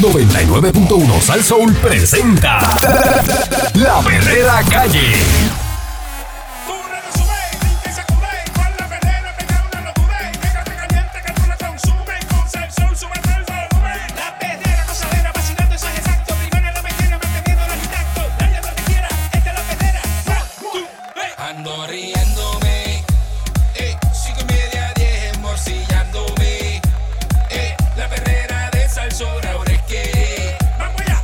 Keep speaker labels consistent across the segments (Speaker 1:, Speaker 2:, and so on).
Speaker 1: 99.1 Sal Soul presenta La Verdadera Calle.
Speaker 2: Ando riéndome, eh, cinco y media, diez, morcillándome, eh, la perrera de salsora, ahora es que, vamos ya,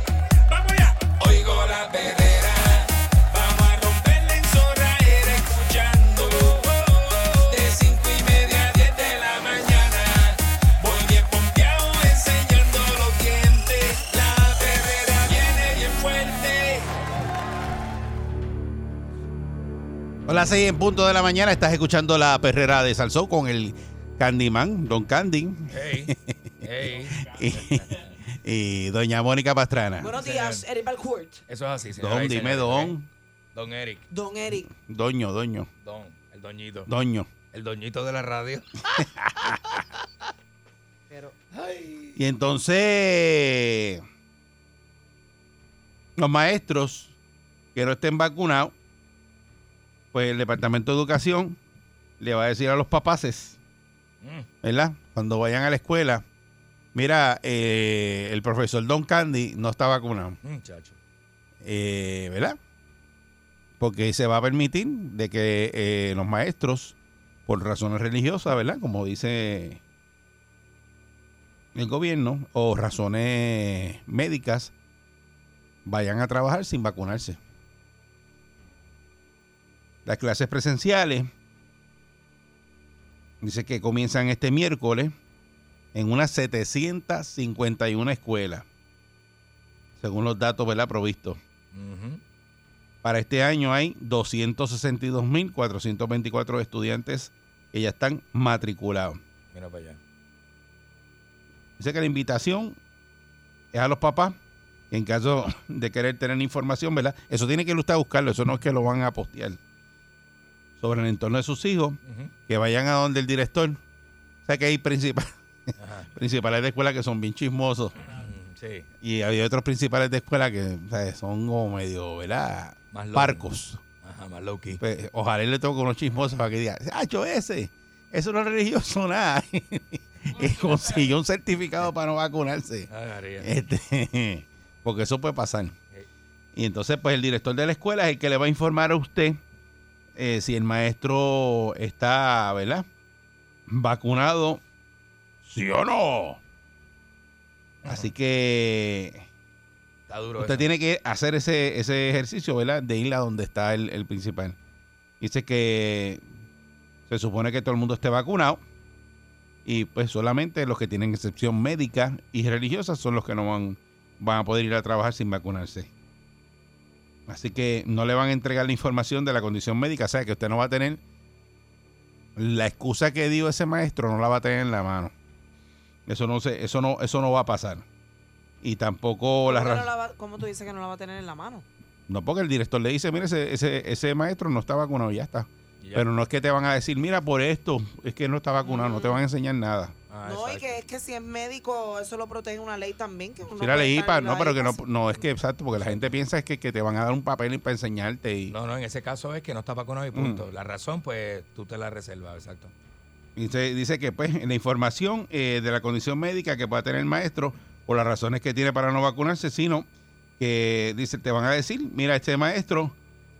Speaker 2: vamos ya, oigo la perrera, vamos a romperla en zorra, era escuchando, de cinco y media a diez de la mañana, voy bien pompeado enseñando los dientes, la perrera viene bien fuerte.
Speaker 3: Son las 6 en punto de la mañana. Estás escuchando la perrera de Salsó con el Candyman, Don Candy,
Speaker 2: Hey, hey,
Speaker 3: y, y Doña Mónica Pastrana.
Speaker 4: Buenos días, Eric Balcourt.
Speaker 2: eso es así, señoras
Speaker 3: Don,
Speaker 2: y
Speaker 3: dime
Speaker 2: señores, ¿ok?
Speaker 3: Don.
Speaker 2: Don Eric.
Speaker 4: Don Eric.
Speaker 3: Doño, doño,
Speaker 2: Don, el doñito.
Speaker 3: doño.
Speaker 2: El doñito de la radio.
Speaker 4: Pero,
Speaker 3: Y entonces, los maestros que no estén vacunados, pues el Departamento de Educación le va a decir a los papaces,
Speaker 2: Mm.
Speaker 3: ¿verdad? Cuando vayan a la escuela, mira, eh, el profesor Don Candy no está vacunado.
Speaker 2: Muchacho.
Speaker 3: eh, ¿verdad? Porque se va a permitir de que eh, los maestros, por razones religiosas, ¿verdad? Como dice el gobierno, o razones médicas, vayan a trabajar sin vacunarse. Las clases presenciales, dice que comienzan este miércoles en unas 751 escuelas, según los datos, ¿verdad? Provistos. Para este año hay 262.424 estudiantes que ya están matriculados.
Speaker 2: Mira para allá.
Speaker 3: Dice que la invitación es a los papás, que en caso de querer tener información, ¿verdad? Eso tiene que usted a buscarlo, eso no es que lo van a postear. Sobre el entorno de sus hijos, que vayan a donde el director. O sea que hay princip-
Speaker 2: Ajá.
Speaker 3: principales de escuela que son bien chismosos
Speaker 2: Mm, Sí.
Speaker 3: y hay otros principales de escuela que o sea, son como medio, ¿verdad?
Speaker 2: Más locos.
Speaker 3: Parcos.
Speaker 2: Ajá, más low key.
Speaker 3: Pues, ojalá y le toque unos chismosos para que diga, ah, yo ese, eso no es religioso nada. y consiguió un certificado para no vacunarse.
Speaker 2: Ay, María.
Speaker 3: Este, porque eso puede pasar.
Speaker 2: Eh.
Speaker 3: Y entonces, pues el director de la escuela es el que le va a informar a usted eh, si el maestro está, ¿verdad? Vacunado, sí o no. Así que
Speaker 2: Está duro
Speaker 3: Usted
Speaker 2: eso.
Speaker 3: tiene que hacer ese, ese ejercicio, ¿verdad? De ir a donde está el, el principal. Dice que se supone que todo el mundo esté vacunado y pues solamente los que tienen excepción médica y religiosa son los que no van, van a poder ir a trabajar sin vacunarse. Así que no le van a entregar la información de la condición médica, o sea que usted no va a tener la excusa que dio ese maestro, no la va a tener en la mano. Eso no se, eso no, eso no va a pasar. Y tampoco la
Speaker 4: ¿cómo, que
Speaker 3: ra-
Speaker 4: no la va- cómo tú dices que no la va a tener en la mano?
Speaker 3: no, porque el director le dice, mire, ese, ese, ese maestro no está vacunado, ya está.
Speaker 2: Y ya.
Speaker 3: Pero no es que te van a decir, mira, por esto, es que no está vacunado, no te van a enseñar nada.
Speaker 2: Ah,
Speaker 4: no, y
Speaker 2: exacto.
Speaker 4: que es que si es médico, eso lo protege una ley también. Que uno
Speaker 3: Si la
Speaker 4: puede
Speaker 3: leí,
Speaker 4: estar
Speaker 3: pa-
Speaker 4: en la
Speaker 3: no, pero que no,
Speaker 4: educación.
Speaker 3: no, es que exacto, porque la gente piensa es que, que te van a dar un papel y para enseñarte y,
Speaker 2: No, no, en ese caso es que no está
Speaker 3: Mm.
Speaker 2: vacunado y punto. La razón, pues, tú te la reservas, exacto.
Speaker 3: y se dice que pues la información eh, de la condición médica que pueda tener el maestro o las razones que tiene para no vacunarse, sino que dice, te van a decir, mira, este maestro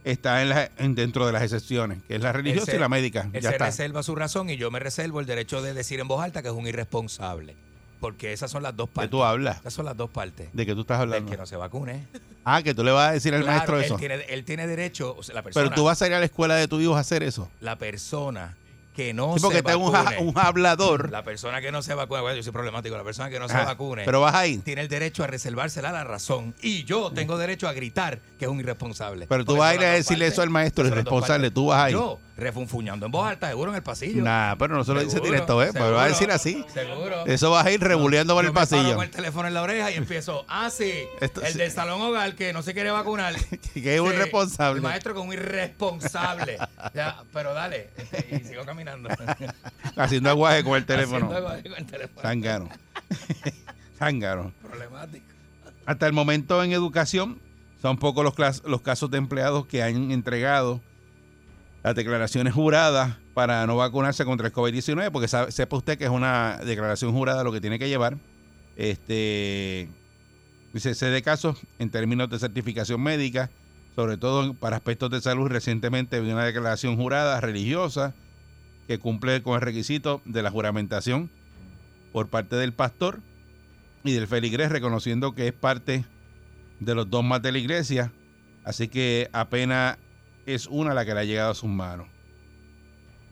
Speaker 3: está en la- en- dentro de las excepciones, que es la religiosa
Speaker 2: se-
Speaker 3: y la médica.
Speaker 2: Él
Speaker 3: Ya
Speaker 2: se
Speaker 3: está.
Speaker 2: reserva su razón y yo me reservo el derecho de decir en voz alta que es un irresponsable. Porque esas son las dos
Speaker 3: Que
Speaker 2: partes.
Speaker 3: tú hablas,
Speaker 2: Esas son las dos partes.
Speaker 3: de que tú estás
Speaker 2: El
Speaker 3: hablando.
Speaker 2: que no se vacune.
Speaker 3: Ah, que tú le vas a decir al
Speaker 2: Claro,
Speaker 3: maestro
Speaker 2: él
Speaker 3: eso.
Speaker 2: Tiene, él tiene derecho, o sea, la persona,
Speaker 3: Pero tú vas a ir a la escuela de tu hijo a hacer eso.
Speaker 2: la persona que no
Speaker 3: Sí, porque
Speaker 2: se
Speaker 3: está un,
Speaker 2: vacune.
Speaker 3: ja- un hablador.
Speaker 2: La persona que no se vacune, bueno, yo soy problemático, la persona que no se
Speaker 3: Ajá,
Speaker 2: vacune
Speaker 3: Pero vas a ir.
Speaker 2: tiene el derecho a reservársela la razón y yo tengo derecho a gritar que es un irresponsable.
Speaker 3: Pero tú
Speaker 2: Porque
Speaker 3: vas a
Speaker 2: son
Speaker 3: ir a
Speaker 2: las dos
Speaker 3: decirle
Speaker 2: partes.
Speaker 3: eso al maestro,
Speaker 2: Son las dos
Speaker 3: irresponsable,
Speaker 2: partes.
Speaker 3: tú vas a ir.
Speaker 2: Yo, refunfuñando en voz alta, seguro en el pasillo.
Speaker 3: Nah, pero no se lo dice
Speaker 2: Seguro,
Speaker 3: directo, ¿eh? Pero va a
Speaker 2: seguro,
Speaker 3: decir así.
Speaker 2: Seguro.
Speaker 3: Eso vas a ir rebuleando por
Speaker 2: Yo
Speaker 3: el
Speaker 2: me paro
Speaker 3: pasillo.
Speaker 2: con el teléfono en la oreja y empiezo, ah, sí,
Speaker 3: Esto
Speaker 2: el
Speaker 3: sí.
Speaker 2: del salón hogar que no se quiere vacunar.
Speaker 3: Que es un
Speaker 2: Sí,
Speaker 3: responsable.
Speaker 2: El maestro que es un irresponsable. Ya, pero dale, este, y sigo caminando.
Speaker 3: Haciendo aguaje con el
Speaker 2: Haciendo
Speaker 3: teléfono.
Speaker 2: algo ahí con el teléfono.
Speaker 3: Zángano. Zángano.
Speaker 2: problemático.
Speaker 3: Hasta el momento en educación son pocos los, clas- los casos de empleados que han entregado las declaraciones juradas para no vacunarse contra el COVID-19, porque sabe- sepa usted que es una declaración jurada lo que tiene que llevar. Este, dice, sé de casos en términos de certificación médica, sobre todo para aspectos de salud. Recientemente vi una declaración jurada religiosa que cumple con el requisito de la juramentación por parte del pastor y del feligrés, reconociendo que es parte de los dogmas de la iglesia, así que apenas es una la que le ha llegado a sus manos.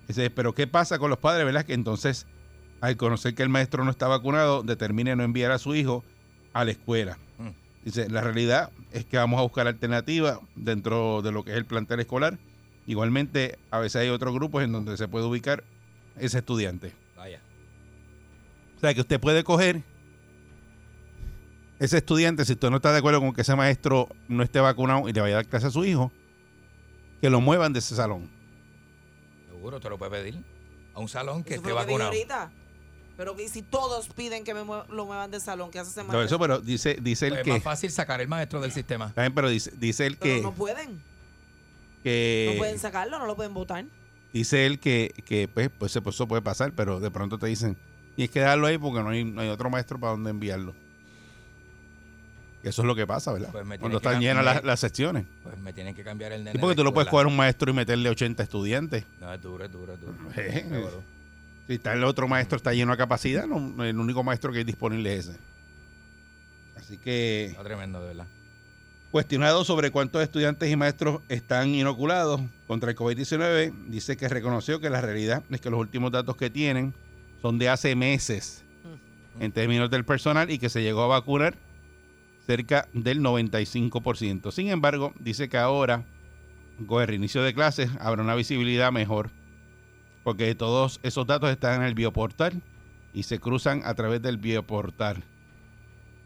Speaker 3: Dice, pero ¿qué pasa con los padres, verdad? Que entonces, al conocer que el maestro no está vacunado, determine no enviar a su hijo a la escuela.
Speaker 2: Mm.
Speaker 3: Dice, la realidad es que vamos a buscar alternativas dentro de lo que es el plantel escolar. Igualmente, a veces hay otros grupos en donde se puede ubicar ese estudiante.
Speaker 2: Vaya.
Speaker 3: O sea, que usted puede coger ese estudiante, si usted no está de acuerdo con que ese maestro no esté vacunado y le vaya a dar clase a su hijo, que lo muevan de ese salón.
Speaker 2: Seguro, te lo puede pedir. A un salón que
Speaker 4: Eso fue
Speaker 2: esté
Speaker 4: lo dije
Speaker 2: vacunado.
Speaker 4: ahorita. Pero que si todos piden que me mue- lo muevan de salón, ¿qué hace semana?
Speaker 3: Pero eso, pero dice, dice el
Speaker 2: Pues Es
Speaker 3: que.
Speaker 2: más fácil sacar el maestro del sistema.
Speaker 3: También, pero dice, dice el
Speaker 4: Pero
Speaker 3: que.
Speaker 4: no pueden.
Speaker 3: que
Speaker 4: no pueden sacarlo, no lo pueden votar.
Speaker 3: dice él que, que pues, pues, pues, eso puede pasar, pero de pronto te dicen, tienes que dejarlo ahí porque no hay, no hay otro maestro para donde enviarlo. Eso es lo que pasa, ¿verdad?
Speaker 2: Pues me tiene
Speaker 3: Cuando
Speaker 2: que
Speaker 3: están
Speaker 2: cambiar.
Speaker 3: llenas las, las secciones.
Speaker 2: Pues me tienen que cambiar el nene.
Speaker 3: Sí, porque
Speaker 2: de
Speaker 3: tú no puedes
Speaker 2: escuela.
Speaker 3: coger un maestro y meterle 80 estudiantes.
Speaker 2: No, es duro, es duro, es duro.
Speaker 3: Eh.
Speaker 2: Seguro.
Speaker 3: Si está el otro maestro, está lleno de capacidad, no, el único maestro que es disponible es ese. Así que,
Speaker 2: Está Ah, tremendo, de verdad.
Speaker 3: cuestionado sobre cuántos estudiantes y maestros están inoculados contra el COVID-19, dice que reconoció que la realidad es que los últimos datos que tienen son de hace meses
Speaker 2: Mm.
Speaker 3: en términos del personal y que se llegó a vacunar cerca del 95%. Sin embargo, dice que ahora, con el reinicio de clases, habrá una visibilidad mejor, porque todos esos datos están en el bioportal y se cruzan a través del bioportal.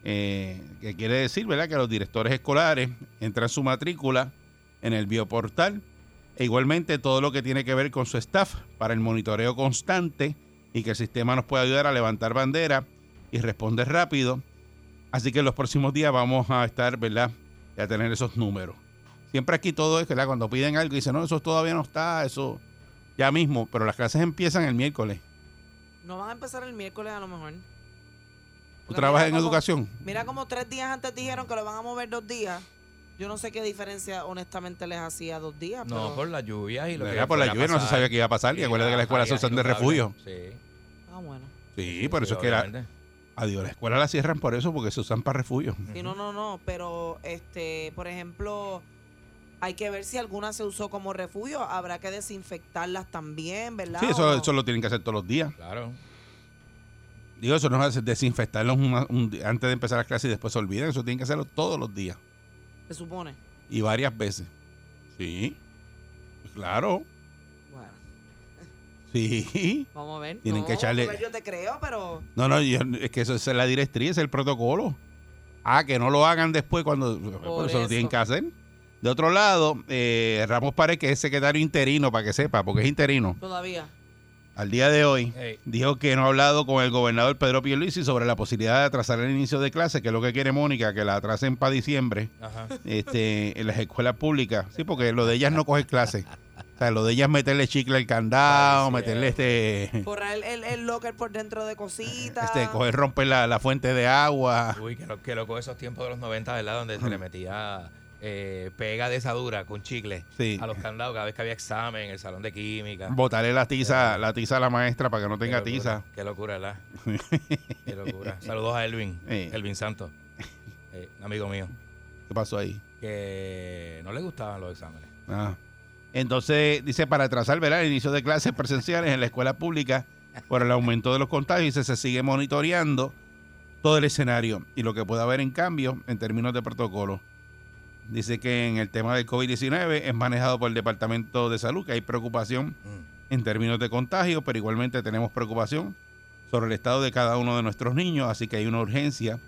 Speaker 3: Eh, que quiere decir, ¿verdad?, que los directores escolares entran su matrícula en el bioportal e igualmente todo lo que tiene que ver con su staff para el monitoreo constante y que el sistema nos pueda ayudar a levantar bandera y responder rápido. Así que en los próximos días vamos a estar, ¿verdad? Y a tener esos números. Siempre aquí todo es, ¿verdad? Cuando piden algo y dicen, no, eso todavía no está, eso ya mismo, pero las clases empiezan el miércoles.
Speaker 4: No van a empezar el miércoles a lo mejor.
Speaker 3: ¿Tú
Speaker 4: Porque
Speaker 3: trabajas en
Speaker 4: mira cómo-
Speaker 3: educación?
Speaker 4: Mira como tres días antes dijeron que lo van a mover dos días. Yo no sé qué diferencia honestamente les hacía dos días.
Speaker 2: No,
Speaker 4: pero
Speaker 2: por la lluvia y lo que
Speaker 3: ¿Verdad? Por la
Speaker 2: fuera a
Speaker 3: lluvia no se
Speaker 2: pasar.
Speaker 3: sabía qué iba a pasar y
Speaker 2: Sí,
Speaker 3: acuérdate que las escuelas
Speaker 2: había
Speaker 3: se usan de
Speaker 2: inundable.
Speaker 3: refugio.
Speaker 2: Sí.
Speaker 4: Ah, bueno.
Speaker 3: Sí, por eso es que era,
Speaker 2: obviamente.
Speaker 3: adiós, las escuelas las cierran por eso, porque se usan para refugio.
Speaker 4: Sí, no, no, no. Pero, este, por ejemplo, hay que ver si alguna se usó como refugio. Habrá que desinfectarlas también, ¿verdad?
Speaker 3: Sí,
Speaker 4: ¿O
Speaker 3: eso,
Speaker 4: no?
Speaker 3: eso lo tienen que hacer todos los días.
Speaker 2: Claro.
Speaker 3: Digo, eso no es desinfectarlos una- un día- antes de empezar las clases y después se olvidan. Eso tienen que hacerlo todos los días
Speaker 4: Se supone.
Speaker 3: y varias veces. Sí, claro,
Speaker 4: Bueno,
Speaker 3: sí.
Speaker 4: vamos a ver.
Speaker 3: Tienen
Speaker 4: No,
Speaker 3: que echarle-
Speaker 4: pues Yo te creo, pero.
Speaker 3: No, no, yo- es que eso es la directriz, es el protocolo. Ah, que no lo hagan después cuando... Por eso, lo
Speaker 4: eso.
Speaker 3: tienen que hacer. De otro lado, eh, Ramos Párez, que es secretario interino, para que sepa, porque es interino,
Speaker 4: Todavía.
Speaker 3: al día de hoy,
Speaker 2: Ey.
Speaker 3: dijo que no ha hablado con el gobernador Pedro Pierluisi sobre la posibilidad de atrasar el inicio de clases, que es lo que quiere Mónica, que la atrasen para diciembre
Speaker 2: Ajá.
Speaker 3: este, en las escuelas públicas. Sí, porque lo de ellas no coger clases. O sea, lo de ellas es meterle chicle al candado,
Speaker 2: Ay, sí,
Speaker 3: meterle este...
Speaker 4: Forrar el, el, el locker por dentro de cositas.
Speaker 3: Este, coger, romper la, la fuente de agua.
Speaker 2: Uy, qué, lo- qué loco esos tiempos de los 90, ¿verdad? Donde se le metía eh, pega de esa dura con chicle
Speaker 3: Sí.
Speaker 2: a los candados cada vez que había examen en el salón de química.
Speaker 3: Botarle la tiza, la tiza a la maestra para que no
Speaker 2: Qué
Speaker 3: tenga
Speaker 2: locura,
Speaker 3: tiza.
Speaker 2: Qué locura, ¿verdad? qué locura. Saludos a Elvin,
Speaker 3: Eh.
Speaker 2: Elvin Santos, eh, un amigo mío,
Speaker 3: ¿Qué pasó ahí?
Speaker 2: que no le gustaban los exámenes.
Speaker 3: Ah. Entonces, dice, para atrasar ¿verdad? el inicio de clases presenciales en la escuela pública por el aumento de los contagios, dice, se sigue monitoreando todo el escenario y lo que pueda haber en cambio en términos de protocolo. Dice que en el tema del COVID-19 es manejado por el Departamento de Salud, que hay preocupación
Speaker 2: Mm.
Speaker 3: en términos de contagio, pero igualmente tenemos preocupación sobre el estado de cada uno de nuestros niños, así que hay una urgencia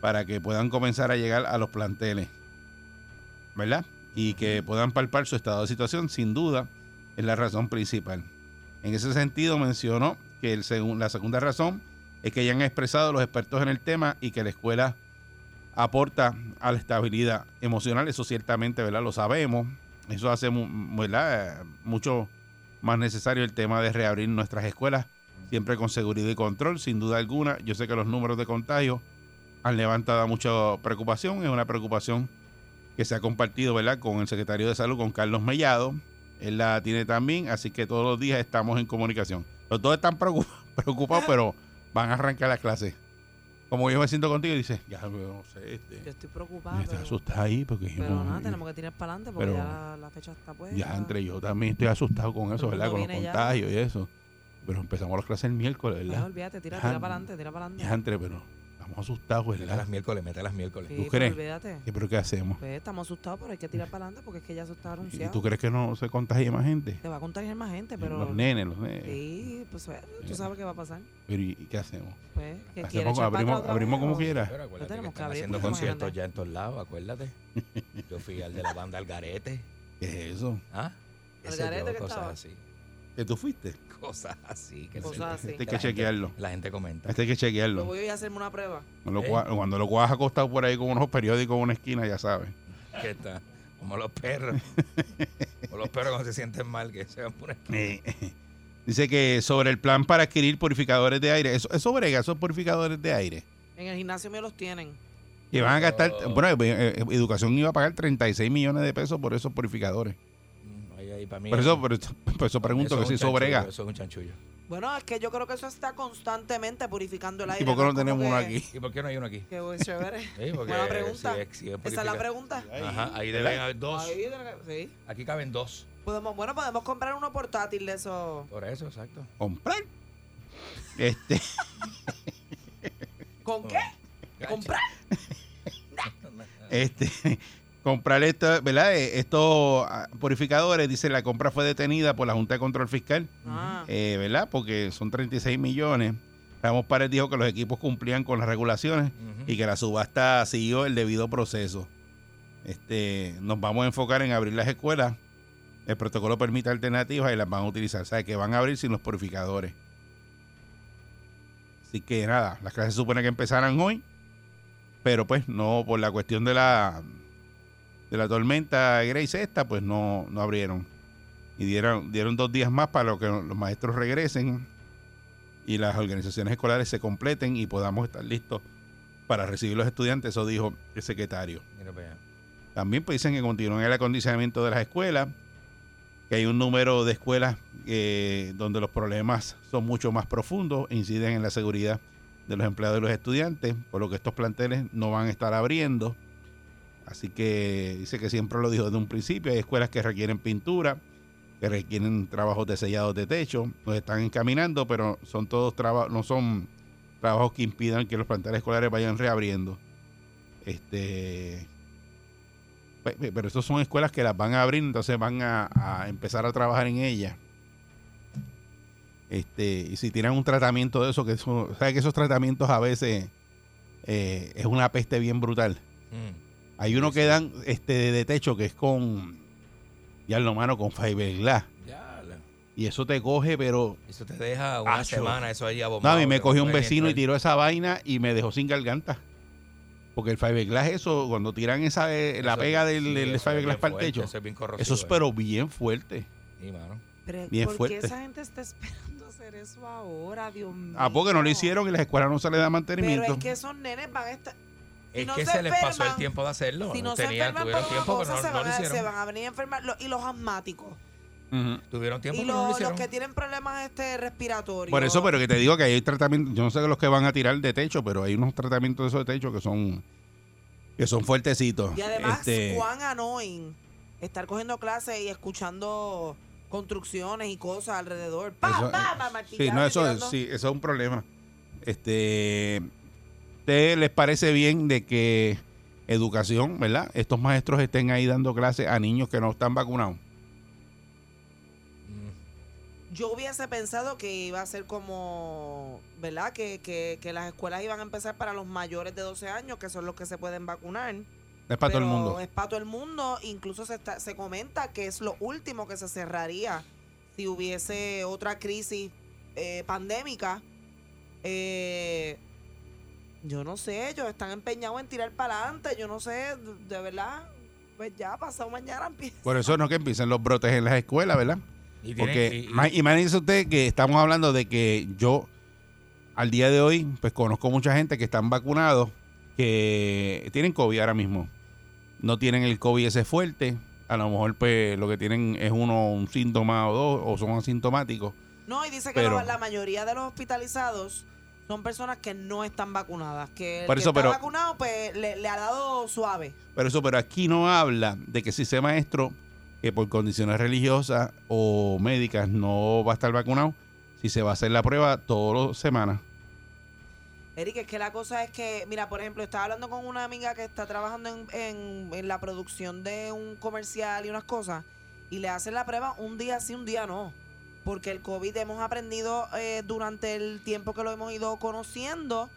Speaker 3: para que puedan comenzar a llegar a los planteles, ¿verdad? Y que puedan palpar su estado de situación, sin duda, es la razón principal. En ese sentido mencionó que el segun- la segunda razón eh, que ya han expresado los expertos en el tema y que la escuela aporta a la estabilidad emocional. Eso ciertamente, ¿verdad? Lo sabemos. Eso hace mu- mu- ¿verdad? Eh, mucho más necesario el tema de reabrir nuestras escuelas, siempre con seguridad y control, sin duda alguna. Yo sé que los números de contagio han levantado mucha preocupación. Es una preocupación que se ha compartido, ¿verdad? Con el secretario de Salud, con Carlos Mellado. Él la tiene también, así que todos los días estamos en comunicación. Los dos están preocup- preocupados, pero van a arrancar las clases. Como yo me siento contigo, dices, ya, pero no sé, este,
Speaker 4: Yo estoy
Speaker 3: me
Speaker 4: preocupada.
Speaker 3: estás
Speaker 4: Ah, Pero,
Speaker 3: asustado ahí porque yo
Speaker 4: pero
Speaker 3: no-
Speaker 4: nada, tenemos que tirar para adelante porque
Speaker 3: pero-
Speaker 4: ya la, la fecha está puesta.
Speaker 3: ya entre yo también estoy asustado con eso,
Speaker 4: Todo el
Speaker 3: ¿verdad? Con
Speaker 4: mundo
Speaker 3: los
Speaker 4: viene ya.
Speaker 3: contagios y eso. Pero empezamos las clases el miércoles,
Speaker 4: No,
Speaker 3: ¿verdad?
Speaker 4: olvídate, tira,
Speaker 3: Ya.
Speaker 4: tira para adelante, tira para
Speaker 3: Ya
Speaker 4: adelante.
Speaker 3: entre, pero estamos asustados,
Speaker 2: Mete
Speaker 3: ¿verdad?
Speaker 2: las miércoles, mete las miércoles.
Speaker 4: Sí,
Speaker 3: ¿tú
Speaker 4: pero
Speaker 3: crees?
Speaker 4: olvídate.
Speaker 3: ¿Qué, ¿Pero qué hacemos?
Speaker 4: Pues estamos asustados, pero hay que tirar para adelante porque es que ya eso está
Speaker 3: ¿Y
Speaker 4: anunciado.
Speaker 3: tú crees que no se contagie más gente?
Speaker 4: Te va a contagiar más gente, pero.
Speaker 3: Los nenes, los nenes.
Speaker 4: Sí, pues eh, tú
Speaker 3: Eh.
Speaker 4: sabes qué va a pasar.
Speaker 3: Pero ¿y y qué hacemos?
Speaker 4: Pues, ¿qué
Speaker 3: Hacemos-
Speaker 4: quieres? echar para atrás
Speaker 3: abrimos,
Speaker 4: otra
Speaker 3: abrimos
Speaker 4: vez
Speaker 3: como
Speaker 4: o-
Speaker 3: quiera.
Speaker 2: Pero acuérdate que
Speaker 4: tenemos pues, que
Speaker 2: están
Speaker 4: abrir
Speaker 2: haciendo
Speaker 4: porque no
Speaker 2: conciertos
Speaker 4: mandan.
Speaker 2: ya en todos lados, acuérdate. Yo fui al de la banda Algarete.
Speaker 3: ¿Qué es eso?
Speaker 2: ¿Ah? Qué sé
Speaker 4: Algarete
Speaker 2: yo,
Speaker 4: que
Speaker 2: cosas
Speaker 4: estaba.
Speaker 2: así.
Speaker 3: ¿Que tú fuiste?
Speaker 2: Cosas así. Que
Speaker 4: Cosas
Speaker 2: se-
Speaker 4: así.
Speaker 3: Este hay
Speaker 2: la
Speaker 3: que
Speaker 2: gente-
Speaker 3: chequearlo.
Speaker 2: La gente comenta.
Speaker 3: Este hay que
Speaker 4: Lo
Speaker 3: chequearlo.
Speaker 4: voy a ir a hacerme una prueba.
Speaker 3: Cuando lo,
Speaker 2: ¿Eh?
Speaker 3: cua- cuando lo cojas acostado por ahí con unos periódicos en una esquina, ya sabes.
Speaker 2: Que está como los perros. Como los perros cuando se sienten mal, que se van por aquí.
Speaker 3: Eh, Dice que sobre el plan para adquirir purificadores de aire, eso, eso brega, esos purificadores de aire.
Speaker 4: En el gimnasio me los tienen.
Speaker 3: Que van a gastar,
Speaker 2: Pero-
Speaker 3: bueno, eh, eh, educación iba a pagar 36 millones de pesos por esos purificadores.
Speaker 2: Mm, ahí, ahí, para mí,
Speaker 3: Por eso, por eso, por eso pregunto
Speaker 2: eso
Speaker 3: que si
Speaker 2: es
Speaker 3: eso
Speaker 2: un
Speaker 3: brega.
Speaker 2: chanchullo, Eso es un chanchullo.
Speaker 4: Bueno, es que yo creo que eso está constantemente purificando el aire.
Speaker 3: ¿Y por qué no
Speaker 4: es como
Speaker 3: tenemos uno
Speaker 4: que-
Speaker 3: aquí?
Speaker 2: ¿Y por qué no hay uno aquí?
Speaker 4: Que voy chévere.
Speaker 2: Sí, porque
Speaker 4: Buena pregunta.
Speaker 2: si es- si
Speaker 4: Esa
Speaker 2: es
Speaker 4: es
Speaker 2: purifica-
Speaker 4: la pregunta.
Speaker 2: Ajá, ahí deben haber dos.
Speaker 4: Ahí tiene que- sí.
Speaker 2: Aquí caben dos.
Speaker 4: Podemos, bueno, podemos comprar uno portátil de esos.
Speaker 2: Por eso, exacto.
Speaker 3: Comprar. Este,
Speaker 4: ¿Con qué? ¿Eh? ¿Comprar?
Speaker 3: este, comprar esto, ¿verdad? Eh, Estos ah, purificadores, dice, la compra fue detenida por la Junta de Control Fiscal.
Speaker 4: Ah,
Speaker 3: eh, ¿verdad? Porque son 36 millones. Ramos Párez dijo que los equipos cumplían con las regulaciones
Speaker 2: Ujú.
Speaker 3: y que la subasta siguió el debido proceso. Este, nos vamos a enfocar en abrir las escuelas. El protocolo permite alternativas y las van a utilizar. O sea, que van a abrir sin los purificadores. Así que nada, las clases supone que empezaran hoy, pero pues no, por la cuestión de la de la tormenta Grace esta, pues no, no abrieron. Y dieron, dieron dos días más para lo que los maestros regresen y las organizaciones escolares se completen y podamos estar listos para recibir los estudiantes, eso dijo el secretario.
Speaker 2: Mira para allá.
Speaker 3: También pues, dicen que continúan el acondicionamiento de las escuelas, que hay un número de escuelas eh, donde los problemas son mucho más profundos, inciden en la seguridad de los empleados y los estudiantes, por lo que estos planteles no van a estar abriendo. Así que dice que siempre lo dijo desde un principio, hay escuelas que requieren pintura, que requieren trabajos de sellados de techo, los están encaminando, pero son todos traba- no son trabajos que impidan que los planteles escolares vayan reabriendo. Este, Pe- pe- Pero esas son escuelas que las van a abrir, entonces van a, a empezar a trabajar en ellas. Este, y si tienen un tratamiento de eso, que eso, ¿sabes que esos tratamientos a veces eh, es una peste bien brutal?
Speaker 2: Mm.
Speaker 3: Hay uno que dan este de techo que es con ya lo mano con fiberglass
Speaker 2: Ya, la-
Speaker 3: y eso te coge, pero
Speaker 2: eso te deja una
Speaker 3: Acho.
Speaker 2: semana, eso ahí
Speaker 3: no,
Speaker 2: abombado.
Speaker 3: a mí me
Speaker 2: que
Speaker 3: cogió
Speaker 2: no
Speaker 3: un
Speaker 2: puedes
Speaker 3: vecino y
Speaker 2: entrar.
Speaker 3: tiró esa vaina y me dejó sin garganta. Porque el fiberglass eso cuando tiran esa eh, la
Speaker 2: Eso-
Speaker 3: pega del,
Speaker 2: sí,
Speaker 3: del
Speaker 2: eso es
Speaker 3: fiberglass
Speaker 2: bien
Speaker 3: para el
Speaker 2: fuerte,
Speaker 3: techo,
Speaker 2: Eso es bien corrosivo.
Speaker 3: eso es
Speaker 2: eh.
Speaker 3: pero bien fuerte.
Speaker 2: Sí, mano.
Speaker 4: pero
Speaker 3: bien
Speaker 4: ¿por
Speaker 3: fuerte.
Speaker 4: qué esa gente está esperando hacer eso ahora, Dios mío?
Speaker 3: ¿A poco no lo hicieron y las escuelas no se les da
Speaker 4: Pero
Speaker 3: Ah, mantenimiento?
Speaker 4: es que esos nenes van a estar.
Speaker 2: Es
Speaker 4: no
Speaker 2: que
Speaker 4: se
Speaker 2: se les pasó el
Speaker 4: enferman,
Speaker 2: tiempo de hacerlo.
Speaker 4: si no se
Speaker 2: Tenían,
Speaker 4: enferman por una
Speaker 2: tuvieron tiempo, pero
Speaker 4: cosa,
Speaker 2: no,
Speaker 4: se,
Speaker 2: no
Speaker 4: van
Speaker 2: lo
Speaker 4: a, se
Speaker 2: hicieron.
Speaker 4: van a venir a enfermar. Lo- y los asmáticos.
Speaker 3: Ujú.
Speaker 2: Tuvieron tiempo,
Speaker 4: Y
Speaker 2: pero no lo
Speaker 4: los,
Speaker 2: hicieron.
Speaker 4: los que tienen problemas este respiratorios.
Speaker 3: Por eso, pero que te digo que hay tratamientos, yo no sé los que van a tirar de techo, pero hay unos tratamientos de esos de techo que son que son fuertecitos.
Speaker 4: Y además,
Speaker 3: Este,
Speaker 4: cuán annoying estar cogiendo clases y escuchando construcciones y cosas alrededor. ¡Pa,
Speaker 3: eso-
Speaker 4: pa, pa,
Speaker 3: sí,
Speaker 4: martillazo
Speaker 3: no, eso,
Speaker 4: tirando.
Speaker 3: sí, eso es un problema. Este, ¿ustedes les parece bien de que educación, verdad? Estos maestros estén ahí dando clases a niños que no están vacunados.
Speaker 2: Mm.
Speaker 4: Yo hubiese pensado que iba a ser como, ¿verdad? Que, que, que las escuelas iban a empezar para los mayores de 12 años, que son los que se pueden vacunar.
Speaker 3: Es para todo el
Speaker 4: Pero
Speaker 3: mundo.
Speaker 4: Es para todo el mundo. Incluso se, está- se comenta que es lo último que se cerraría si hubiese otra crisis eh, pandémica. eh, yo no sé, ellos están empeñados en tirar para adelante, yo no sé, de, de verdad, pues ya pasado mañana empieza.
Speaker 3: Por eso no que empiecen los brotes en las escuelas, ¿verdad?
Speaker 5: Y tienen-
Speaker 3: Porque
Speaker 5: y- y-
Speaker 3: ma- imagínense usted que estamos hablando de que yo al día de hoy, pues conozco mucha gente que están vacunados, que tienen COVID ahora mismo. No tienen el COVID ese fuerte. A lo mejor pues lo que tienen es uno, un síntoma o dos, o son asintomáticos.
Speaker 4: No, y dice que
Speaker 3: Pero-
Speaker 4: la, la mayoría de los hospitalizados son personas que no están vacunadas, que el
Speaker 3: Por
Speaker 4: que
Speaker 3: eso,
Speaker 4: está
Speaker 3: pero-
Speaker 4: vacunado pues le, le ha dado suave.
Speaker 3: Pero eso, pero aquí no habla de que si ese maestro, que por condiciones religiosas o médicas no va a estar vacunado, si se va a hacer la prueba todas las semanas.
Speaker 4: Eric, es que la cosa es que, mira, por ejemplo, estaba hablando con una amiga que está trabajando en, en- en la producción de un comercial y unas cosas, y le hacen la prueba un día sí, un día no. Porque el COVID hemos aprendido eh, durante el tiempo que lo hemos ido conociendo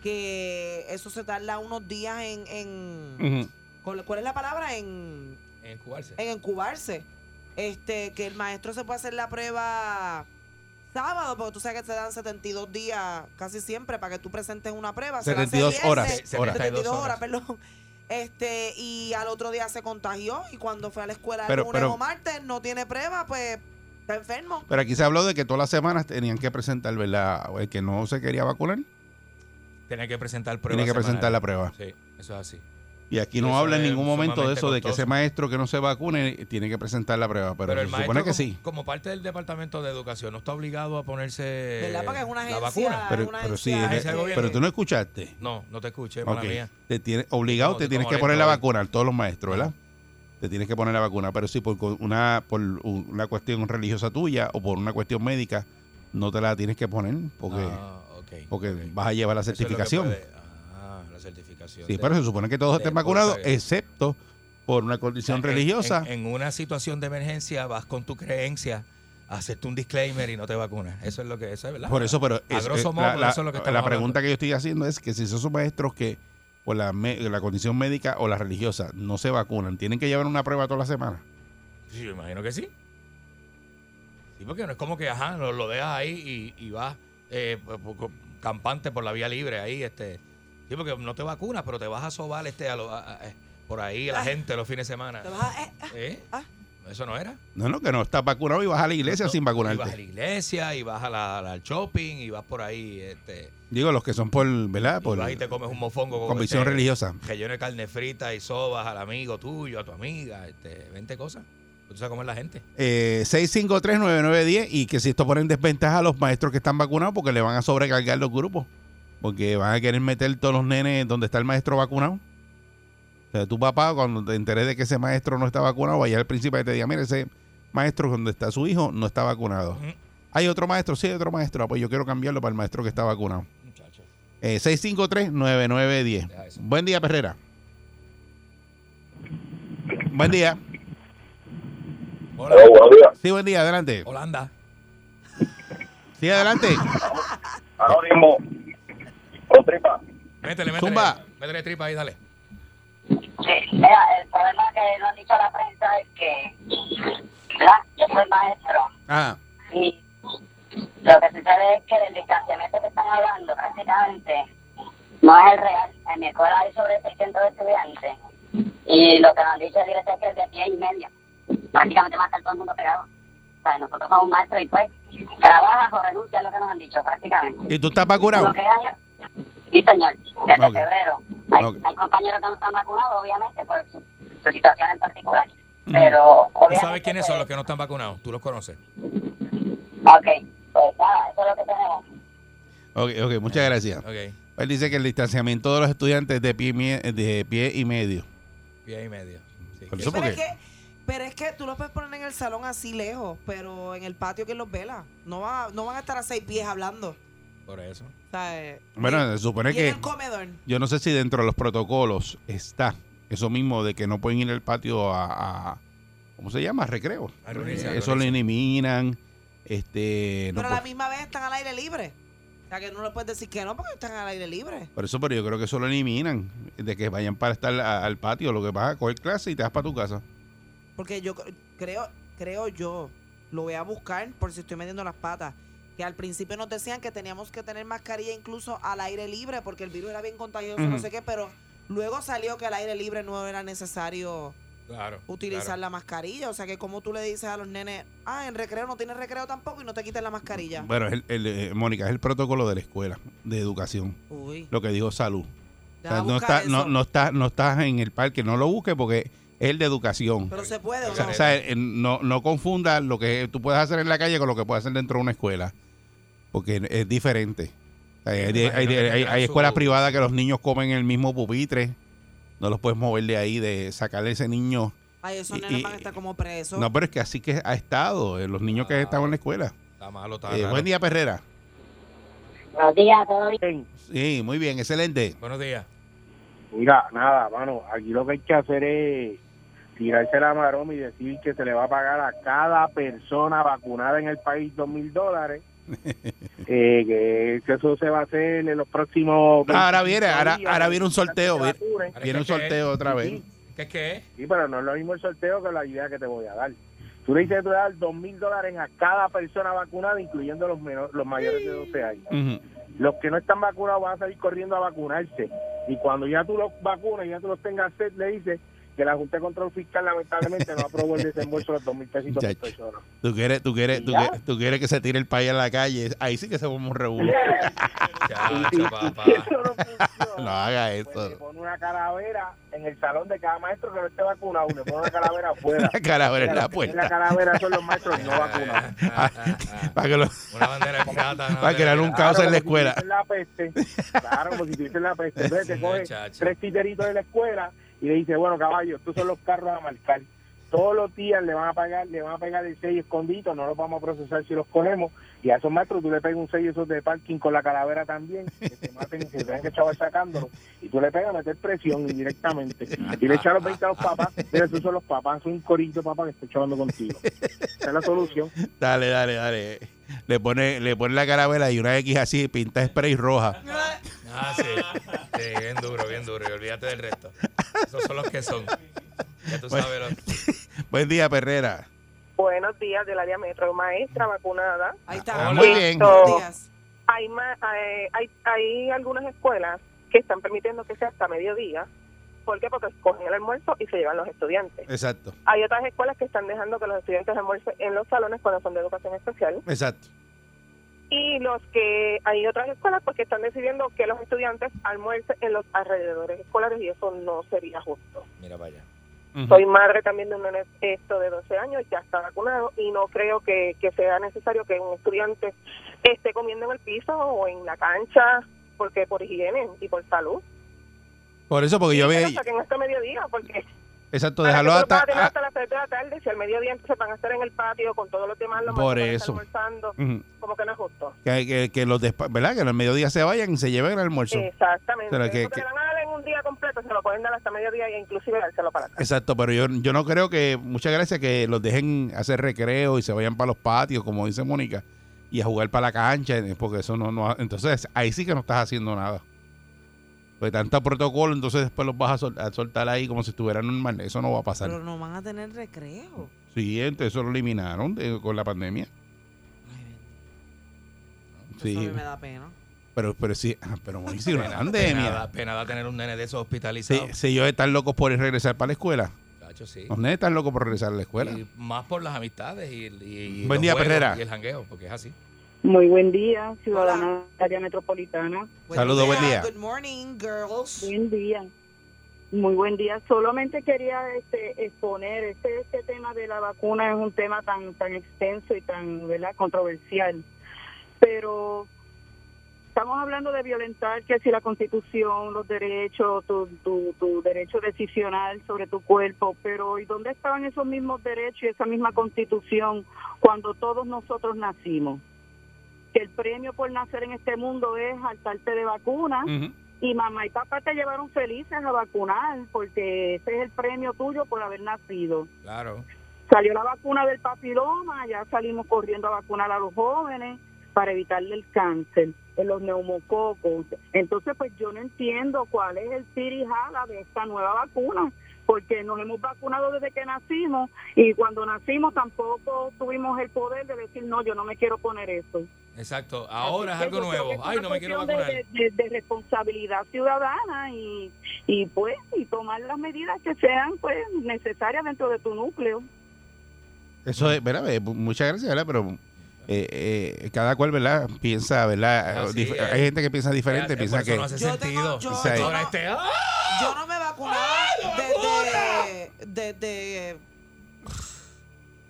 Speaker 4: que eso se tarda unos días en... en
Speaker 3: Ujú.
Speaker 4: ¿cuál- ¿Cuál es la palabra? En,
Speaker 5: en jugarse.
Speaker 4: en encubarse. Este, que el maestro se puede hacer la prueba sábado, porque tú sabes que te dan 72 días casi siempre para que tú presentes una prueba. se la hace
Speaker 3: 72
Speaker 4: viernes,
Speaker 3: horas.
Speaker 5: Se- se-
Speaker 3: horas.
Speaker 4: 72 horas,
Speaker 5: horas.
Speaker 4: perdón. Este, y al otro día se contagió y cuando fue a la escuela el
Speaker 3: Pero-
Speaker 4: lunes
Speaker 3: pero-
Speaker 4: o martes no tiene prueba, pues está enfermo.
Speaker 3: Pero aquí se habló de que todas las semanas tenían que presentar, ¿verdad? El que no se quería vacunar,
Speaker 5: Tiene que presentar pruebas.
Speaker 3: tenía que presentar la
Speaker 5: semanales.
Speaker 3: prueba.
Speaker 5: Sí, eso es así.
Speaker 3: Y aquí
Speaker 5: Y
Speaker 3: no
Speaker 5: eso
Speaker 3: habla en
Speaker 5: es
Speaker 3: ningún momento de
Speaker 5: sumamente
Speaker 3: eso, de que
Speaker 5: costoso.
Speaker 3: ese maestro que no se vacune tiene que presentar la prueba. Pero, se supone que
Speaker 5: como,
Speaker 3: sí.
Speaker 5: como parte del Departamento de Educación, no está obligado a ponerse
Speaker 4: ¿Verdad? Porque es una
Speaker 5: la
Speaker 4: agencia.
Speaker 5: vacuna.
Speaker 3: Pero,
Speaker 4: una
Speaker 3: pero sí,
Speaker 4: agencia,
Speaker 3: eh,
Speaker 5: es algo bien.
Speaker 3: pero tú no escuchaste.
Speaker 5: No, no te escuché, mala
Speaker 3: Ok.
Speaker 5: mía.
Speaker 3: Te tiene, obligado
Speaker 5: No,
Speaker 3: te
Speaker 5: tú
Speaker 3: tienes
Speaker 5: como
Speaker 3: que poner la
Speaker 5: lento,
Speaker 3: vacuna, todos los maestros, ¿verdad? Te tienes que poner la vacuna. Pero si por co- una, por una cuestión religiosa tuya o por una cuestión médica, no te la tienes que poner porque,
Speaker 5: Ah, ok.
Speaker 3: porque
Speaker 5: ok.
Speaker 3: vas a llevar la
Speaker 5: Eso es lo que
Speaker 3: certificación.
Speaker 5: puede- Ah, la certificación.
Speaker 3: Sí,
Speaker 5: de-
Speaker 3: pero se supone que todos
Speaker 5: de
Speaker 3: estén
Speaker 5: por
Speaker 3: vacunados,
Speaker 5: sagrado.
Speaker 3: excepto por una
Speaker 5: O sea,
Speaker 3: condición
Speaker 5: en-
Speaker 3: religiosa.
Speaker 5: En, en una situación de emergencia vas con tu creencia, hacerte un disclaimer y no te vacunas. Eso es lo que eso es, ¿verdad?
Speaker 3: por eso, pero
Speaker 5: A
Speaker 3: es-
Speaker 5: grosso
Speaker 3: eh,
Speaker 5: modo,
Speaker 3: la, la-
Speaker 5: eso es lo que
Speaker 3: la
Speaker 5: estamos
Speaker 3: pregunta
Speaker 5: hablando.
Speaker 3: que yo estoy haciendo es que si esos maestros que por la, me- la condición médica o la religiosa no se vacunan, tienen que llevar una prueba toda la semana.
Speaker 5: Sí, yo imagino que sí. Sí, porque no es como que, ajá, lo, lo dejas ahí y, y vas eh, po- po- co- campante por la vía libre ahí, este. Sí, porque no te vacunas, pero te vas a sobar este a lo- a- a- eh, por ahí a la
Speaker 4: Ah.
Speaker 5: gente los fines de semana.
Speaker 4: Te vas a- eh,
Speaker 5: ¿Eh?
Speaker 4: ah.
Speaker 5: Eso no era.
Speaker 3: No, no, que no estás vacunado y vas a la iglesia
Speaker 5: No,
Speaker 3: sin
Speaker 5: Y vas a la
Speaker 3: vacunarte.
Speaker 5: iglesia y vas a la- al shopping y vas por ahí, este.
Speaker 3: Digo, los que son por, ¿verdad?
Speaker 5: y
Speaker 3: Por
Speaker 5: vas y te comes un mofongo con
Speaker 3: convicción
Speaker 5: este,
Speaker 3: religiosa.
Speaker 5: Que llene carne frita y sobas al amigo tuyo, a tu amiga, este, 20 cosas. Tú sabes cómo es la gente.
Speaker 3: Eh, 6539910 y que si esto pone en desventaja a los maestros que están vacunados porque le van a sobrecargar los grupos. Porque van a querer meter todos los nenes donde está el maestro vacunado. O sea, tu papá, cuando te enteres de que ese maestro no está vacunado, vaya al principal y te diga, mire, ese maestro donde está su hijo no está vacunado.
Speaker 5: Ujú.
Speaker 3: Hay otro maestro, sí, hay otro maestro. Ah, pues yo quiero cambiarlo para el maestro que está vacunado.
Speaker 5: Muchachos.
Speaker 3: Eh, 6539910.
Speaker 5: Deja eso.
Speaker 3: Buen día, Perrera. Buen día.
Speaker 5: Hola,
Speaker 3: Sí, buen día, adelante.
Speaker 5: Holanda.
Speaker 3: Sí, adelante.
Speaker 6: Anónimo. Con tripa.
Speaker 5: Métele, métele.
Speaker 3: Zumba.
Speaker 5: Métele tripa ahí, dale.
Speaker 7: Sí, mira, el problema que nos ha dicho la prensa es que, ¿verdad? Yo soy maestro
Speaker 3: Ah.
Speaker 7: y lo que sucede es que el distanciamiento que están hablando prácticamente no es el real. En mi escuela hay sobre 600 estudiantes y lo que nos han dicho el director es que es de 10 y medio. Prácticamente va a estar todo el mundo pegado. O sea, nosotros somos maestros y pues trabajas o renuncias es lo que nos han dicho prácticamente.
Speaker 3: ¿Y tú estás vacunado?
Speaker 7: Lo que haya- Sí, señor, desde
Speaker 3: Ok.
Speaker 7: febrero. Hay,
Speaker 3: Ok.
Speaker 7: hay compañeros que no están vacunados, obviamente, por su, su situación en particular. Pero,
Speaker 5: ¿Tú
Speaker 7: obviamente.
Speaker 5: sabes quiénes son los
Speaker 7: pues,
Speaker 5: que no están vacunados? Tú los conoces.
Speaker 7: Ok, pues nada, eso es lo que tenemos.
Speaker 3: Ok, ok, muchas gracias.
Speaker 5: Ok.
Speaker 3: Él dice que el distanciamiento de los estudiantes es de pie, y mie- de pie y medio.
Speaker 5: Pie y medio. Sí.
Speaker 3: Por
Speaker 5: Que-
Speaker 3: eso
Speaker 4: pero, es
Speaker 3: porque-
Speaker 4: que, pero es que tú los puedes poner en el salón así lejos, pero en el patio que los vela. No, va, no van a estar a seis pies hablando.
Speaker 5: Por eso.
Speaker 4: O sea, eh,
Speaker 3: Bueno, se supone
Speaker 4: y en
Speaker 3: que
Speaker 4: el comedor.
Speaker 3: yo no sé si dentro de los protocolos está eso mismo de que no pueden ir al patio a, a- ¿cómo se llama? Recreo.
Speaker 5: A reunirse, a
Speaker 3: Eso lo
Speaker 5: reunirse.
Speaker 3: eliminan. Este, no
Speaker 4: Pero a la
Speaker 3: pu-
Speaker 4: misma vez están al aire libre. O sea que no le puedes decir que no porque están al aire libre.
Speaker 3: por eso, pero yo creo que eso lo eliminan de que vayan para estar a- al patio, lo que vas a coger clase y te vas para tu casa.
Speaker 4: Porque yo cre- creo, creo yo, lo voy a buscar por si estoy metiendo las patas, que al principio nos decían que teníamos que tener mascarilla incluso al aire libre porque el virus era bien contagioso, no
Speaker 3: Ujú.
Speaker 4: sé qué, pero luego salió que al aire libre no era necesario
Speaker 5: Claro.
Speaker 4: utilizar
Speaker 5: claro.
Speaker 4: la mascarilla. O sea que como tú le dices a los nenes, ah, en recreo no tienes recreo tampoco y no te quiten la mascarilla.
Speaker 3: Bueno, es el- el, eh, Mónica, es el protocolo de la escuela de educación,
Speaker 4: Uy,
Speaker 3: lo que dijo salud. O sea,
Speaker 4: deja
Speaker 3: no,
Speaker 4: buscar
Speaker 3: está, no,
Speaker 4: eso.
Speaker 3: no, está, no está en el parque, no lo busque porque es el de educación.
Speaker 4: Pero se puede o
Speaker 3: O sea, o
Speaker 4: no.
Speaker 3: sea, eh, no, no confunda lo que tú puedes hacer en la calle con lo que puedes hacer dentro de una escuela, porque es diferente. O sea, hay,
Speaker 5: Me imagino
Speaker 3: hay-
Speaker 5: que
Speaker 3: hay-
Speaker 5: tendrán
Speaker 3: hay escuelas
Speaker 5: su-
Speaker 3: privadas que los niños comen en el mismo pupitre, no los puedes mover de ahí, de sacarle a ese niño.
Speaker 4: Ay, esos
Speaker 3: y-
Speaker 4: nenes
Speaker 3: y-
Speaker 4: van a estar como presos.
Speaker 3: No, pero es que así que ha estado, eh, los niños que
Speaker 5: Ah.
Speaker 3: estaban en la escuela.
Speaker 5: Está malo, está
Speaker 3: Eh,
Speaker 5: raro.
Speaker 3: buen día, Perrera.
Speaker 7: Buenos días, todo bien.
Speaker 3: Sí, muy bien, excelente.
Speaker 5: Buenos días.
Speaker 6: Mira, nada, mano, aquí lo que hay que hacer es tirarse la maroma y decir que se le va a pagar a cada persona vacunada en el país dos mil dólares. Eh, que que eso se va a hacer en los próximos.
Speaker 3: Ah, Ahora viene,
Speaker 6: 25
Speaker 3: ahora,
Speaker 6: días,
Speaker 3: ahora viene un sorteo,
Speaker 6: que se
Speaker 3: viene,
Speaker 6: vacunen.
Speaker 3: viene un sorteo otra vez.
Speaker 6: Sí,
Speaker 5: ¿Qué es que es?
Speaker 6: Sí, pero no es lo mismo el sorteo que la idea que te voy a dar. Tú le dices que te voy a dar dos mil dólares a cada persona vacunada, incluyendo los, menores, los mayores de 12 años
Speaker 3: Ujú.
Speaker 6: los que no están vacunados van a salir corriendo a vacunarse. Y cuando ya tú los vacunas, ya tú los tengas set, le dices que la Junta de Control Fiscal lamentablemente no aprobó el desembolso de los 2.000 pesitos por
Speaker 3: Muchacho.
Speaker 6: persona.
Speaker 3: ¿Tú, quieres, tú, quieres, tú,
Speaker 6: Ya.
Speaker 3: quieres, tú quieres que se tire el país a la calle. Ahí sí que se va un revuelo.
Speaker 5: Chacho, papá.
Speaker 6: Eso no
Speaker 3: No
Speaker 6: funciona.
Speaker 3: haga
Speaker 6: Pues le
Speaker 3: eso.
Speaker 6: pone una calavera en el salón de cada maestro que no esté vacunado, le pone una calavera afuera.
Speaker 3: La calavera en
Speaker 6: Mira,
Speaker 3: la
Speaker 6: los que tienen
Speaker 3: puerta.
Speaker 6: La calavera son los maestros no vacunados.
Speaker 5: Ah, ah, ah.
Speaker 3: Para que lo-
Speaker 5: Una bandera pirata. una
Speaker 3: Va a crear
Speaker 5: bandera
Speaker 3: un
Speaker 5: pirata.
Speaker 3: caos en la
Speaker 6: como si
Speaker 3: escuela.
Speaker 6: tuviesen la peste. Claro, como si tuviesen la peste. Entonces te
Speaker 5: Sí,
Speaker 6: coge
Speaker 5: chacho.
Speaker 6: tres titeritos de la escuela y le dice, bueno, caballo, estos son los carros a marcar. Todos los días le van a pagar, le van a pagar el sello escondido, no los vamos a procesar si los cogemos. Y a esos maestros tú le pegas un sello esos de parking con la calavera también, que se maten y se tengan que chaval sacándolo. Y tú le pegas a meter presión indirectamente. Y le echas los 20 a los papás. Mira, esos son los papás, son un corito papá que está chavando contigo. Esa es la solución.
Speaker 3: Dale, dale, dale. Le pone, le pone la calavera y una X así, pinta spray roja.
Speaker 5: Ah, sí. Sí, bien duro, bien duro. Y olvídate del resto. Esos son los que son. Ya tú
Speaker 3: Bueno.
Speaker 5: sabes. Los...
Speaker 3: Buen día, Perrera.
Speaker 8: Buenos días del área metro, maestra vacunada.
Speaker 3: Ah,
Speaker 4: Ahí está.
Speaker 3: muy bien.
Speaker 4: Buenos días.
Speaker 8: Hay, ma- eh, hay, hay algunas escuelas que están permitiendo que sea hasta mediodía. ¿Por qué? Porque cogen el almuerzo y se llevan los estudiantes.
Speaker 3: Exacto,
Speaker 8: Hay otras escuelas que están dejando que los estudiantes almuercen en los salones cuando son de educación especial.
Speaker 3: exacto.
Speaker 8: Y los que hay otras escuelas porque están decidiendo que los estudiantes almuercen en los alrededores escolares y eso no sería justo.
Speaker 5: Mira para allá.
Speaker 3: Ujú.
Speaker 8: Soy madre también de un nene esto de 12 años, ya está vacunado y no creo que, que sea necesario que un estudiante esté comiendo en el piso o en la cancha, porque por higiene y por salud.
Speaker 3: Por eso, porque yo
Speaker 8: Que
Speaker 3: veo.
Speaker 8: lo saquen hasta mediodía, porque
Speaker 3: Exacto,
Speaker 8: ahora que
Speaker 3: déjalo
Speaker 8: tú los vas
Speaker 3: hasta.
Speaker 8: a tener
Speaker 3: ah,
Speaker 8: hasta las 6 de la tarde, si al mediodía entonces van a estar en el patio con todos los demás, los
Speaker 3: Por
Speaker 8: maestros van a estar
Speaker 3: eso.
Speaker 8: almorzando,
Speaker 3: ujú.
Speaker 8: como que no es justo.
Speaker 3: que, que, que los despa- ¿verdad? Que al mediodía se vayan y se lleven el almuerzo.
Speaker 8: Exactamente.
Speaker 3: Pero
Speaker 8: Eso
Speaker 3: que-
Speaker 8: que,
Speaker 3: que-
Speaker 8: le van a dar en un día completo, se lo pueden dar hasta mediodía e inclusive dárselo para acá.
Speaker 3: Exacto, pero yo, yo no creo que, muchas gracias, que los dejen hacer recreo y se vayan para los patios, como dice Mónica, y a jugar para la cancha, eh, porque eso no, no, entonces ahí sí que no estás haciendo nada. Pues tanto protocolo, entonces después los vas a, sol- a soltar ahí como si estuvieran normal, eso no va a
Speaker 4: Pero
Speaker 3: pasar.
Speaker 4: no van a tener recreo.
Speaker 3: Siguiente, eso lo eliminaron de- con la pandemia.
Speaker 4: Eso a
Speaker 3: Sí,
Speaker 4: mí me da pena.
Speaker 3: pero, pero sí, ah, pero Mónica, sí, una
Speaker 5: Pena
Speaker 3: pandemia.
Speaker 5: da, pena da tener un nene de esos
Speaker 3: Si,
Speaker 5: hospitalizado.
Speaker 3: si ellos están locos por regresar para la escuela,
Speaker 5: Chacho, sí.
Speaker 3: los nenes están locos por regresar a la escuela.
Speaker 5: Y más por las amistades y, y- y
Speaker 3: Buen
Speaker 5: los
Speaker 3: día,
Speaker 5: juegos
Speaker 3: Perrera.
Speaker 5: Y el jangueo, porque es así.
Speaker 9: Muy buen día,
Speaker 4: ciudadana
Speaker 9: del área metropolitana.
Speaker 4: Buenos
Speaker 3: Saludos, buen
Speaker 4: días.
Speaker 3: día.
Speaker 4: Good morning, girls.
Speaker 9: Buen día. Muy buen día. Solamente quería este, exponer este, este tema de la vacuna es un tema tan tan extenso y tan ¿verdad? controversial. Pero estamos hablando de violentar que si la Constitución, los derechos, tu, tu, tu derecho decisional sobre tu cuerpo, pero ¿y dónde estaban esos mismos derechos y esa misma Constitución cuando todos nosotros nacimos? Que el premio por nacer en este mundo es saltarte de vacunas
Speaker 3: Ujú.
Speaker 9: y mamá y papá te llevaron felices a vacunar porque ese es el premio tuyo por haber nacido.
Speaker 5: Claro.
Speaker 9: Salió la vacuna del papiloma, ya salimos corriendo a vacunar a los jóvenes para evitarle el cáncer. eh, los neumococos. Entonces, pues yo no entiendo cuál es el tirijala de esta nueva vacuna, porque nos hemos vacunado desde que nacimos y cuando nacimos tampoco tuvimos el poder de decir, no, yo no me quiero poner eso.
Speaker 5: Exacto. Ahora es
Speaker 9: Así que
Speaker 5: algo
Speaker 9: yo creo que
Speaker 5: nuevo.
Speaker 9: es
Speaker 5: Ay,
Speaker 9: una
Speaker 5: no me quiero
Speaker 9: cuestión
Speaker 5: vacunar.
Speaker 9: De, de- de responsabilidad ciudadana y, y pues y tomar las medidas que sean pues necesarias dentro de tu núcleo.
Speaker 3: Eso es, ¿verdad? Eh, mu- Muchas gracias, ¿verdad? Pero eh, eh, cada cual, ¿verdad? Piensa, ¿verdad?
Speaker 5: Así
Speaker 3: Dif-
Speaker 5: es.
Speaker 3: Hay gente que piensa diferente,
Speaker 5: Eh, por
Speaker 3: piensa
Speaker 5: eso
Speaker 3: que... eh.
Speaker 5: no hace
Speaker 4: Yo tengo-
Speaker 5: sentido.
Speaker 4: yo-
Speaker 3: Sí.
Speaker 4: yo
Speaker 5: Ahora
Speaker 4: no-
Speaker 5: este. ¡ah!
Speaker 4: Yo no me vacunaba desde, desde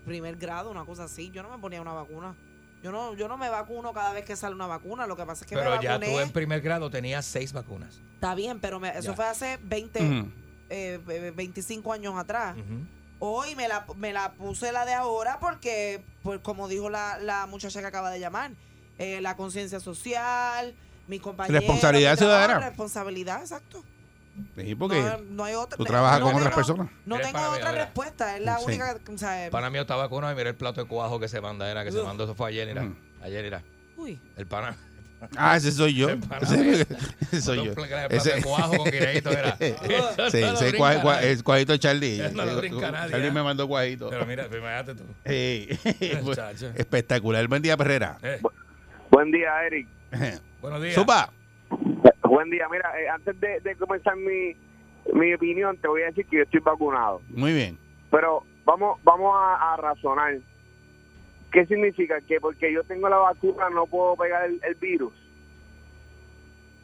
Speaker 4: primer grado, una cosa así. Yo no me ponía una vacuna. Yo no, yo no me vacuno cada vez que sale una vacuna. Lo que pasa es que
Speaker 5: Pero
Speaker 4: me
Speaker 5: ya
Speaker 4: vacuné.
Speaker 5: tú en primer grado tenías seis vacunas.
Speaker 4: Está bien, pero me- eso
Speaker 5: Ya.
Speaker 4: fue hace 20,
Speaker 3: Ujú.
Speaker 4: eh, ve- 25 años atrás.
Speaker 5: Ujú.
Speaker 4: Hoy me la, me la puse la de ahora porque, pues como dijo la, la muchacha que acaba de llamar, eh, la conciencia social, mis compañeros.
Speaker 3: Responsabilidad
Speaker 4: mi trabajo,
Speaker 3: ciudadana.
Speaker 4: Responsabilidad, exacto.
Speaker 3: Sí, porque
Speaker 4: no, no hay otra.
Speaker 3: tú trabajas
Speaker 4: no
Speaker 3: con
Speaker 4: tengo-
Speaker 3: otras personas.
Speaker 4: No
Speaker 5: Eres
Speaker 4: tengo
Speaker 5: pana mía,
Speaker 4: otra
Speaker 5: mira.
Speaker 4: respuesta, es la
Speaker 3: Sí.
Speaker 4: única. O sea,
Speaker 5: Pana mío está vacunado y mira el plato de cuajo que se manda, era que se
Speaker 4: Uf.
Speaker 5: mandó, eso fue ayer, era.
Speaker 3: Mm.
Speaker 5: Ayer era.
Speaker 4: uy,
Speaker 5: El pana.
Speaker 3: Ah, ese soy yo.
Speaker 5: Es para
Speaker 3: Ese, ese soy
Speaker 5: Un
Speaker 3: yo.
Speaker 5: pl- El plato
Speaker 3: Ese-
Speaker 5: de cuajo con guineíto era. Eso
Speaker 3: Sí,
Speaker 5: no lo
Speaker 3: ese
Speaker 5: brinca
Speaker 3: cua- cua-
Speaker 5: nadie.
Speaker 3: es cuajito de Charlie.
Speaker 5: Eso no lo
Speaker 3: Sí,
Speaker 5: brinca nadie,
Speaker 3: Charlie
Speaker 5: ¿eh?
Speaker 3: me mandó cuajito.
Speaker 5: Pero mira, pues, imagínate tú.
Speaker 3: Ey, pues,
Speaker 5: Chacho.
Speaker 3: espectacular. Buen día, Perrera.
Speaker 5: Eh,
Speaker 6: Buen día, Eric.
Speaker 5: buenos días.
Speaker 3: Supa.
Speaker 6: Buen día. Mira, eh, antes de, de comenzar mi, mi opinión, te voy a decir que yo estoy vacunado.
Speaker 3: Muy bien.
Speaker 6: Pero vamos vamos a, a razonar. ¿Qué significa? Que porque yo tengo la vacuna no puedo pegar el, el virus.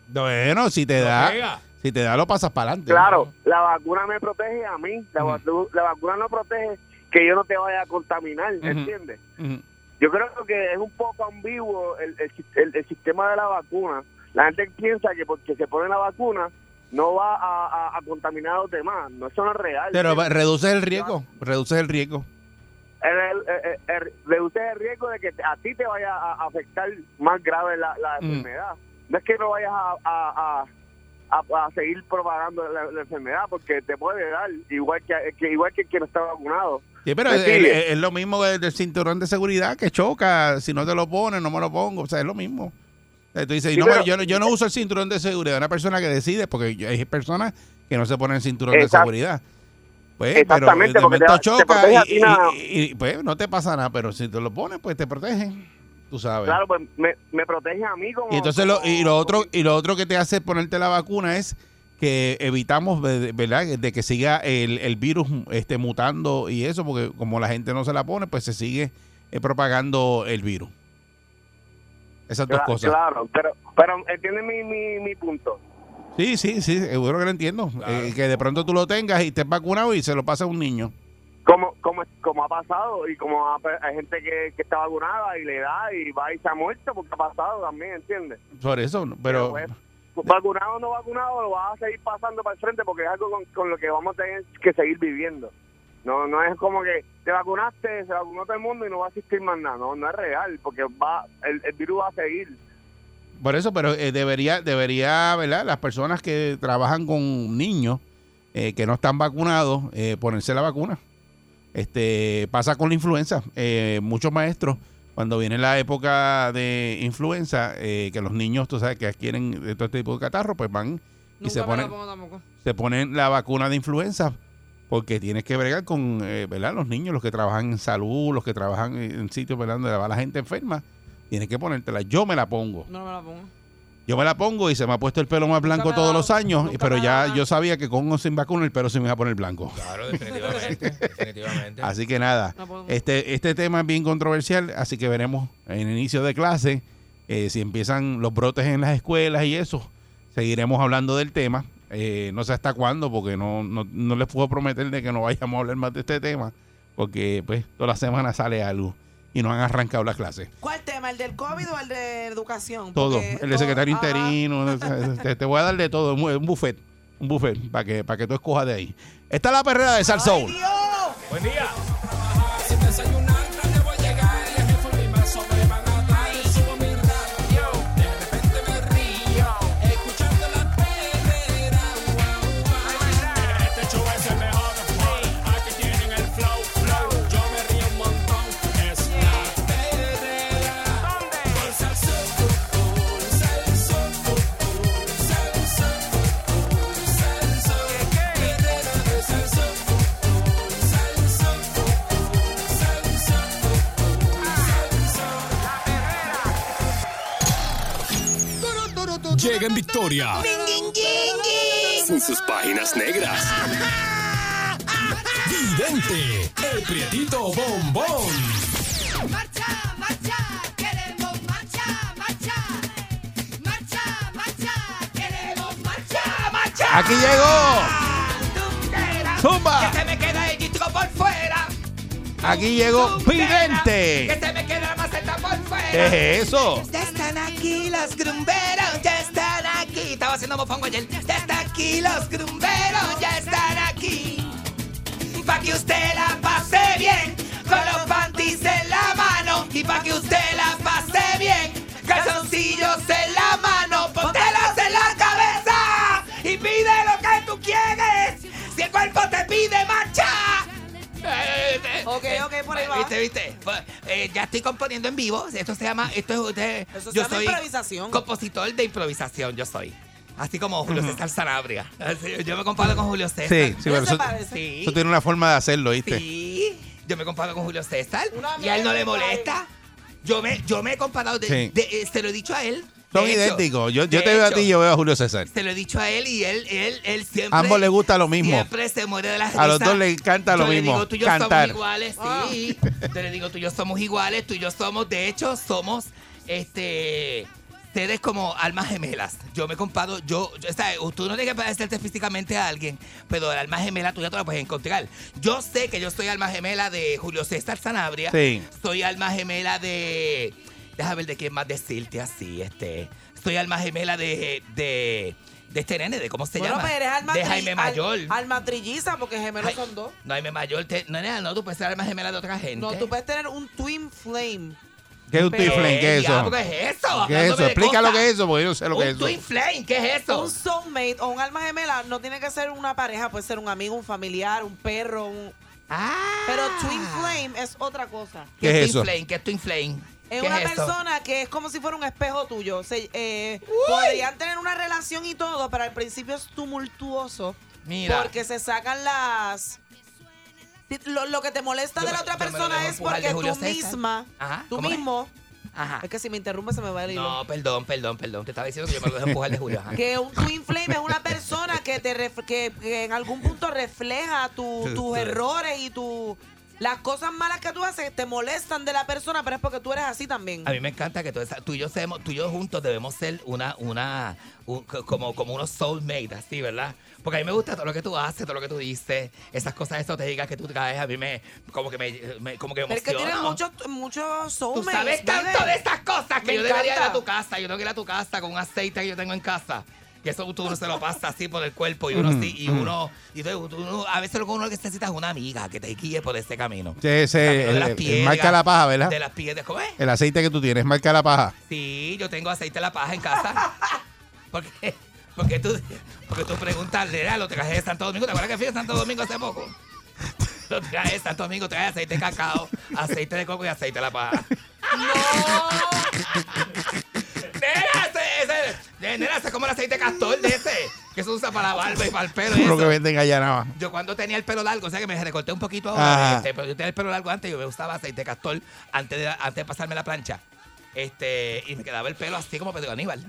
Speaker 3: Bueno, si te
Speaker 5: No
Speaker 3: da,
Speaker 5: pega.
Speaker 3: si te da, lo pasas para adelante.
Speaker 6: Claro, la vacuna me protege a mí. La,
Speaker 3: Ujú.
Speaker 6: vacu- la vacuna no protege que yo no te vaya a contaminar,
Speaker 3: Ujú.
Speaker 6: ¿entiendes?
Speaker 3: Ujú.
Speaker 6: Yo creo que es un poco ambiguo el, el, sis- el- el sistema de la vacuna. La gente piensa que porque se pone la vacuna no va a, a- a contaminar a los demás. No, eso no es real.
Speaker 3: Pero va- reduces el riesgo. Reduces el riesgo.
Speaker 6: El- el- el- el- reduces el riesgo de que te- a ti te vaya a afectar más grave la, la
Speaker 3: Mm.
Speaker 6: enfermedad. No es que no vayas a, a- a- a- a seguir propagando la, la enfermedad porque te puede dar igual que, que igual que quien está vacunado.
Speaker 3: Sí, pero
Speaker 6: ¿Me
Speaker 3: es, es-
Speaker 6: sigue?
Speaker 3: es lo mismo del del cinturón de seguridad que choca. Si no te lo pones, no me lo pongo. O sea, es lo mismo. O sea, tú dices,
Speaker 6: Sí,
Speaker 3: no, pero
Speaker 6: pero-
Speaker 3: yo, no- yo no uso el cinturón de seguridad. Una persona que decide, porque yo- hay personas que no se ponen el cinturón de
Speaker 6: Exact-
Speaker 3: seguridad. Pues,
Speaker 6: Exactamente,
Speaker 3: pero de
Speaker 6: porque te
Speaker 3: momento
Speaker 6: da- te protege
Speaker 3: choca
Speaker 6: a
Speaker 3: y,
Speaker 6: ti nada.
Speaker 3: y- y- pues no te pasa nada, pero si te lo pones, pues te protege. Tú sabes.
Speaker 6: Claro, pues me, me protege a mí como...
Speaker 3: Y entonces lo, y lo
Speaker 6: como-
Speaker 3: otro y lo otro que te hace ponerte la vacuna es que evitamos ve- verdad de que siga el, el virus este mutando y eso porque como la gente no se la pone pues se sigue eh, propagando el virus esas dos
Speaker 6: Cla-
Speaker 3: cosas
Speaker 6: Claro, pero, pero entiende mi, mi, mi punto.
Speaker 3: sí sí sí seguro que lo entiendo
Speaker 5: Claro.
Speaker 3: Eh, que de pronto tú lo tengas y estés vacunado y se lo pasa a un niño
Speaker 6: Como, como, como ha pasado y como ha- hay gente que, que está vacunada y le da y va y se ha muerto porque ha pasado también, ¿entiendes?
Speaker 3: por eso no, pero
Speaker 6: pues, pues, vacunado o no vacunado lo vas a seguir pasando para el frente porque es algo con, con lo que vamos a tener que seguir viviendo. No, no es como que te vacunaste, se vacunó todo el mundo y no va a existir más nada. No, no es real porque va el, el virus va a seguir.
Speaker 3: Por eso, pero eh, debería, debería, ¿verdad? Las personas que trabajan con niños eh, que no están vacunados, eh, ponerse la vacuna. Este pasa con la influenza. Eh, muchos maestros, cuando viene la época de influenza, eh, que los niños, tú sabes, que adquieren de todo este tipo de catarro, pues van y
Speaker 4: nunca
Speaker 3: se
Speaker 4: me
Speaker 3: ponen,
Speaker 4: la pongo tampoco.
Speaker 3: se ponen la vacuna de influenza. Porque tienes que bregar con, eh, ¿verdad? Los niños, los que trabajan en salud, los que trabajan en sitios, ¿verdad? Donde va la gente enferma. Tienes que ponértela. Yo me la pongo.
Speaker 4: No me la pongo.
Speaker 3: Yo me la pongo y se me ha puesto el pelo más blanco
Speaker 4: me ha
Speaker 3: todos
Speaker 4: dado-
Speaker 3: los años,
Speaker 4: nunca
Speaker 3: pero
Speaker 4: me ha
Speaker 3: ya
Speaker 4: dado
Speaker 3: yo sabía que con o sin vacuna el pelo se me iba a poner blanco.
Speaker 5: Claro, definitivamente. definitivamente.
Speaker 3: Así que nada,
Speaker 4: No puedo.
Speaker 3: este, este tema es bien controversial, así que veremos en el inicio de clase eh, si empiezan los brotes en las escuelas y eso. Seguiremos hablando del tema. Eh, no sé hasta cuándo, porque no, no, no les puedo prometer de que no vayamos a hablar más de este tema, porque pues toda la semana sale algo y nos han arrancado las clases.
Speaker 4: ¿Cuál tema? ¿El del COVID o el de educación?
Speaker 3: Todo,
Speaker 4: Porque
Speaker 3: el de
Speaker 4: todo-
Speaker 3: secretario
Speaker 4: ajá.
Speaker 3: interino, o sea, este, te, te voy a dar de todo, un un buffet, un buffet, para que, para que tú escojas de ahí. Está la perrera de
Speaker 4: ¡Ay,
Speaker 3: Salsoul.
Speaker 4: Dios!
Speaker 5: Buen día.
Speaker 2: Sin desayunar tarde voy a llegar y a mi familia sobre van a dar. Subo mi radio, de repente me río, escuchando la perrera. guau, guau. Este show es el mejor, wow. aquí tienen el flow, flow. Yo me río un montón, es la perrera. Por Salsón, por Salsón.
Speaker 1: llega en victoria. Sin sus páginas negras. Vidente, el prietito bombón.
Speaker 5: Marcha, marcha, queremos marcha, marcha. Marcha, marcha, queremos marcha, marcha.
Speaker 3: Aquí llegó,
Speaker 5: Tundera,
Speaker 3: Zumba.
Speaker 5: Que se me queda el disco por fuera.
Speaker 3: aquí llegó
Speaker 5: Tundera, Que
Speaker 3: Vidente.
Speaker 5: se me queda la maceta por
Speaker 3: ¿Qué
Speaker 5: fuera.
Speaker 3: es eso?
Speaker 5: Ya están aquí los grumberos, ya están aquí. Estaba haciendo mofongo ayer. Ya están aquí los grumberos, ya están aquí. Pa' que usted la pase bien, con los panties en la mano. Y pa' que usted la pase bien, calzoncillos en la mano. Póntelos en la cabeza y pide lo que tú quieres. Si el cuerpo te pide marcha. Eh, eh,
Speaker 4: Ok,
Speaker 5: eh,
Speaker 4: ok, por ahí va.
Speaker 5: ¿Viste, viste? Eh, ya estoy componiendo en vivo. Esto se llama. Esto es usted.
Speaker 4: Eso se
Speaker 5: yo
Speaker 4: llama
Speaker 5: soy
Speaker 4: improvisación.
Speaker 5: Compositor de improvisación, yo soy. Así como Julio César Sanabria. Así, yo me comparo con Julio César.
Speaker 3: Sí, sí,
Speaker 4: ¿No
Speaker 3: pero
Speaker 4: se
Speaker 3: eso,
Speaker 4: parece?
Speaker 5: Sí.
Speaker 3: eso tiene una forma de hacerlo, ¿viste?
Speaker 5: Sí. Yo me comparo con Julio César.
Speaker 4: Una
Speaker 5: Y a él no le
Speaker 4: mierda,
Speaker 5: molesta. Yo me, yo me he comparado. De,
Speaker 3: Sí.
Speaker 5: de- eh, se lo he dicho a él.
Speaker 3: Son
Speaker 5: De hecho,
Speaker 3: idénticos. Yo, yo
Speaker 5: de
Speaker 3: te veo a
Speaker 5: hecho,
Speaker 3: ti y yo veo a Julio César.
Speaker 5: Se lo he dicho a él y él, él, él siempre.
Speaker 3: A ambos les gusta lo mismo.
Speaker 5: Siempre se muere de las
Speaker 3: A los dos les encanta lo mismo,
Speaker 5: Yo le digo, tú y yo
Speaker 3: cantar.
Speaker 5: somos iguales, sí. Yo le digo, tú y yo somos iguales, tú y yo somos, de hecho, somos, este, ustedes como almas gemelas. Yo me comparo, yo, yo- ¿sabes? tú no tienes que parecerte físicamente a alguien, pero el alma gemela tuya te la puedes encontrar. Yo sé que yo soy alma gemela de Julio César Sanabria.
Speaker 3: Sí.
Speaker 5: Soy alma gemela de, déjame ver de quién más decirte así, este, soy alma gemela de, de, de este nene, de cómo se
Speaker 4: Bueno,
Speaker 5: llama.
Speaker 4: pero eres alma
Speaker 5: de
Speaker 4: tri-
Speaker 5: Jaime
Speaker 4: al-
Speaker 5: Mayor.
Speaker 4: alma trilliza, porque gemelos
Speaker 5: Ay,
Speaker 4: son dos.
Speaker 5: No, Jaime Mayor, te- no, nena, no, tú puedes ser alma gemela de otra gente.
Speaker 4: No, tú puedes tener un twin flame.
Speaker 3: ¿Qué es un twin
Speaker 5: Pero,
Speaker 3: flame? ¿Qué es eso?
Speaker 5: diablo, ¿Qué es eso?
Speaker 3: ¿Qué es eso? Explica lo que es eso, porque yo no sé lo
Speaker 5: Un
Speaker 3: que es
Speaker 5: twin
Speaker 3: eso.
Speaker 5: flame, ¿qué es eso?
Speaker 4: Un soulmate o un alma gemela no tiene que ser una pareja, puede ser un amigo, un familiar, un perro, un...
Speaker 5: Ah.
Speaker 4: Pero twin flame es otra cosa.
Speaker 3: ¿Qué es
Speaker 5: twin
Speaker 3: eso?
Speaker 5: Flame? ¿Qué es twin flame?
Speaker 4: Es
Speaker 5: ¿Qué
Speaker 4: una
Speaker 5: eso?
Speaker 4: persona que es como si fuera un espejo tuyo. Se- eh, podrían tener una relación y todo, pero al principio es tumultuoso
Speaker 5: Mira.
Speaker 4: porque se sacan las... Lo, lo que te molesta
Speaker 5: Yo
Speaker 4: de
Speaker 5: me-
Speaker 4: la otra
Speaker 5: yo me lo
Speaker 4: persona
Speaker 5: dejo
Speaker 4: es
Speaker 5: empujar de
Speaker 4: porque
Speaker 5: Julio
Speaker 4: tú
Speaker 5: César.
Speaker 4: misma,
Speaker 5: Ajá,
Speaker 4: tú
Speaker 5: ¿cómo es?
Speaker 4: mismo...
Speaker 5: Ajá.
Speaker 4: Es que si me interrumpe se me va el hilo.
Speaker 5: No, perdón, perdón, perdón. Te estaba diciendo que yo me lo dejo empujar de Julio. ajá.
Speaker 4: Que un twin flame es una persona que te ref- que, que en algún punto refleja tu- tus
Speaker 3: Este.
Speaker 4: errores y tu las cosas malas que tú haces te molestan de la persona, pero es porque tú eres así también.
Speaker 5: A mí me encanta que tú, esa- tú y yo seamos, tú y yo juntos debemos ser una, una, un- co- como, como unos soulmates, así, ¿verdad? Porque a mí me gusta todo lo que tú haces, todo lo que tú dices, esas cosas estratégicas que tú traes, a mí me, como que me, me- como que emociona.
Speaker 4: Pero es que tienes muchos muchos
Speaker 5: Tú
Speaker 4: soulmates.
Speaker 5: sabes
Speaker 4: bebé.
Speaker 5: tanto de esas cosas que
Speaker 4: Me
Speaker 5: yo debería ir a
Speaker 4: encanta.
Speaker 5: tu casa. Yo tengo que ir a tu casa con un aceite que yo tengo en casa. Que eso tú uno se lo pasa así por el cuerpo y uno
Speaker 3: Mm,
Speaker 5: así, y uno, y tú- tú- uno- a veces lo que uno necesita es una amiga que te guíe por ese camino.
Speaker 3: Sí, ese,
Speaker 5: Camino de
Speaker 3: el-
Speaker 5: las
Speaker 3: el
Speaker 5: piedras,
Speaker 3: marca la paja, ¿verdad?
Speaker 5: De las piedras, ¿cómo es?
Speaker 3: El aceite que tú tienes, marca la paja.
Speaker 5: Sí, yo tengo aceite de la paja en casa. ¿Por qué? Porque tú, porque tú preguntas, "Nena, lo traje de Santo Domingo. ¿Te acuerdas que fui a Santo Domingo hace poco? Lo traje de Santo Domingo, traje aceite de cacao, aceite de coco y aceite de la paja. Nena, ese, ese, eh, nena, ese es como el aceite de castor de ese, que se usa para la barba y para el pelo. y
Speaker 3: Lo que
Speaker 5: eso.
Speaker 3: venden allá nada más.
Speaker 5: Yo cuando tenía el pelo largo, o sea que me recorté un poquito
Speaker 3: Ajá.
Speaker 5: ahora, este, pero yo tenía el pelo largo antes, yo me usaba aceite de castor antes de, antes de pasarme la plancha. Este, y me quedaba el pelo así como Pedro Aníbal.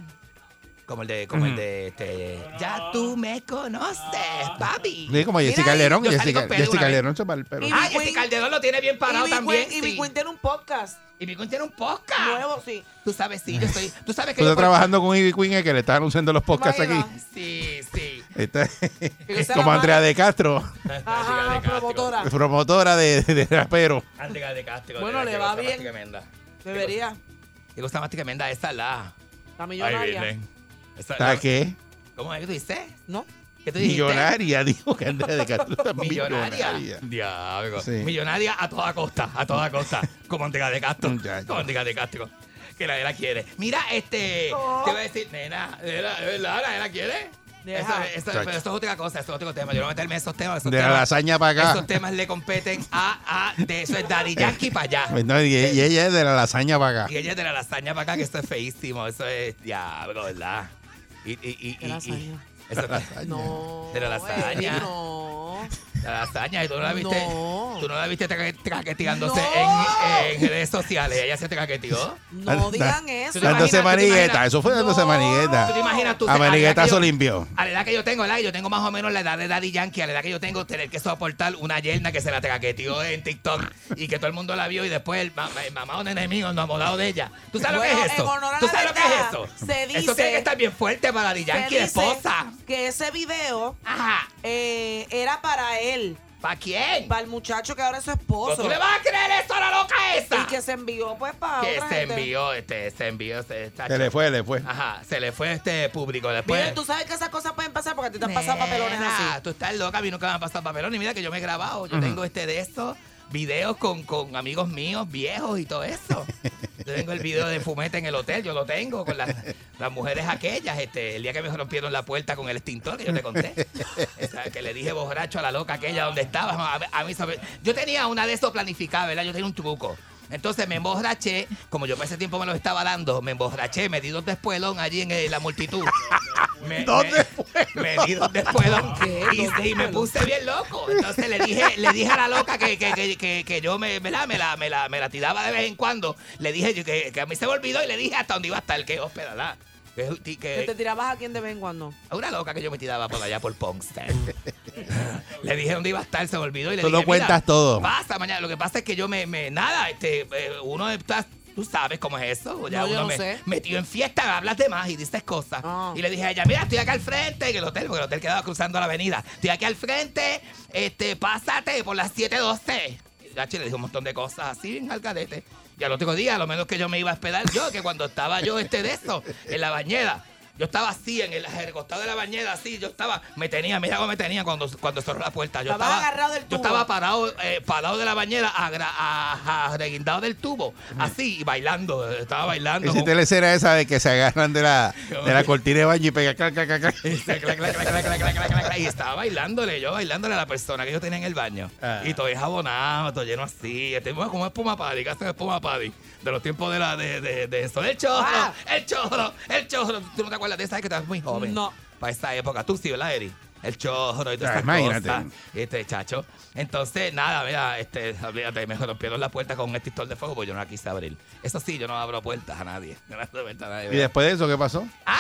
Speaker 5: Como el de, como el
Speaker 3: Mm.
Speaker 5: de este, ya tú me conoces,
Speaker 4: Ah.
Speaker 5: papi.
Speaker 3: Sí, como
Speaker 4: Mira
Speaker 3: Jessica
Speaker 4: ahí,
Speaker 3: Calderón.
Speaker 5: yo salí
Speaker 3: Jessica,
Speaker 5: con pelo una
Speaker 3: Jessica
Speaker 5: vez.
Speaker 3: Calderón se para el pelo.
Speaker 4: Y-
Speaker 5: Ah, y este
Speaker 4: Queen-
Speaker 5: Calderón lo tiene bien parado
Speaker 4: y mi
Speaker 5: también.
Speaker 4: Queen- y mi
Speaker 5: sí.
Speaker 4: Queen tiene un podcast
Speaker 5: Y mi Queen tiene un podcast.
Speaker 4: nuevo, sí.
Speaker 5: Tú sabes, sí, yo estoy. Tú sabes que
Speaker 3: Tú
Speaker 5: yo
Speaker 3: estás
Speaker 5: por-
Speaker 3: trabajando con Ivy Queen, eh, que le están anunciando los podcasts aquí.
Speaker 4: Imagina.
Speaker 5: Sí, sí.
Speaker 3: Ahí Está,
Speaker 4: Que sea la
Speaker 3: como
Speaker 4: madre.
Speaker 3: Andrea de Castro,
Speaker 4: Ajá,
Speaker 5: Andrea de Castro.
Speaker 4: promotora.
Speaker 3: promotora de, de rapero.
Speaker 5: Andrea de Castro.
Speaker 4: Bueno,
Speaker 5: nena,
Speaker 4: le
Speaker 5: qué
Speaker 4: va
Speaker 5: cosa más
Speaker 4: bien.
Speaker 5: Tremenda.
Speaker 4: Debería.
Speaker 5: Qué cosa más tremenda esa la.
Speaker 4: La
Speaker 5: Ay,
Speaker 4: millonaria.
Speaker 5: Virgen. Esa-
Speaker 3: ¿Está qué?
Speaker 5: ¿Cómo es que tú dices?
Speaker 4: ¿No?
Speaker 5: ¿Qué tú dijiste?
Speaker 3: Millonaria, dijo que Andrea de Castro está
Speaker 5: Millonaria.
Speaker 3: millonaria.
Speaker 5: Diablo.
Speaker 3: Sí.
Speaker 5: Millonaria a toda costa, a toda costa. Como Andrea de Castro.
Speaker 3: Muchacho.
Speaker 5: Como Andrea de Castro. Que la la quiere. Mira, este.
Speaker 4: Oh.
Speaker 5: Te voy a decir, nena, nena, de verdad, la la quiere.
Speaker 4: Deja.
Speaker 5: Eso, eso-
Speaker 3: Chacho.
Speaker 5: pero eso es otra cosa, eso es otro tema. Yo no voy a meterme en esos temas. Esos
Speaker 3: De la
Speaker 5: temas-
Speaker 3: lasaña para
Speaker 5: Esos
Speaker 3: acá.
Speaker 5: temas le competen a, a de eso es Daddy Yankee para allá.
Speaker 3: Pues No, y, y ella es de la lasaña para acá.
Speaker 5: Y ella de la lasaña para acá, que eso es feísimo. Eso es diablo, ¿verdad? Y, y, y, y-
Speaker 4: ¿Qué
Speaker 5: y-
Speaker 4: lasaña?
Speaker 5: eso es-
Speaker 3: Lasaña.
Speaker 4: No.
Speaker 5: De la lasaña.
Speaker 4: Eric, No.
Speaker 5: La lasaña, y tú no la viste.
Speaker 4: No.
Speaker 5: Tú no la viste traque- traqueteándose
Speaker 4: No.
Speaker 5: en, en redes sociales. Ella se traqueteó.
Speaker 4: No
Speaker 3: Ah,
Speaker 4: digan
Speaker 3: da-
Speaker 5: Imagínate,
Speaker 4: eso.
Speaker 3: Dándose
Speaker 5: ¿tú te
Speaker 3: manigueta,
Speaker 5: imaginas?
Speaker 3: eso fue dándose
Speaker 4: No.
Speaker 3: manigueta.
Speaker 5: ¿Tú te imaginas tú?
Speaker 3: A
Speaker 5: a la edad que
Speaker 3: maniguetazo
Speaker 5: yo-
Speaker 3: limpio.
Speaker 5: A la edad que yo tengo, ¿verdad? Yo tengo más o menos la edad de Daddy Yankee. A la edad que yo tengo, tener que soportar una yerna que se la traqueteó en TikTok y que todo el mundo la vio y después el, ma- el mamá o nene mío enamorado de ella. ¿Tú sabes lo que
Speaker 4: Bueno,
Speaker 5: es eso?
Speaker 4: en honor a
Speaker 5: ¿Tú
Speaker 4: la
Speaker 5: sabes lo que es
Speaker 4: verdad,
Speaker 5: eso?
Speaker 4: se dice-
Speaker 5: eso tiene que estar bien fuerte para Daddy Yankee,
Speaker 4: Se dice
Speaker 5: esposa.
Speaker 4: Que ese video
Speaker 5: Ajá.
Speaker 4: eh, era para él,
Speaker 5: ¿Para quién?
Speaker 4: para el muchacho que ahora es su
Speaker 5: ¿Pero
Speaker 4: esposo.
Speaker 5: ¿Tú le vas a creer eso a la loca esa?
Speaker 4: Y que se envió pues para
Speaker 5: Que
Speaker 4: otra
Speaker 5: se
Speaker 4: gente.
Speaker 5: envió, este, se envió, este, esta
Speaker 3: Se le fue, le fue.
Speaker 5: Ajá, se le fue este público después.
Speaker 4: Miren, tú sabes que esas cosas pueden pasar porque a ti te han pasado papelones
Speaker 5: Nena,
Speaker 4: así.
Speaker 5: Tú estás loca, a mí nunca me han pasado papelones. Y mira que yo me he grabado. Yo tengo este de estos videos con, con amigos míos viejos y todo eso. Yo tengo el video de fumete en el hotel, yo lo tengo con las, las mujeres aquellas. Este, el día que me rompieron la puerta con el extintor, que yo te conté. Esa que le dije borracho a la loca aquella donde estaba. A, a mí, sobre- yo tenía una de esas planificada, ¿verdad? Yo tenía un truco. Entonces me emborraché, como yo para ese tiempo me lo estaba dando, me emborraché, me di dos despuelón allí en eh, la multitud. Me,
Speaker 3: Dos
Speaker 5: me- Me di dos despuelón y, y me puse bien loco. Entonces le dije, le dije a la loca que, que, que, que- que yo me, ¿verdad? me, la, me, la, me la tiraba de vez en cuando. Le dije yo que, que a mí se me olvidó y le dije hasta dónde iba a estar, que hospedala. Que,
Speaker 4: Que te
Speaker 5: que,
Speaker 4: tirabas a quien de vez en cuando.
Speaker 5: a una loca que yo me tiraba por allá por Pongster. le dije dónde iba a estar, se me olvidó y le
Speaker 3: Tú
Speaker 5: dije.
Speaker 3: lo
Speaker 5: "Mira,
Speaker 3: cuentas todo".
Speaker 5: Pasa mañana. Lo que pasa es que yo me. me- nada, este, eh, uno está. Tú sabes cómo es eso. Ya
Speaker 4: No, yo
Speaker 5: uno
Speaker 4: no
Speaker 5: me-
Speaker 4: sé.
Speaker 5: metido en fiesta, hablas de más y dices cosas.
Speaker 4: Ah.
Speaker 5: Y le dije a ella, mira, estoy acá al frente, en el hotel, porque el hotel quedaba cruzando la avenida. Estoy aquí al frente, este, pásate por las 7.12. Y Gachi le dijo un montón de cosas así en Alcadete. Y al otro día, a lo menos que yo me iba a esperar yo, que cuando estaba yo este de eso, en la bañera, yo estaba así, en el recostado de la bañera, así, yo estaba, me tenía, mira cómo me tenía cuando, cuando cerró la puerta. Yo
Speaker 4: Estabas
Speaker 5: estaba,
Speaker 4: agarrado del
Speaker 5: yo
Speaker 4: tubo.
Speaker 5: estaba parado, eh, parado de la bañera, agra- a- a- reguindado del tubo, así, y bailando, estaba bailando. con-
Speaker 3: Hiciste la escena esa de que se agarran de la, de la cortina de baño y pega. clac, clac, clac, clac.
Speaker 5: Clac, clac, clac, clac, clac, clac, clac, clac, Y estaba bailándole, yo bailándole a la persona que yo tenía en el baño.
Speaker 3: Ah.
Speaker 5: Y todo enjabonado, todo lleno así. Estoy bueno, como espuma paddy, casi espuma paddy. De los tiempos de la de, de, de eso. El chorro,
Speaker 4: Ah.
Speaker 5: el chorro, el chorro. ¿Tú no te acuerdas de esa que estabas muy joven?
Speaker 4: No.
Speaker 5: Para esa época. Tú sí, ¿verdad, Eri? El chorro y todas
Speaker 3: Ah,
Speaker 5: esas
Speaker 3: imagínate.
Speaker 5: cosas. Este, chacho. Entonces, nada, mira, este, olvídate, me rompieron la puerta con un extintor de fuego porque yo no la quise abrir. Eso sí, yo no abro puertas a nadie. No le abro puertas a nadie.
Speaker 3: Y después de eso, ¿qué pasó?
Speaker 5: Ah.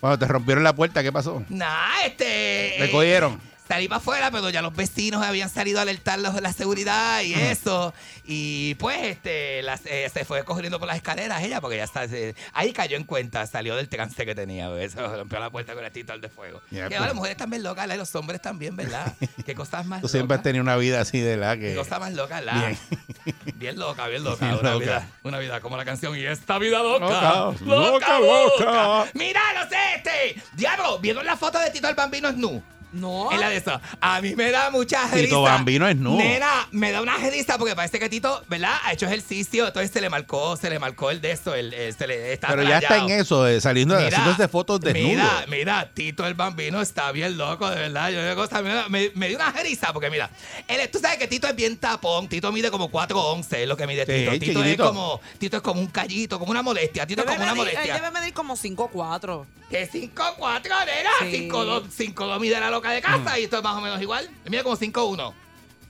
Speaker 3: Cuando te rompieron la puerta, ¿qué pasó?
Speaker 5: Nah, este.
Speaker 3: ¿Le cogieron?
Speaker 5: Salí para afuera, pero ya los vecinos habían salido a alertarlos de la seguridad y eso. Y pues, este, las- eh, se fue corriendo por las escaleras ella, porque ya está. se- ahí cayó en cuenta, salió del trance que tenía, porque se rompió la puerta con el titular de fuego.
Speaker 3: Ya,
Speaker 5: que
Speaker 3: pues.
Speaker 5: ahora las mujeres también locas, la- y los hombres también, ¿verdad? Qué cosas más.
Speaker 3: Tú siempre has
Speaker 5: locas.
Speaker 3: tenido una vida así de la
Speaker 5: Qué
Speaker 3: que.
Speaker 5: cosa más loca, la.
Speaker 3: Bien.
Speaker 5: Bien. loca, bien loca.
Speaker 3: Bien
Speaker 5: una,
Speaker 3: loca.
Speaker 5: Vida, una vida como la canción. Y esta vida loca.
Speaker 3: Loca,
Speaker 5: Loca,
Speaker 3: loca,
Speaker 5: loca.
Speaker 3: loca.
Speaker 5: Mira, no sé, este. Diablo, ¿vieron la foto de Tito el Bambino Snu?
Speaker 4: No.
Speaker 5: Es la de esa. A mí me da mucha risa.
Speaker 3: Bambino es nu.
Speaker 5: Nena, me da una risa porque parece que Tito, ¿verdad? Ha hecho ejercicio. Entonces se le marcó, se le marcó el de esto. El, el- se le, está
Speaker 3: Pero ya está en
Speaker 5: rayado.
Speaker 3: eso, de saliendo de
Speaker 5: Mira,
Speaker 3: haciéndose fotos desnudo.
Speaker 5: Mira, mira, Tito el Bambino está bien loco, de verdad. Yo digo, cosa, me, me, me dio una jerisa, porque mira, él, es- tú sabes que Tito es bien tapón. Tito mide como 4'11, es lo que mide
Speaker 3: Sí,
Speaker 5: Tito. Tito
Speaker 3: chiquitito.
Speaker 5: es, como, Tito es como un callito, como una molestia. Tito es
Speaker 4: Debe
Speaker 5: como una
Speaker 4: medir- él debe
Speaker 5: molestia.
Speaker 4: medir como 5 o 4.
Speaker 5: Que 5'4, nena.
Speaker 4: Sí. Mm.
Speaker 5: 5'2 5'2 mide la
Speaker 3: Mm.
Speaker 5: loca de casa y esto es más o menos igual. Mira como 5'1.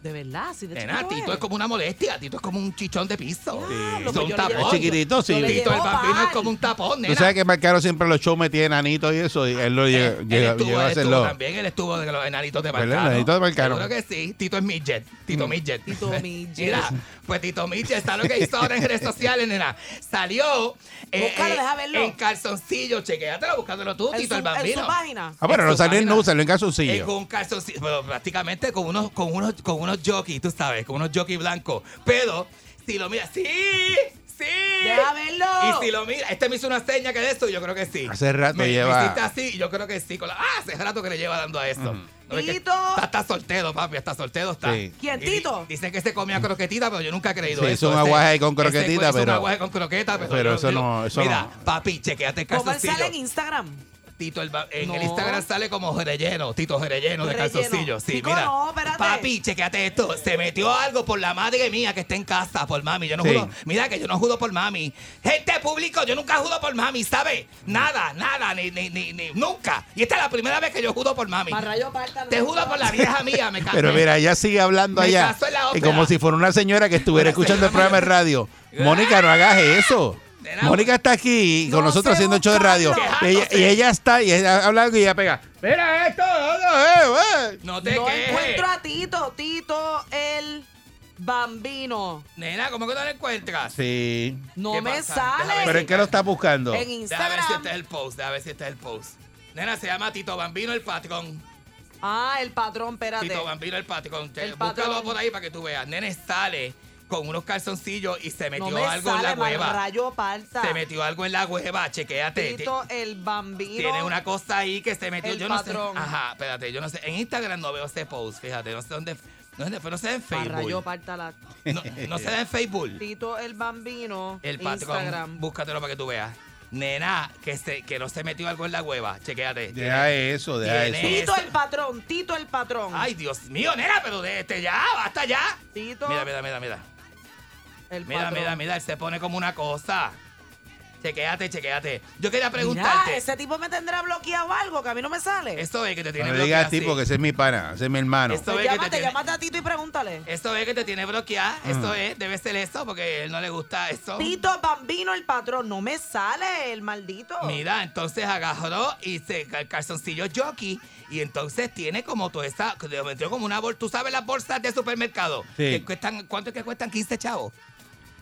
Speaker 4: De verdad, así de
Speaker 5: Nena,
Speaker 4: chiquito
Speaker 5: Tito es como una molestia. Tito es como un chichón de piso.
Speaker 4: Diablo,
Speaker 5: Son
Speaker 4: pues yo le
Speaker 5: tapón.
Speaker 3: Es chiquitito, sí.
Speaker 4: yo le
Speaker 5: Tito el
Speaker 4: llevo
Speaker 5: Bambino
Speaker 4: mal.
Speaker 5: es como un tapón, nena. Eh,
Speaker 3: Tú sabes que Marcaro siempre los shows metía enanitos y eso, y él lo llega,
Speaker 5: Él
Speaker 3: llega-
Speaker 5: estuvo,
Speaker 3: llegó a
Speaker 5: él estuvo
Speaker 3: hacerlo.
Speaker 5: también, él estuvo de los enanitos de
Speaker 3: ¿Verdad?
Speaker 5: Marcano.
Speaker 3: Enanito de Marcano.
Speaker 5: Seguro que sí. Tito es Midget. Tito Midget.
Speaker 4: Mm. Tito Midget.
Speaker 5: Mira, pues Tito Midget está lo que hizo ahora en redes sociales, nena. Salió eh,
Speaker 4: Búscalo, deja verlo.
Speaker 5: en calzoncillo. Chequéatelo, buscándolo tú,
Speaker 4: En
Speaker 5: Tito
Speaker 4: su-
Speaker 5: el
Speaker 4: En su
Speaker 5: Bambino.
Speaker 4: página.
Speaker 3: Ah, pero
Speaker 5: en
Speaker 3: no
Speaker 5: su
Speaker 3: salió en
Speaker 5: página.
Speaker 3: nu, salió en
Speaker 5: Eh,
Speaker 3: calzoncillo.
Speaker 5: con un calzoncillo, pero prácticamente con unos, con unos, con unos jockeys, tú sabes, con unos jockeys blancos. Pero, si lo miras, sí, sí.
Speaker 4: Deja verlo.
Speaker 5: Y si lo mira, este me hizo una seña que de eso, y yo creo que sí.
Speaker 3: Hace rato
Speaker 5: me,
Speaker 3: lleva-
Speaker 5: Me hiciste así, y yo creo que sí. con la- ah, hace rato que le lleva dando a eso. No, es que
Speaker 4: Tito.
Speaker 5: Está, está soltero, papi, está soltero, está.
Speaker 3: Sí.
Speaker 4: ¿Quién,
Speaker 5: Y-
Speaker 4: Tito?
Speaker 5: Dicen que se comía croquetita, pero yo nunca he creído
Speaker 3: Sí,
Speaker 5: eso.
Speaker 3: es un
Speaker 5: Ese-
Speaker 3: aguaje con
Speaker 5: ese-
Speaker 3: croquetita,
Speaker 5: Es un
Speaker 3: pero-
Speaker 5: aguaje con croqueta, pero.
Speaker 3: pero
Speaker 5: yo-
Speaker 3: eso no-
Speaker 5: yo-
Speaker 3: eso
Speaker 5: mira,
Speaker 3: no.
Speaker 5: papi, chequeate el
Speaker 4: ¿Cómo él
Speaker 5: calzoncillo.
Speaker 4: sale en Instagram?
Speaker 5: Tito el ba- en
Speaker 10: No.
Speaker 5: el Instagram sale como relleno, Tito relleno de
Speaker 4: Relleno.
Speaker 5: calzoncillos. Sí,
Speaker 4: Chico,
Speaker 5: mira.
Speaker 4: no, espérate.
Speaker 5: Papi, chequeate esto. Se metió algo por la madre mía que está en casa, por mami. Yo no
Speaker 3: Sí.
Speaker 5: juro. Mira que yo no juro por mami. Gente público, yo nunca juro por mami, ¿sabes? Nada, nada, ni, ni, ni, ni- nunca. Y esta es la primera vez que yo juro por mami.
Speaker 4: Para rayo parta, no
Speaker 5: Te
Speaker 4: se
Speaker 5: juro
Speaker 4: puede.
Speaker 5: por la vieja mía, me cago
Speaker 3: Pero
Speaker 5: en-
Speaker 3: mira, ella sigue hablando
Speaker 5: Me
Speaker 3: allá.
Speaker 5: caso en la
Speaker 3: Y
Speaker 5: ópera.
Speaker 3: como si fuera una señora que estuviera
Speaker 5: Una
Speaker 3: escuchando el
Speaker 5: señora
Speaker 3: programa de radio. Mónica, no hagas eso.
Speaker 5: Nena,
Speaker 3: Mónica está aquí con
Speaker 4: No
Speaker 3: nosotros
Speaker 4: sé,
Speaker 3: haciendo el show de radio.
Speaker 5: Carlos.
Speaker 3: Y ella, y ella está, y ella habla algo y ella pega. Mira esto, no, no, eh, eh".
Speaker 5: No te
Speaker 4: No
Speaker 5: quejes.
Speaker 4: encuentro a Tito, Tito el bambino.
Speaker 5: Nena, ¿cómo que no la encuentras?
Speaker 3: Sí.
Speaker 4: No
Speaker 5: ¿Qué
Speaker 4: me
Speaker 5: pasa?
Speaker 4: sale.
Speaker 5: Déjame
Speaker 3: Pero ¿en qué lo está buscando?
Speaker 4: En
Speaker 5: Déjame ver si
Speaker 4: Instagram.
Speaker 5: este es el post, déjame ver si este es el post. Nena, se llama Tito Bambino el patrón.
Speaker 4: Ah, el patrón, espérate.
Speaker 5: Tito Bambino el patrón. Te-
Speaker 4: El
Speaker 5: Búscalo
Speaker 4: patrón.
Speaker 5: por ahí para que tú veas. Nene sale con unos calzoncillos y se
Speaker 4: No
Speaker 5: metió
Speaker 4: me
Speaker 5: algo en la
Speaker 4: sale, mal
Speaker 5: hueva.
Speaker 4: rayo parta.
Speaker 5: Se metió algo en la hueva, chequéate.
Speaker 4: Tito el bambino.
Speaker 5: Tiene una cosa ahí que se metió.
Speaker 4: El
Speaker 5: yo no
Speaker 4: patrón.
Speaker 5: sé. Ajá, espérate, yo no sé. En Instagram no veo ese post, fíjate. No sé dónde. No sé, no sé en
Speaker 4: Para rayo
Speaker 5: Facebook.
Speaker 4: parta la.
Speaker 5: No, no sé en Facebook.
Speaker 4: Tito el bambino.
Speaker 5: El patrón.
Speaker 4: Instagram.
Speaker 5: Búscatelo para que tú veas. Nena, que, se, que no se metió algo en la hueva. Chequéate.
Speaker 3: Deja eso, deja
Speaker 5: Tiene-
Speaker 3: eso.
Speaker 4: Tito
Speaker 5: Eso.
Speaker 4: el patrón, Tito el patrón.
Speaker 5: este. Ay, Dios mío, nena, pero de este ya, basta ya.
Speaker 4: Tito
Speaker 5: Mira, mira, mira, mira.
Speaker 4: el
Speaker 5: Mira,
Speaker 4: patrón.
Speaker 5: mira, mira, él se pone como una cosa. Chequéate, chequéate. Yo quería
Speaker 4: Mira,
Speaker 5: preguntarte.
Speaker 4: ese tipo me tendrá bloqueado algo que a mí no me sale.
Speaker 5: Esto es que te
Speaker 3: No
Speaker 5: tiene
Speaker 3: le
Speaker 5: bloqueada.
Speaker 3: digas tipo que
Speaker 5: sí.
Speaker 3: ese es mi pana, ese es mi hermano.
Speaker 5: Esto
Speaker 4: Pues
Speaker 5: es que te
Speaker 4: llámate,
Speaker 5: tiene.
Speaker 4: llámate a Tito y pregúntale.
Speaker 5: Esto es que te tiene bloqueada.
Speaker 3: Ah.
Speaker 5: Esto es, debe ser eso, porque él no le gusta eso.
Speaker 4: Tito Bambino el patrón, no me sale el maldito.
Speaker 5: Mira, entonces agarró y se el calzoncillo jockey. Y entonces tiene como toda esa. Le metió como una bolsa. Tú sabes las bolsas de supermercado.
Speaker 3: Sí.
Speaker 5: Que cuestan, ¿Cuánto es que cuestan? 15 chavos.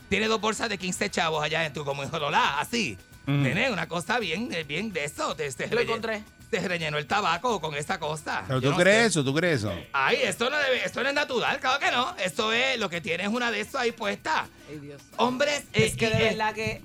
Speaker 5: Tiene dos bolsas de 15 chavos allá en tu como en Jorolá, así.
Speaker 3: Mm.
Speaker 5: Tiene una cosa bien, eh, bien de eso. Te, se
Speaker 4: Lo
Speaker 5: relle-
Speaker 4: encontré.
Speaker 5: Se rellenó el tabaco con esa cosa.
Speaker 3: Pero
Speaker 5: Yo
Speaker 3: tú
Speaker 5: no
Speaker 3: crees
Speaker 5: sé.
Speaker 3: eso, tú crees eso.
Speaker 5: Ay, esto no, debe- esto no es natural, claro que no. Esto es lo que tienes una de esas ahí puesta.
Speaker 4: Ay, Dios.
Speaker 5: Hombres,
Speaker 4: Es
Speaker 5: eh,
Speaker 4: que
Speaker 5: y-
Speaker 4: de
Speaker 5: eh,
Speaker 4: verdad que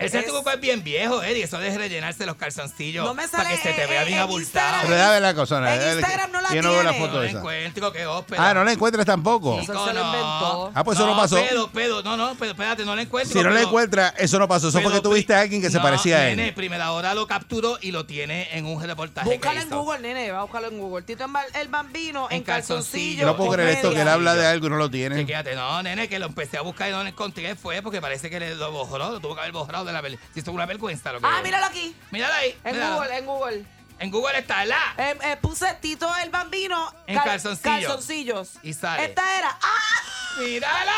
Speaker 5: ese
Speaker 4: Es-
Speaker 5: truco es bien viejo, Eddie. Eso de rellenarse los calzoncillos
Speaker 4: No me
Speaker 5: para
Speaker 4: sale,
Speaker 5: que se te
Speaker 4: eh,
Speaker 5: vea
Speaker 4: eh,
Speaker 5: bien
Speaker 4: en
Speaker 5: abultado.
Speaker 3: Pero déjame la cosa.
Speaker 4: En
Speaker 3: dale,
Speaker 4: Instagram no la
Speaker 3: Yo no veo la
Speaker 4: tiene.
Speaker 5: No
Speaker 3: foto
Speaker 5: la
Speaker 3: esa.
Speaker 5: encuentro, qué ópera.
Speaker 3: Ah, no la encuentras tampoco.
Speaker 4: Eso
Speaker 5: Chico,
Speaker 4: se lo
Speaker 5: no.
Speaker 4: inventó.
Speaker 3: Ah, pues eso no pasó.
Speaker 5: Pedo, pedo, no, no, pero espérate, no la encuentro.
Speaker 3: Si no la
Speaker 5: pero-
Speaker 3: encuentras, eso no pasó. Eso fue que
Speaker 5: pero
Speaker 3: tuviste a alguien que se
Speaker 5: no,
Speaker 3: parecía a
Speaker 5: nene,
Speaker 3: él.
Speaker 5: primera hora lo capturó y lo tiene en un reportaje. que
Speaker 4: búscalo en
Speaker 5: hizo.
Speaker 4: Google, nene, va a buscarlo en Google. Tito en ba- el Bambino
Speaker 5: En
Speaker 4: en,
Speaker 5: calzoncillo.
Speaker 4: calzoncillo.
Speaker 3: No puedo creer esto, que él habla de
Speaker 5: Media.
Speaker 3: algo y no lo tiene.
Speaker 5: Chequéate, no, nene, que lo empecé a buscar y no lo encontré fue porque parece que le- lo borró, lo tuvo que haber borrado de la ver- Si esto es una vergüenza lo que
Speaker 4: Ah, míralo aquí.
Speaker 5: Míralo ahí.
Speaker 4: En
Speaker 5: míralo.
Speaker 4: Google, en Google.
Speaker 5: En Google está la.
Speaker 4: Eh, eh, puse Tito el Bambino
Speaker 5: En calzoncillo.
Speaker 4: calzoncillos.
Speaker 5: Y sale.
Speaker 4: Esta era. ¡Ah!
Speaker 5: ¡Mírala!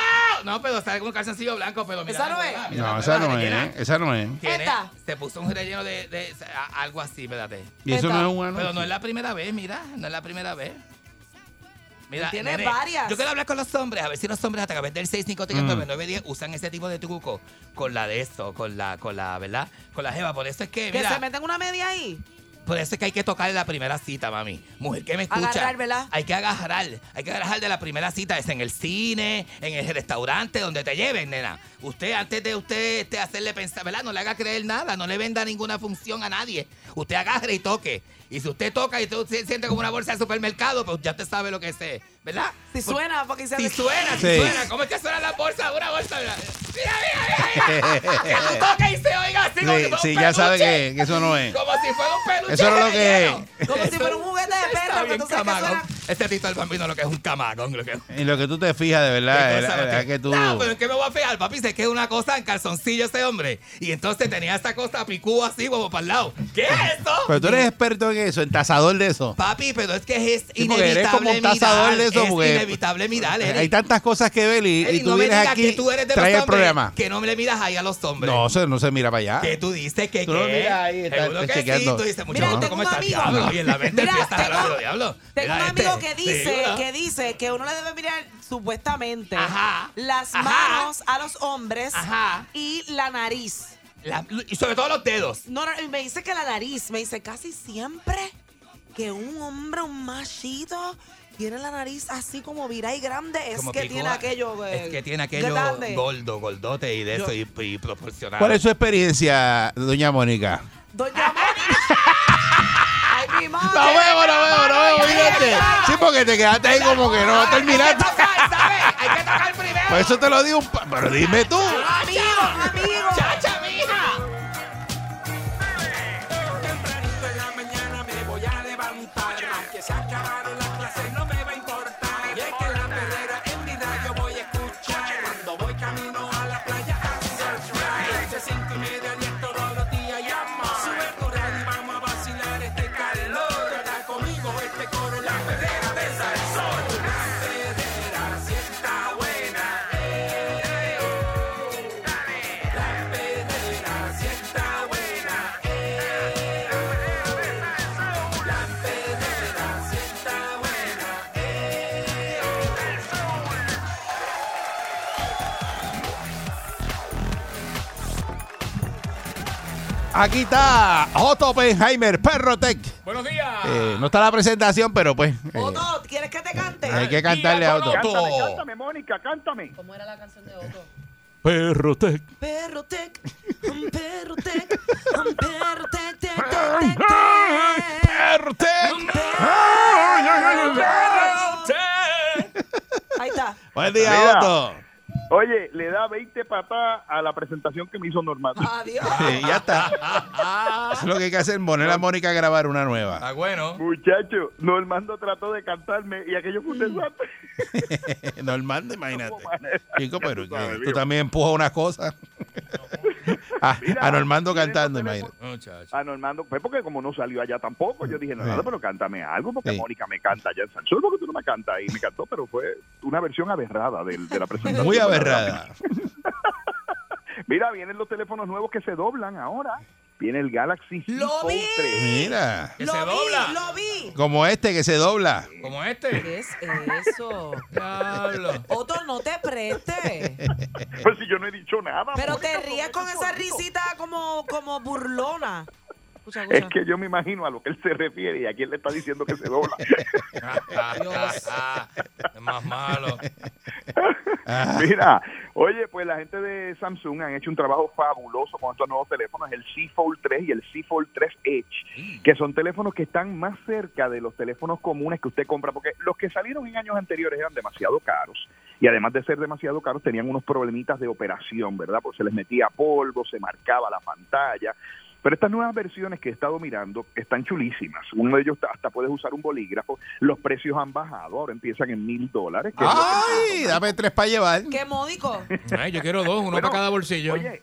Speaker 5: No, pero sale con un calzoncillo blanco, pero mira.
Speaker 4: Esa no es.
Speaker 3: No, esa no es. Esa no es.
Speaker 4: Esta.
Speaker 5: Se puso un relleno de, de- a- algo así, espérate.
Speaker 3: Y eso
Speaker 4: Esta.
Speaker 3: no es un
Speaker 5: Pero no es
Speaker 3: anuncio.
Speaker 5: la primera vez, mira, no es la primera vez. Mira,
Speaker 4: Tiene
Speaker 5: nene,
Speaker 4: varias.
Speaker 5: Yo quiero hablar con los hombres, a ver si los hombres a través del 6539910 usan ese tipo de truco con la de esto, con la, con la, ¿verdad? Con la jeva. Por eso es que,
Speaker 4: Que se
Speaker 5: Eh, mira,
Speaker 4: meten una media ahí.
Speaker 5: por eso es Pues que hay que tocar en la primera cita, mami. Mujer que me escucha.
Speaker 4: Agarrar, ¿verdad?
Speaker 5: Hay que agarrar, hay que agarrar de la primera cita, es en el cine, en el restaurante, donde te lleven, nena. Usted, antes de usted este, hacerle pensar, ¿verdad? No le haga creer nada, no le venda ninguna función a nadie. Usted agarre y toque. Y si usted toca y usted se siente como una bolsa de supermercado, pues ya usted sabe lo que es, eh, ¿verdad?
Speaker 4: Si
Speaker 5: Por-
Speaker 4: suena, porque se
Speaker 5: si suena, si
Speaker 3: Sí.
Speaker 5: suena. ¿Cómo es que suena la bolsa? Una bolsa. Mira, mira, mira. mira. que tú toques y se oiga así como
Speaker 3: Sí,
Speaker 5: si fuera un
Speaker 3: sí, ya sabe
Speaker 5: peluche.
Speaker 3: que, que eso no es.
Speaker 5: Como si fuera un peluche.
Speaker 3: Eso no es lo que
Speaker 5: relleno.
Speaker 3: es.
Speaker 4: Como si fuera un juguete de
Speaker 5: Está
Speaker 4: perro, que
Speaker 5: bien
Speaker 4: tú sabes que
Speaker 5: camagón.
Speaker 4: suena.
Speaker 5: Este Tito el Bambino lo que es un camagón. Lo que es.
Speaker 3: Y lo que tú te fijas, de verdad,
Speaker 5: Qué cosa,
Speaker 3: es- es- es que tú...
Speaker 5: No, pero es que me voy a fijar, papi. Sé que es una cosa en calzoncillo ese hombre. Y entonces tenía esta cosa picúa así, como para el lado. ¿Qué es esto?
Speaker 3: Pero tú eres experto en eso, en tasador de eso.
Speaker 5: Papi, pero es que es
Speaker 3: Sí, porque
Speaker 5: inevitable
Speaker 3: eres como un tasador
Speaker 5: mirar,
Speaker 3: de eso,
Speaker 5: es
Speaker 3: porque-
Speaker 5: inevitable mirar, Eric.
Speaker 3: Hay tantas cosas que ver y, y
Speaker 5: Eric,
Speaker 3: tú
Speaker 5: no me
Speaker 3: vienes
Speaker 5: digas
Speaker 3: aquí,
Speaker 5: que tú eres de los
Speaker 3: traes el
Speaker 5: hombres
Speaker 3: problema.
Speaker 5: que no me le miras ahí a los hombres.
Speaker 3: No, eso no se mira para allá.
Speaker 5: Que tú dices que
Speaker 3: Tú
Speaker 5: qué.
Speaker 3: lo miras ahí, está-
Speaker 5: Seguro
Speaker 3: está
Speaker 5: que
Speaker 3: chequeando.
Speaker 5: sí, tú dices,
Speaker 4: Mira,
Speaker 5: muchacho,
Speaker 4: tengo
Speaker 5: ¿cómo
Speaker 4: un
Speaker 5: estás?
Speaker 4: amigo.
Speaker 5: Diablo, oye, en la mente
Speaker 4: Mira,
Speaker 5: empiezas a hablar de
Speaker 4: tengo-
Speaker 5: lo diablo.
Speaker 4: Tengo
Speaker 5: Mira,
Speaker 4: un
Speaker 5: este,
Speaker 4: amigo que dice,
Speaker 5: seguro.
Speaker 4: que dice que uno le debe mirar supuestamente
Speaker 5: Ajá,
Speaker 4: las
Speaker 5: ajá.
Speaker 4: manos a los hombres
Speaker 5: Ajá.
Speaker 4: y la nariz.
Speaker 5: La- y sobre todo los dedos.
Speaker 4: No, no, y me dice que la nariz, me dice casi siempre que un hombre, un machito, tiene la nariz así como virá y grande, es
Speaker 5: Como
Speaker 4: que
Speaker 5: picúa.
Speaker 4: tiene aquello. eh,
Speaker 5: Es que tiene aquello
Speaker 4: grande.
Speaker 5: gordo, gordote y de
Speaker 4: Yo-
Speaker 5: eso y, y proporcionado.
Speaker 3: ¿Cuál es su experiencia, doña Mónica?
Speaker 4: Doña Mónica. Ay, mi madre.
Speaker 3: No veo, no veo, no veo, fíjate. Sí, porque te quedaste ahí como que no terminaste.
Speaker 5: Hay que tocar, ¿sabes? Hay que tocar primero.
Speaker 3: Por eso te lo digo, un pa- pero dime tú.
Speaker 4: Amigo, amigo.
Speaker 5: ¡Chacha, mija!
Speaker 2: tempranito este
Speaker 3: Aquí está Otto Oppenheimer, Perrotec.
Speaker 5: Buenos días.
Speaker 3: Eh, no está la presentación, pero pues. eh,
Speaker 4: Otto, ¿quieres que te cante?
Speaker 3: hay que cantarle a Otto.
Speaker 5: Cántame,
Speaker 11: cántame, Mónica, cántame.
Speaker 4: ¿Cómo era la canción de Otto?
Speaker 3: Perrotec.
Speaker 4: Perro tec, un perro tec, un perro tec, tec, tec, tec, tec.
Speaker 3: Perrotec.
Speaker 4: Ahí está.
Speaker 3: Buen día,
Speaker 11: Mira.
Speaker 3: Otto.
Speaker 11: Oye, le da 20 patadas a la presentación que me hizo Normal.
Speaker 4: Adiós.
Speaker 3: Sí, ya está. Eso es lo que hay que hacer, poner a Mónica a grabar una nueva.
Speaker 5: Está bueno.
Speaker 11: Muchacho, Normando trató de cantarme y aquello fue un desastre.
Speaker 3: Normal, imagínate. Chico, pero
Speaker 11: tú sabes,
Speaker 3: tú
Speaker 11: viejo.
Speaker 3: también empujas unas cosas. A,
Speaker 11: Mira,
Speaker 3: a Normando
Speaker 11: miren,
Speaker 3: cantando,
Speaker 11: no
Speaker 3: imagínate.
Speaker 11: tenemos-
Speaker 5: Muchacho.
Speaker 11: A Normando, pues porque como no salió allá tampoco, yo dije, Normando,
Speaker 3: Sí.
Speaker 11: pero cántame algo, porque
Speaker 3: Sí.
Speaker 11: Mónica me canta allá en San Sol, porque tú no me cantas. Y me cantó, pero fue una versión aberrada del- de, la presentación.
Speaker 3: Muy
Speaker 11: La verdad.
Speaker 3: aberrada.
Speaker 11: Mira, vienen los teléfonos nuevos que se doblan ahora. Viene el Galaxy
Speaker 4: Lo
Speaker 11: Fold
Speaker 4: vi.
Speaker 11: 3.
Speaker 3: Mira,
Speaker 5: Que
Speaker 4: lo
Speaker 5: se
Speaker 4: vi,
Speaker 5: dobla.
Speaker 4: lo vi.
Speaker 3: como este que se dobla.
Speaker 5: Como este.
Speaker 4: ¿Qué es eso?
Speaker 5: Diablo.
Speaker 4: Otto, no te preste.
Speaker 11: Pues si yo no he dicho nada.
Speaker 4: Pero
Speaker 11: Mónica,
Speaker 4: te ríes con
Speaker 11: esos
Speaker 4: esa
Speaker 11: sonidos.
Speaker 4: risita como, como burlona. Escucha,
Speaker 11: Es
Speaker 4: escucha.
Speaker 11: que yo me imagino a lo que él se refiere y a quién le está diciendo que se dobla.
Speaker 5: Dios. Es más malo.
Speaker 11: Mira, oye, pues la gente de Samsung han hecho un trabajo fabuloso con estos nuevos teléfonos, el C Fold 3 y el C Fold E. 3 Edge, que son teléfonos que están más cerca de los teléfonos comunes que usted compra, porque los que salieron en años anteriores eran demasiado caros y además de ser demasiado caros tenían unos problemitas de operación, ¿verdad? Porque se les metía polvo, se marcaba la pantalla. Pero estas nuevas versiones que he estado mirando están chulísimas. Uno de ellos hasta puedes usar un bolígrafo. Los precios han bajado, ahora empiezan en mil dólares. que es lo que-
Speaker 3: ¡Ay! Dame tres para llevar.
Speaker 4: Qué módico.
Speaker 5: Ay, yo quiero dos, uno
Speaker 11: Bueno,
Speaker 5: para cada bolsillo.
Speaker 11: Oye,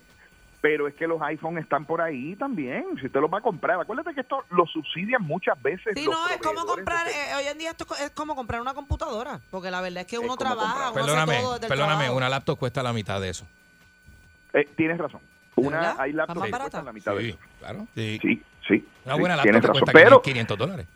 Speaker 11: pero es que los iPhone están por ahí también. Si usted los va a comprar, acuérdate que esto lo subsidian muchas veces.
Speaker 4: Sí,
Speaker 11: los
Speaker 4: no, es como
Speaker 11: proveedores
Speaker 4: comprar,
Speaker 11: de-
Speaker 4: eh, hoy en día esto es co- es como comprar una computadora, porque la verdad es que
Speaker 11: como
Speaker 4: uno trabaja,
Speaker 11: comprar-
Speaker 4: uno hace
Speaker 5: Perdóname,
Speaker 4: todo desde el
Speaker 5: perdóname,
Speaker 4: trabajo.
Speaker 5: una laptop cuesta la mitad de eso.
Speaker 11: Eh, tienes razón. Una,
Speaker 4: verdad?
Speaker 11: hay laptops
Speaker 4: ¿Está
Speaker 11: que
Speaker 4: más
Speaker 11: cuestan
Speaker 4: barata?
Speaker 11: la mitad de
Speaker 5: Sí,
Speaker 11: eso.
Speaker 5: claro.
Speaker 3: Sí.
Speaker 11: Sí, sí.
Speaker 5: Una
Speaker 11: sí,
Speaker 5: buena laptop
Speaker 11: tienes
Speaker 5: te
Speaker 11: razón.
Speaker 5: cuesta
Speaker 11: Pero,
Speaker 5: 500 dólares.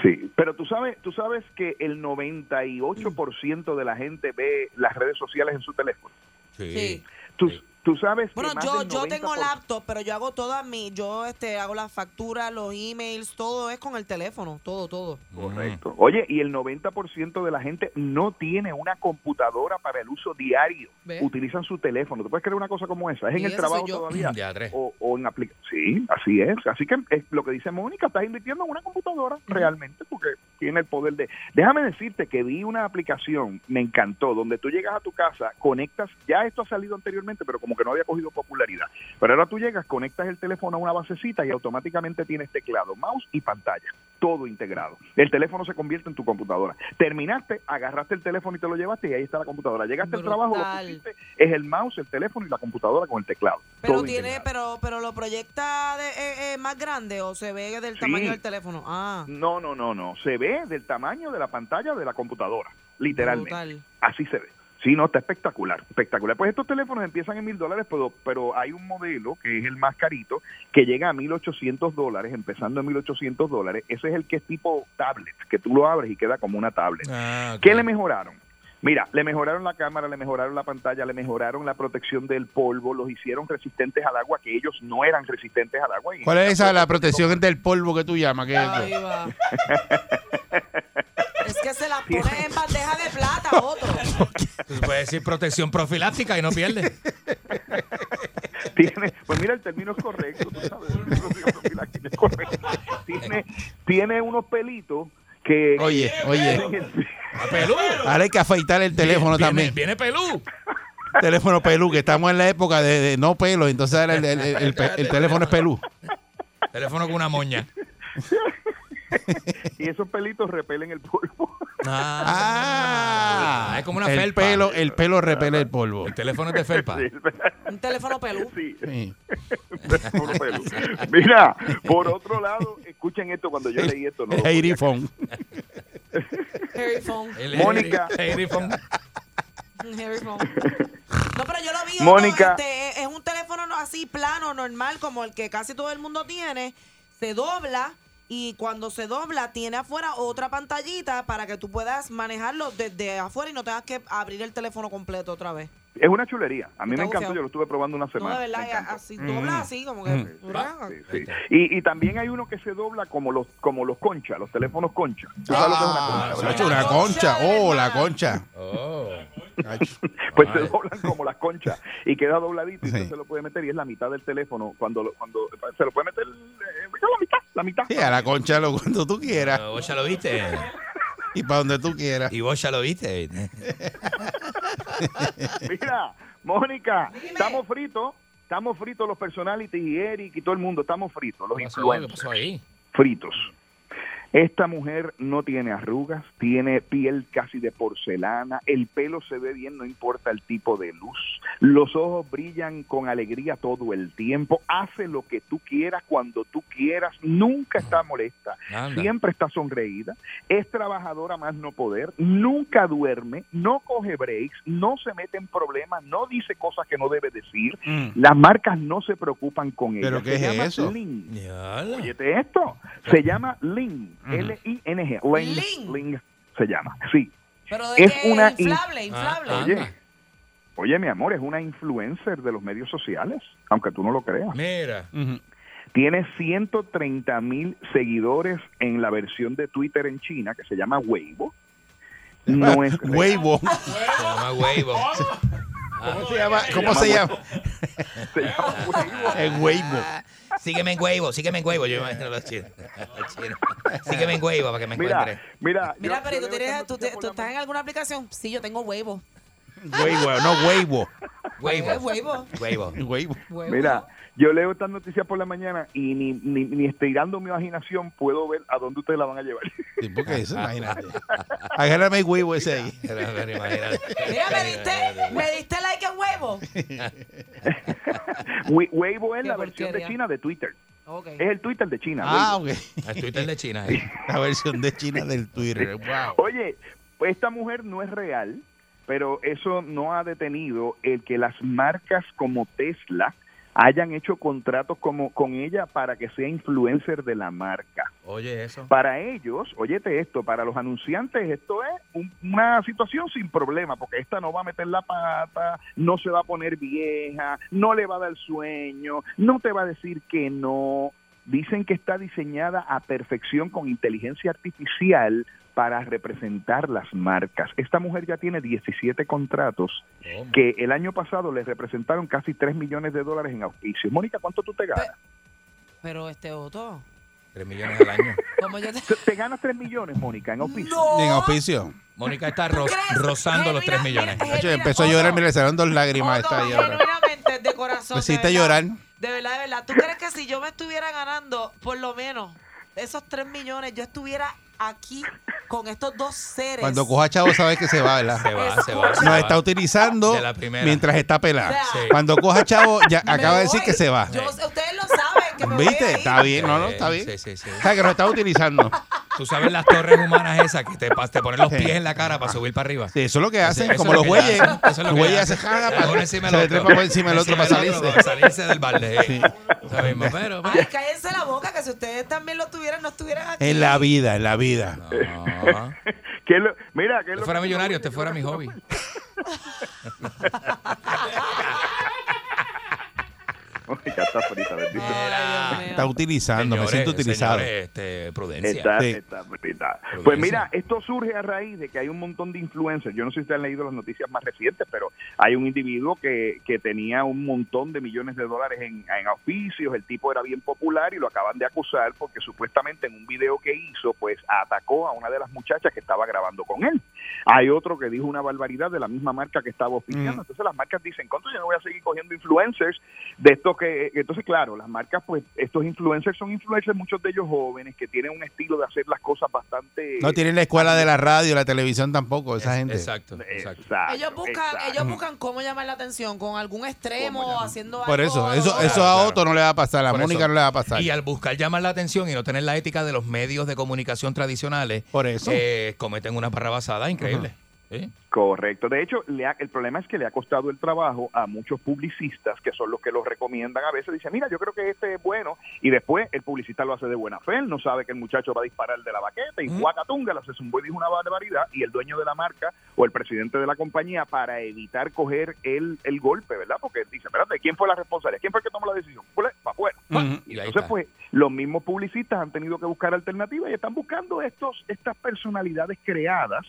Speaker 11: sí, pero tú sabes, tú sabes que el 98% de la gente ve las redes sociales en su teléfono.
Speaker 4: Sí.
Speaker 11: Tú,
Speaker 5: Sí.
Speaker 11: tú sabes que
Speaker 4: Bueno,
Speaker 11: más
Speaker 4: yo,
Speaker 11: del
Speaker 4: yo tengo
Speaker 11: 90%.
Speaker 4: laptop, pero yo hago todas mis, yo este, hago las facturas, los emails, todo es con el teléfono, todo, todo.
Speaker 5: Mm.
Speaker 11: Correcto. Oye, y el 90% de la gente no tiene una computadora para el uso diario.
Speaker 4: ¿Ve?
Speaker 11: Utilizan su teléfono. ¿Tú puedes creer una cosa como esa? ¿Es
Speaker 4: Y
Speaker 11: en el
Speaker 4: esa soy
Speaker 11: trabajo
Speaker 4: yo.
Speaker 11: todavía?
Speaker 5: Ya, tres.
Speaker 11: O, o en aplicación. Sí, así es. Así que es lo que dice Mónica, estás invirtiendo en una computadora realmente porque tiene el poder de... Déjame decirte que vi una aplicación, me encantó, donde tú llegas a tu casa, conectas, ya esto ha salido anteriormente, pero como que no había cogido popularidad. Pero ahora tú llegas, conectas el teléfono a una basecita y automáticamente tienes teclado, mouse y pantalla todo integrado. El teléfono se convierte en tu computadora. Terminaste, agarraste el teléfono y te lo llevaste y ahí está la computadora. Llegaste al trabajo,
Speaker 4: Brutal.
Speaker 11: lo pusiste, es el mouse, el teléfono y la computadora con el teclado.
Speaker 4: Pero
Speaker 11: Todo
Speaker 4: tiene,
Speaker 11: integrado.
Speaker 4: pero, pero lo proyecta de- eh, eh, más grande o se ve del
Speaker 11: Sí.
Speaker 4: tamaño del teléfono. Ah,
Speaker 11: No, no, no, no. Se ve del tamaño de la pantalla de la computadora, literalmente.
Speaker 4: brutal.
Speaker 11: Así se ve. Sí, no, está espectacular, espectacular. Pues estos teléfonos empiezan en mil dólares, pero, pero hay un modelo que es el más carito, que llega a 1800 dólares, empezando en 1800 dólares. Ese es el que es tipo tablet, que tú lo abres y queda como una tablet.
Speaker 5: Ah,
Speaker 11: ¿Qué
Speaker 5: ok.
Speaker 11: le mejoraron? Mira, le mejoraron la cámara, le mejoraron la pantalla, le mejoraron la protección del polvo, los hicieron resistentes al agua, que ellos no eran resistentes al agua. y-
Speaker 3: ¿Cuál es esa, la protección del polvo que tú llamas? ¿Qué es eso?
Speaker 4: Ahí va. es que se las pone en bandeja de plata, otro.
Speaker 5: Tú puedes decir protección profiláctica y no pierdes.
Speaker 11: Tiene, pues mira, el término es correcto, tú sabes, el término profiláctico es correcto. Tiene, tiene unos pelitos que...
Speaker 3: Oye, oye.
Speaker 5: Ah, Pelú.
Speaker 3: Ahora hay que afeitar el teléfono
Speaker 5: Viene-
Speaker 3: también.
Speaker 5: Viene Pelú.
Speaker 3: Teléfono pelú, que estamos en la época de, de no pelos, entonces ahora el, el- el- el pe- el teléfono es pelú.
Speaker 5: Teléfono con una moña.
Speaker 11: Y esos pelitos repelen el polvo.
Speaker 5: Ah, es como una
Speaker 3: el
Speaker 5: felpa.
Speaker 3: Pelo, el pelo repele el polvo.
Speaker 5: El teléfono es de felpa.
Speaker 4: Un teléfono pelú.
Speaker 11: Sí,
Speaker 3: Sí.
Speaker 11: puro pelo. Mira, por otro lado, escuchen esto cuando yo leí esto. No lo podía
Speaker 3: Eighty phone.
Speaker 4: Harry phone.
Speaker 5: El-
Speaker 11: Mónica.
Speaker 5: el- el iPhone.
Speaker 4: Un Harry phone. No, pero yo lo vi. Otto,
Speaker 11: Mónica.
Speaker 4: este, es- es un teléfono no- así plano, normal, como el que casi todo el mundo tiene. Se dobla y cuando se dobla tiene afuera otra pantallita para que tú puedas manejarlo desde afuera y no tengas que abrir el teléfono completo otra vez.
Speaker 11: Es una chulería. A mí
Speaker 4: Está
Speaker 11: me encantó,
Speaker 4: bufiado.
Speaker 11: yo lo estuve probando una
Speaker 4: No, de
Speaker 11: semana.
Speaker 4: verdad, y así dobla así, como que... ¿verdad?
Speaker 11: Mm. Sí. Y, y también hay uno que se dobla como los como los conchas, los teléfonos concha. Tú sabes lo que es una concha, ¿verdad?
Speaker 3: Sacho, Ah, una concha. Oh, la concha.
Speaker 11: pues se doblan como las conchas y queda dobladito y usted se lo puede meter y es la mitad del teléfono cuando lo- cuando se lo puede meter eh, la mitad, la mitad.
Speaker 3: Sí, a la concha lo cuando tú quieras.
Speaker 5: Vos ya lo viste.
Speaker 3: Y para donde tú quieras.
Speaker 5: Y vos ya lo viste.
Speaker 11: Mira, Mónica, estamos fritos, estamos fritos los personalities y Eric y todo el mundo, estamos fritos, los influencers.
Speaker 5: pasó ahí?
Speaker 11: fritos. Esta mujer no tiene arrugas, tiene piel casi de porcelana, el pelo se ve bien, no importa el tipo de luz, los ojos brillan con alegría todo el tiempo, hace lo que tú quieras cuando tú quieras, nunca está molesta,
Speaker 5: Anda.
Speaker 11: siempre está sonreída, es trabajadora más no poder, nunca duerme, no coge breaks, no se mete en problemas, no dice cosas que no debe decir, las marcas no se preocupan con ella.
Speaker 3: Mm. ¿Pero qué
Speaker 11: Se
Speaker 3: es
Speaker 11: llama
Speaker 3: eso?
Speaker 11: Lynn. Óyete esto. Se llama Ling. L-I-N-G. Ling. Ling se llama. Sí.
Speaker 4: Pero
Speaker 11: de Es que una in-
Speaker 3: Ah,
Speaker 4: inflable, inflable.
Speaker 11: Oye. Oye, mi amor, es una influencer de los medios sociales, aunque tú no lo creas.
Speaker 5: Mira.
Speaker 11: Tiene 130 mil seguidores en la versión de Twitter en China que se llama Weibo. No es real.
Speaker 3: Weibo.
Speaker 5: Se llama Weibo.
Speaker 11: Ah,
Speaker 3: ¿Cómo se llama? ¿Cómo se llama?
Speaker 5: En
Speaker 3: Weibo.
Speaker 5: Sígueme en Weibo, sígueme en Weibo. Yo imagino los chinos. Los chinos. Sígueme en Weibo para que me encuentre.
Speaker 11: Mira, mira, yo-
Speaker 4: Mira, pero
Speaker 11: yo
Speaker 4: ¿tú,
Speaker 11: leo
Speaker 4: tienes-
Speaker 11: esta
Speaker 4: tú te- tú estás en alguna aplicación? Sí, yo tengo huevo.
Speaker 3: Weibo, no Weibo.
Speaker 5: Weibo.
Speaker 4: Huevo.
Speaker 5: Weibo.
Speaker 3: Weibo.
Speaker 11: Mira, yo leo estas noticias por la mañana y ni, ni, ni estirando mi imaginación puedo ver a dónde ustedes la van a llevar.
Speaker 3: Sí, porque eso, imagínate. Agárrame el Weibo ese ahí.
Speaker 5: Pero, pero imagínate.
Speaker 4: Mira, me diste, me diste like en huevo.
Speaker 11: We- Weibo es la versión
Speaker 4: porquería.
Speaker 11: de China de Twitter.
Speaker 4: Ok.
Speaker 11: Es el Twitter de China.
Speaker 3: Ah,
Speaker 11: Weibo.
Speaker 3: ok.
Speaker 5: El Twitter de China. ahí.
Speaker 3: La versión de China del Twitter. Wow.
Speaker 11: Oye, pues esta mujer no es real, pero eso no ha detenido el que las marcas como Tesla hayan hecho contratos como con ella para que sea influencer de la marca.
Speaker 5: Oye, eso.
Speaker 11: Para ellos, óyete esto, para los anunciantes esto es un- una situación sin problema, porque esta no va a meter la pata, no se va a poner vieja, no le va a dar sueño, no te va a decir que no. Dicen que está diseñada a perfección con inteligencia artificial para representar las marcas. Esta mujer ya tiene 17 contratos que el año pasado le representaron casi 3 millones de dólares en auspicios. Mónica, ¿cuánto tú te ganas?
Speaker 4: Pero este Otto,
Speaker 5: 3 millones al año.
Speaker 4: como yo te...
Speaker 11: ¿Te ganas 3 millones, Mónica, en auspicios?
Speaker 3: En auspicio.
Speaker 5: Mónica está ro- rozando los 3 millones.
Speaker 3: Nacho, empezó a llorar, me le salieron dos lágrimas.
Speaker 4: Otto,
Speaker 3: Está ahí ahora.
Speaker 4: genuinamente, de corazón.
Speaker 3: Me hiciste
Speaker 4: de verdad.
Speaker 3: llorar.
Speaker 4: De verdad, de verdad. ¿Tú crees que si yo me estuviera ganando, por lo menos, esos 3 millones, yo estuviera aquí con estos dos seres?
Speaker 3: Cuando coja chavo, sabes que se va, ¿verdad?
Speaker 5: Se va, se va. se
Speaker 3: Nos
Speaker 5: va.
Speaker 3: está utilizando
Speaker 5: De la primera.
Speaker 3: mientras está pelada.
Speaker 4: Sí.
Speaker 3: Cuando coja chavo, ya
Speaker 4: Me
Speaker 3: acaba de decir
Speaker 4: voy.
Speaker 3: que se va.
Speaker 4: Yo- ustedes lo saben, que me voy a
Speaker 3: ¿Viste?
Speaker 4: ir.
Speaker 3: Está bien, no, no, está bien.
Speaker 5: Sí, sí, sí.
Speaker 3: O sea, que nos está utilizando.
Speaker 5: Tú sabes las torres humanas esas que te, pa- te ponen los
Speaker 3: Sí.
Speaker 5: pies en la cara para subir para arriba.
Speaker 3: Sí, eso es lo que hacen,
Speaker 5: Eso es
Speaker 3: como
Speaker 5: lo
Speaker 3: los
Speaker 5: que
Speaker 3: güeyes.
Speaker 5: hacen, eso es lo
Speaker 3: los
Speaker 5: que
Speaker 3: güeyes
Speaker 5: hacen.
Speaker 3: hacen jaga
Speaker 5: Se
Speaker 3: para
Speaker 5: pone encima
Speaker 3: se
Speaker 5: del
Speaker 3: le
Speaker 5: otro.
Speaker 3: trepa por encima del otro para
Speaker 5: Encima del
Speaker 3: salirse.
Speaker 5: para salirse del balde. pues, eh. Eso mismo, pero,
Speaker 4: Ay, cállense la boca, que si ustedes también lo tuvieran, no estuvieran aquí.
Speaker 3: En la vida, en la vida.
Speaker 5: pero- No.
Speaker 11: ¿Qué es lo- mira, ¿qué es
Speaker 5: Yo
Speaker 11: lo
Speaker 5: fuera
Speaker 11: que-
Speaker 5: millonario, este fuera mi hobby.
Speaker 11: Mónica está frita, bendito.
Speaker 4: Ay, Dios mío.
Speaker 3: Está utilizando, me siento utilizado.
Speaker 5: señores, este, prudencia.
Speaker 11: Está,
Speaker 3: Sí.
Speaker 11: está frita.
Speaker 5: Pero
Speaker 11: Pues
Speaker 5: bien,
Speaker 11: mira, esto surge a raíz de que hay un montón de influencers. Yo no sé si ustedes han leído las noticias más recientes, pero hay un individuo que, que tenía un montón de millones de dólares en, en auspicios. El tipo era bien popular y lo acaban de acusar porque supuestamente en un video que hizo, pues atacó a una de las muchachas que estaba grabando con él. Hay otro que dijo una barbaridad de la misma marca que estaba auspiciando.
Speaker 3: Mm.
Speaker 11: Entonces las marcas dicen, ¿cuánto yo no voy a seguir cogiendo influencers de estos que, eh, entonces claro, las marcas, pues estos influencers son influencers, muchos de ellos jóvenes, que tienen un estilo de hacer las cosas bastante...
Speaker 3: No tienen la escuela de la radio, la televisión tampoco, esa gente.
Speaker 5: Exacto, exacto.
Speaker 11: Exacto,
Speaker 4: Ellos buscan,
Speaker 11: exacto.
Speaker 4: ellos buscan cómo llamar la atención, con algún extremo, haciendo algo.
Speaker 3: Por eso, eso,
Speaker 4: algo-
Speaker 3: eso a Otto no le va a pasar, a
Speaker 5: Por eso.
Speaker 3: Mónica no le va a pasar.
Speaker 5: Y al buscar llamar la atención y no tener la ética de los medios de comunicación tradicionales,
Speaker 3: Por eso.
Speaker 5: eh, cometen una parrabasada increíble.
Speaker 11: Correcto. De hecho, le ha- el problema es que le ha costado el trabajo a muchos publicistas que son los que los recomiendan a veces. Dicen, mira, yo creo que este es bueno. Y después el publicista lo hace de buena fe. Él no sabe que el muchacho va a disparar de la baqueta y guacatunga, la se zumbó y dijo una barbaridad. Y el dueño de la marca o el presidente de la compañía, para evitar coger el, el golpe, ¿verdad? Porque él dice, espérate, ¿quién fue la responsable? ¿Quién fue el que tomó la decisión? Pues, Para afuera.
Speaker 5: Y ahí
Speaker 11: Entonces,
Speaker 5: está.
Speaker 11: pues, los mismos publicistas han tenido que buscar alternativas y están buscando estos estas personalidades creadas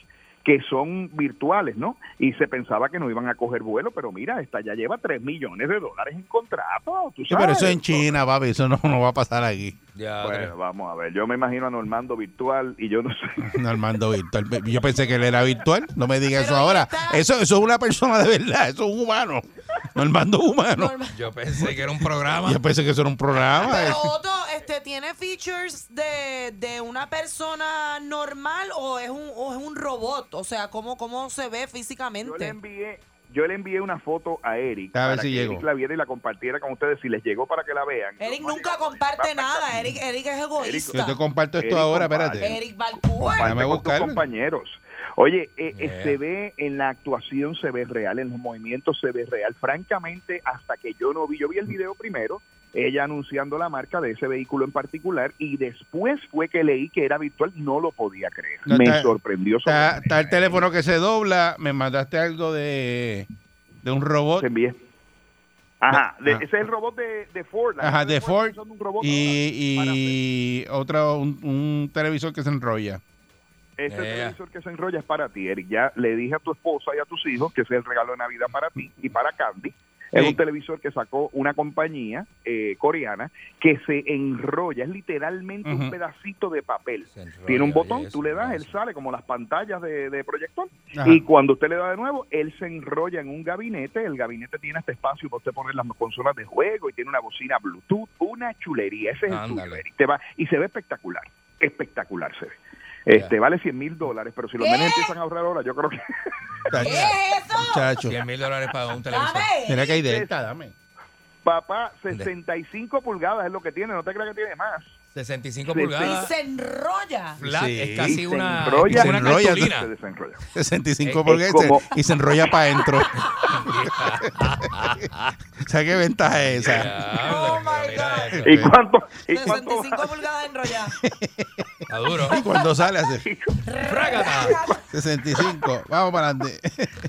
Speaker 11: que son virtuales, ¿no? Y se pensaba que no iban a coger vuelo, pero mira, esta ya lleva 3 millones de dólares en contrato, tú
Speaker 3: Sí, pero
Speaker 11: sabes.
Speaker 3: eso en China, papi, eso no, no va a pasar aquí.
Speaker 11: Bueno, vamos a ver, yo me imagino a Normando virtual y yo no sé.
Speaker 3: Normando virtual. Yo pensé que él era virtual, no me digas eso ahora. Eso, eso es una persona de verdad, eso es un humano. Normando es humano.
Speaker 5: Yo pensé que era un programa.
Speaker 3: Yo pensé que eso era un programa.
Speaker 4: Pero Otto, este, ¿tiene features de, de una persona normal o es un, o es un robot? O sea, ¿cómo, cómo se ve físicamente?
Speaker 11: Yo le envié una foto a Eric
Speaker 3: A ver
Speaker 11: para
Speaker 3: si
Speaker 11: que
Speaker 3: llegó.
Speaker 11: Eric la viera y la compartiera con ustedes si les llegó para que la vean.
Speaker 4: Eric nunca comparte nada. Eric, Eric es egoísta.
Speaker 3: Yo te comparto esto ahora, espérate.
Speaker 4: Eric Valcourt.
Speaker 11: Déjame
Speaker 3: Déjame buscarlo.
Speaker 11: compañeros. Oye, eh, eh, se ve en la actuación, se ve real, en los movimientos se ve real. Francamente, hasta que yo no vi, yo vi el video primero, ella anunciando la marca de ese vehículo en particular, y después fue que leí que era virtual, no lo podía creer.
Speaker 3: No,
Speaker 11: Me
Speaker 3: está-
Speaker 11: sorprendió.
Speaker 3: Está, está el teléfono que se dobla, me mandaste algo de, de un robot.
Speaker 11: Te Ajá, de-
Speaker 3: Ah.
Speaker 11: ese es el robot de, de Ford. la
Speaker 3: Ajá,
Speaker 11: gente
Speaker 3: de Ford
Speaker 11: usando un robot
Speaker 3: y, y otro, un, un televisor que se enrolla.
Speaker 11: Este
Speaker 3: Yeah.
Speaker 11: televisor que se enrolla es para ti, Eric. Ya le dije a tu esposa y a tus hijos que ese es el regalo de Navidad para ti y para Candy. Es
Speaker 3: Sí.
Speaker 11: un televisor que sacó una compañía eh, coreana que se enrolla, es literalmente un
Speaker 3: Ujú.
Speaker 11: pedacito de papel. Tiene un
Speaker 5: oye,
Speaker 11: botón, tú le das, él sale como las pantallas de, de proyector
Speaker 3: Ajá.
Speaker 11: y cuando usted le da de nuevo, él se enrolla en un gabinete. El gabinete tiene este espacio para usted poner las consolas de juego y tiene una bocina Bluetooth, una chulería. Ese es el tuyo,
Speaker 5: Ándale.
Speaker 11: Eric. Te va, y se ve espectacular, espectacular se ve. Este, vale 100 mil dólares, pero si los nenes empiezan a ahorrar ahora, yo creo que...
Speaker 3: Muchacho.
Speaker 5: 100 mil dólares para un televisor.
Speaker 3: Mira que hay delta, dame.
Speaker 11: Papá, 65 pulgadas es lo que tiene, no te creas que tiene más.
Speaker 5: 65
Speaker 11: Sí,
Speaker 5: pulgadas.
Speaker 4: Se enrolla.
Speaker 5: Flat
Speaker 3: Sí.
Speaker 5: es casi
Speaker 11: Se
Speaker 5: una,
Speaker 11: enrolla.
Speaker 5: es una
Speaker 3: Se enrolla.
Speaker 5: cartulina.
Speaker 11: Se desenrolla.
Speaker 3: 65
Speaker 11: Es
Speaker 3: porque
Speaker 11: como-
Speaker 3: y se enrolla para adentro. ¿Sabes qué ventaja es esa?
Speaker 5: Oh my God.
Speaker 11: ¿Y cuánto? ¿Y cuánto?
Speaker 4: 65 pulgadas enrolladas.
Speaker 5: Está duro.
Speaker 3: Y cuando sale hace
Speaker 5: Frágata.
Speaker 3: 65. Vamos para adelante.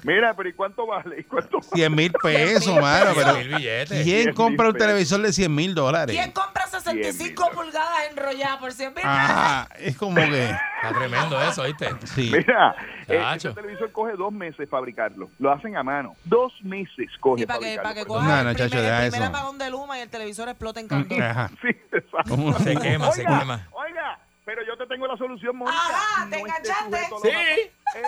Speaker 11: Mira, pero ¿y cuánto vale? ¿Y cuánto
Speaker 3: 100 mil pesos, mano. Pero
Speaker 5: mil billetes.
Speaker 3: ¿quién
Speaker 11: 100,000
Speaker 3: compra un
Speaker 11: pesos.
Speaker 3: televisor de 100 mil dólares?
Speaker 4: ¿Quién compra 65
Speaker 11: Bien,
Speaker 4: pulgadas enrolladas por 100 mil
Speaker 3: Ajá, Ah, es como que.
Speaker 5: Está tremendo eso, ¿viste?
Speaker 3: Sí.
Speaker 11: Mira, eh,
Speaker 5: Chacho.
Speaker 11: este televisor coge dos meses fabricarlo. Lo hacen a mano. Dos meses coge
Speaker 4: Y para que,
Speaker 11: fabricarlo,
Speaker 4: para que
Speaker 11: perdón.
Speaker 4: coja
Speaker 3: No,
Speaker 4: el
Speaker 3: no,
Speaker 4: primer,
Speaker 3: chacho,
Speaker 4: el
Speaker 3: deja
Speaker 4: primer
Speaker 3: eso.
Speaker 4: apagón de Luma y el televisor explota en canto.
Speaker 3: Ajá.
Speaker 11: Sí, exacto.
Speaker 3: ¿Cómo?
Speaker 5: Se quema, se
Speaker 11: Oiga,
Speaker 5: quema.
Speaker 11: Oiga, pero yo te tengo la solución, Mónica.
Speaker 4: Ajá, te
Speaker 11: esté
Speaker 4: enganchaste.
Speaker 11: sujeto a los
Speaker 5: Sí.
Speaker 11: apa- Eh, eh,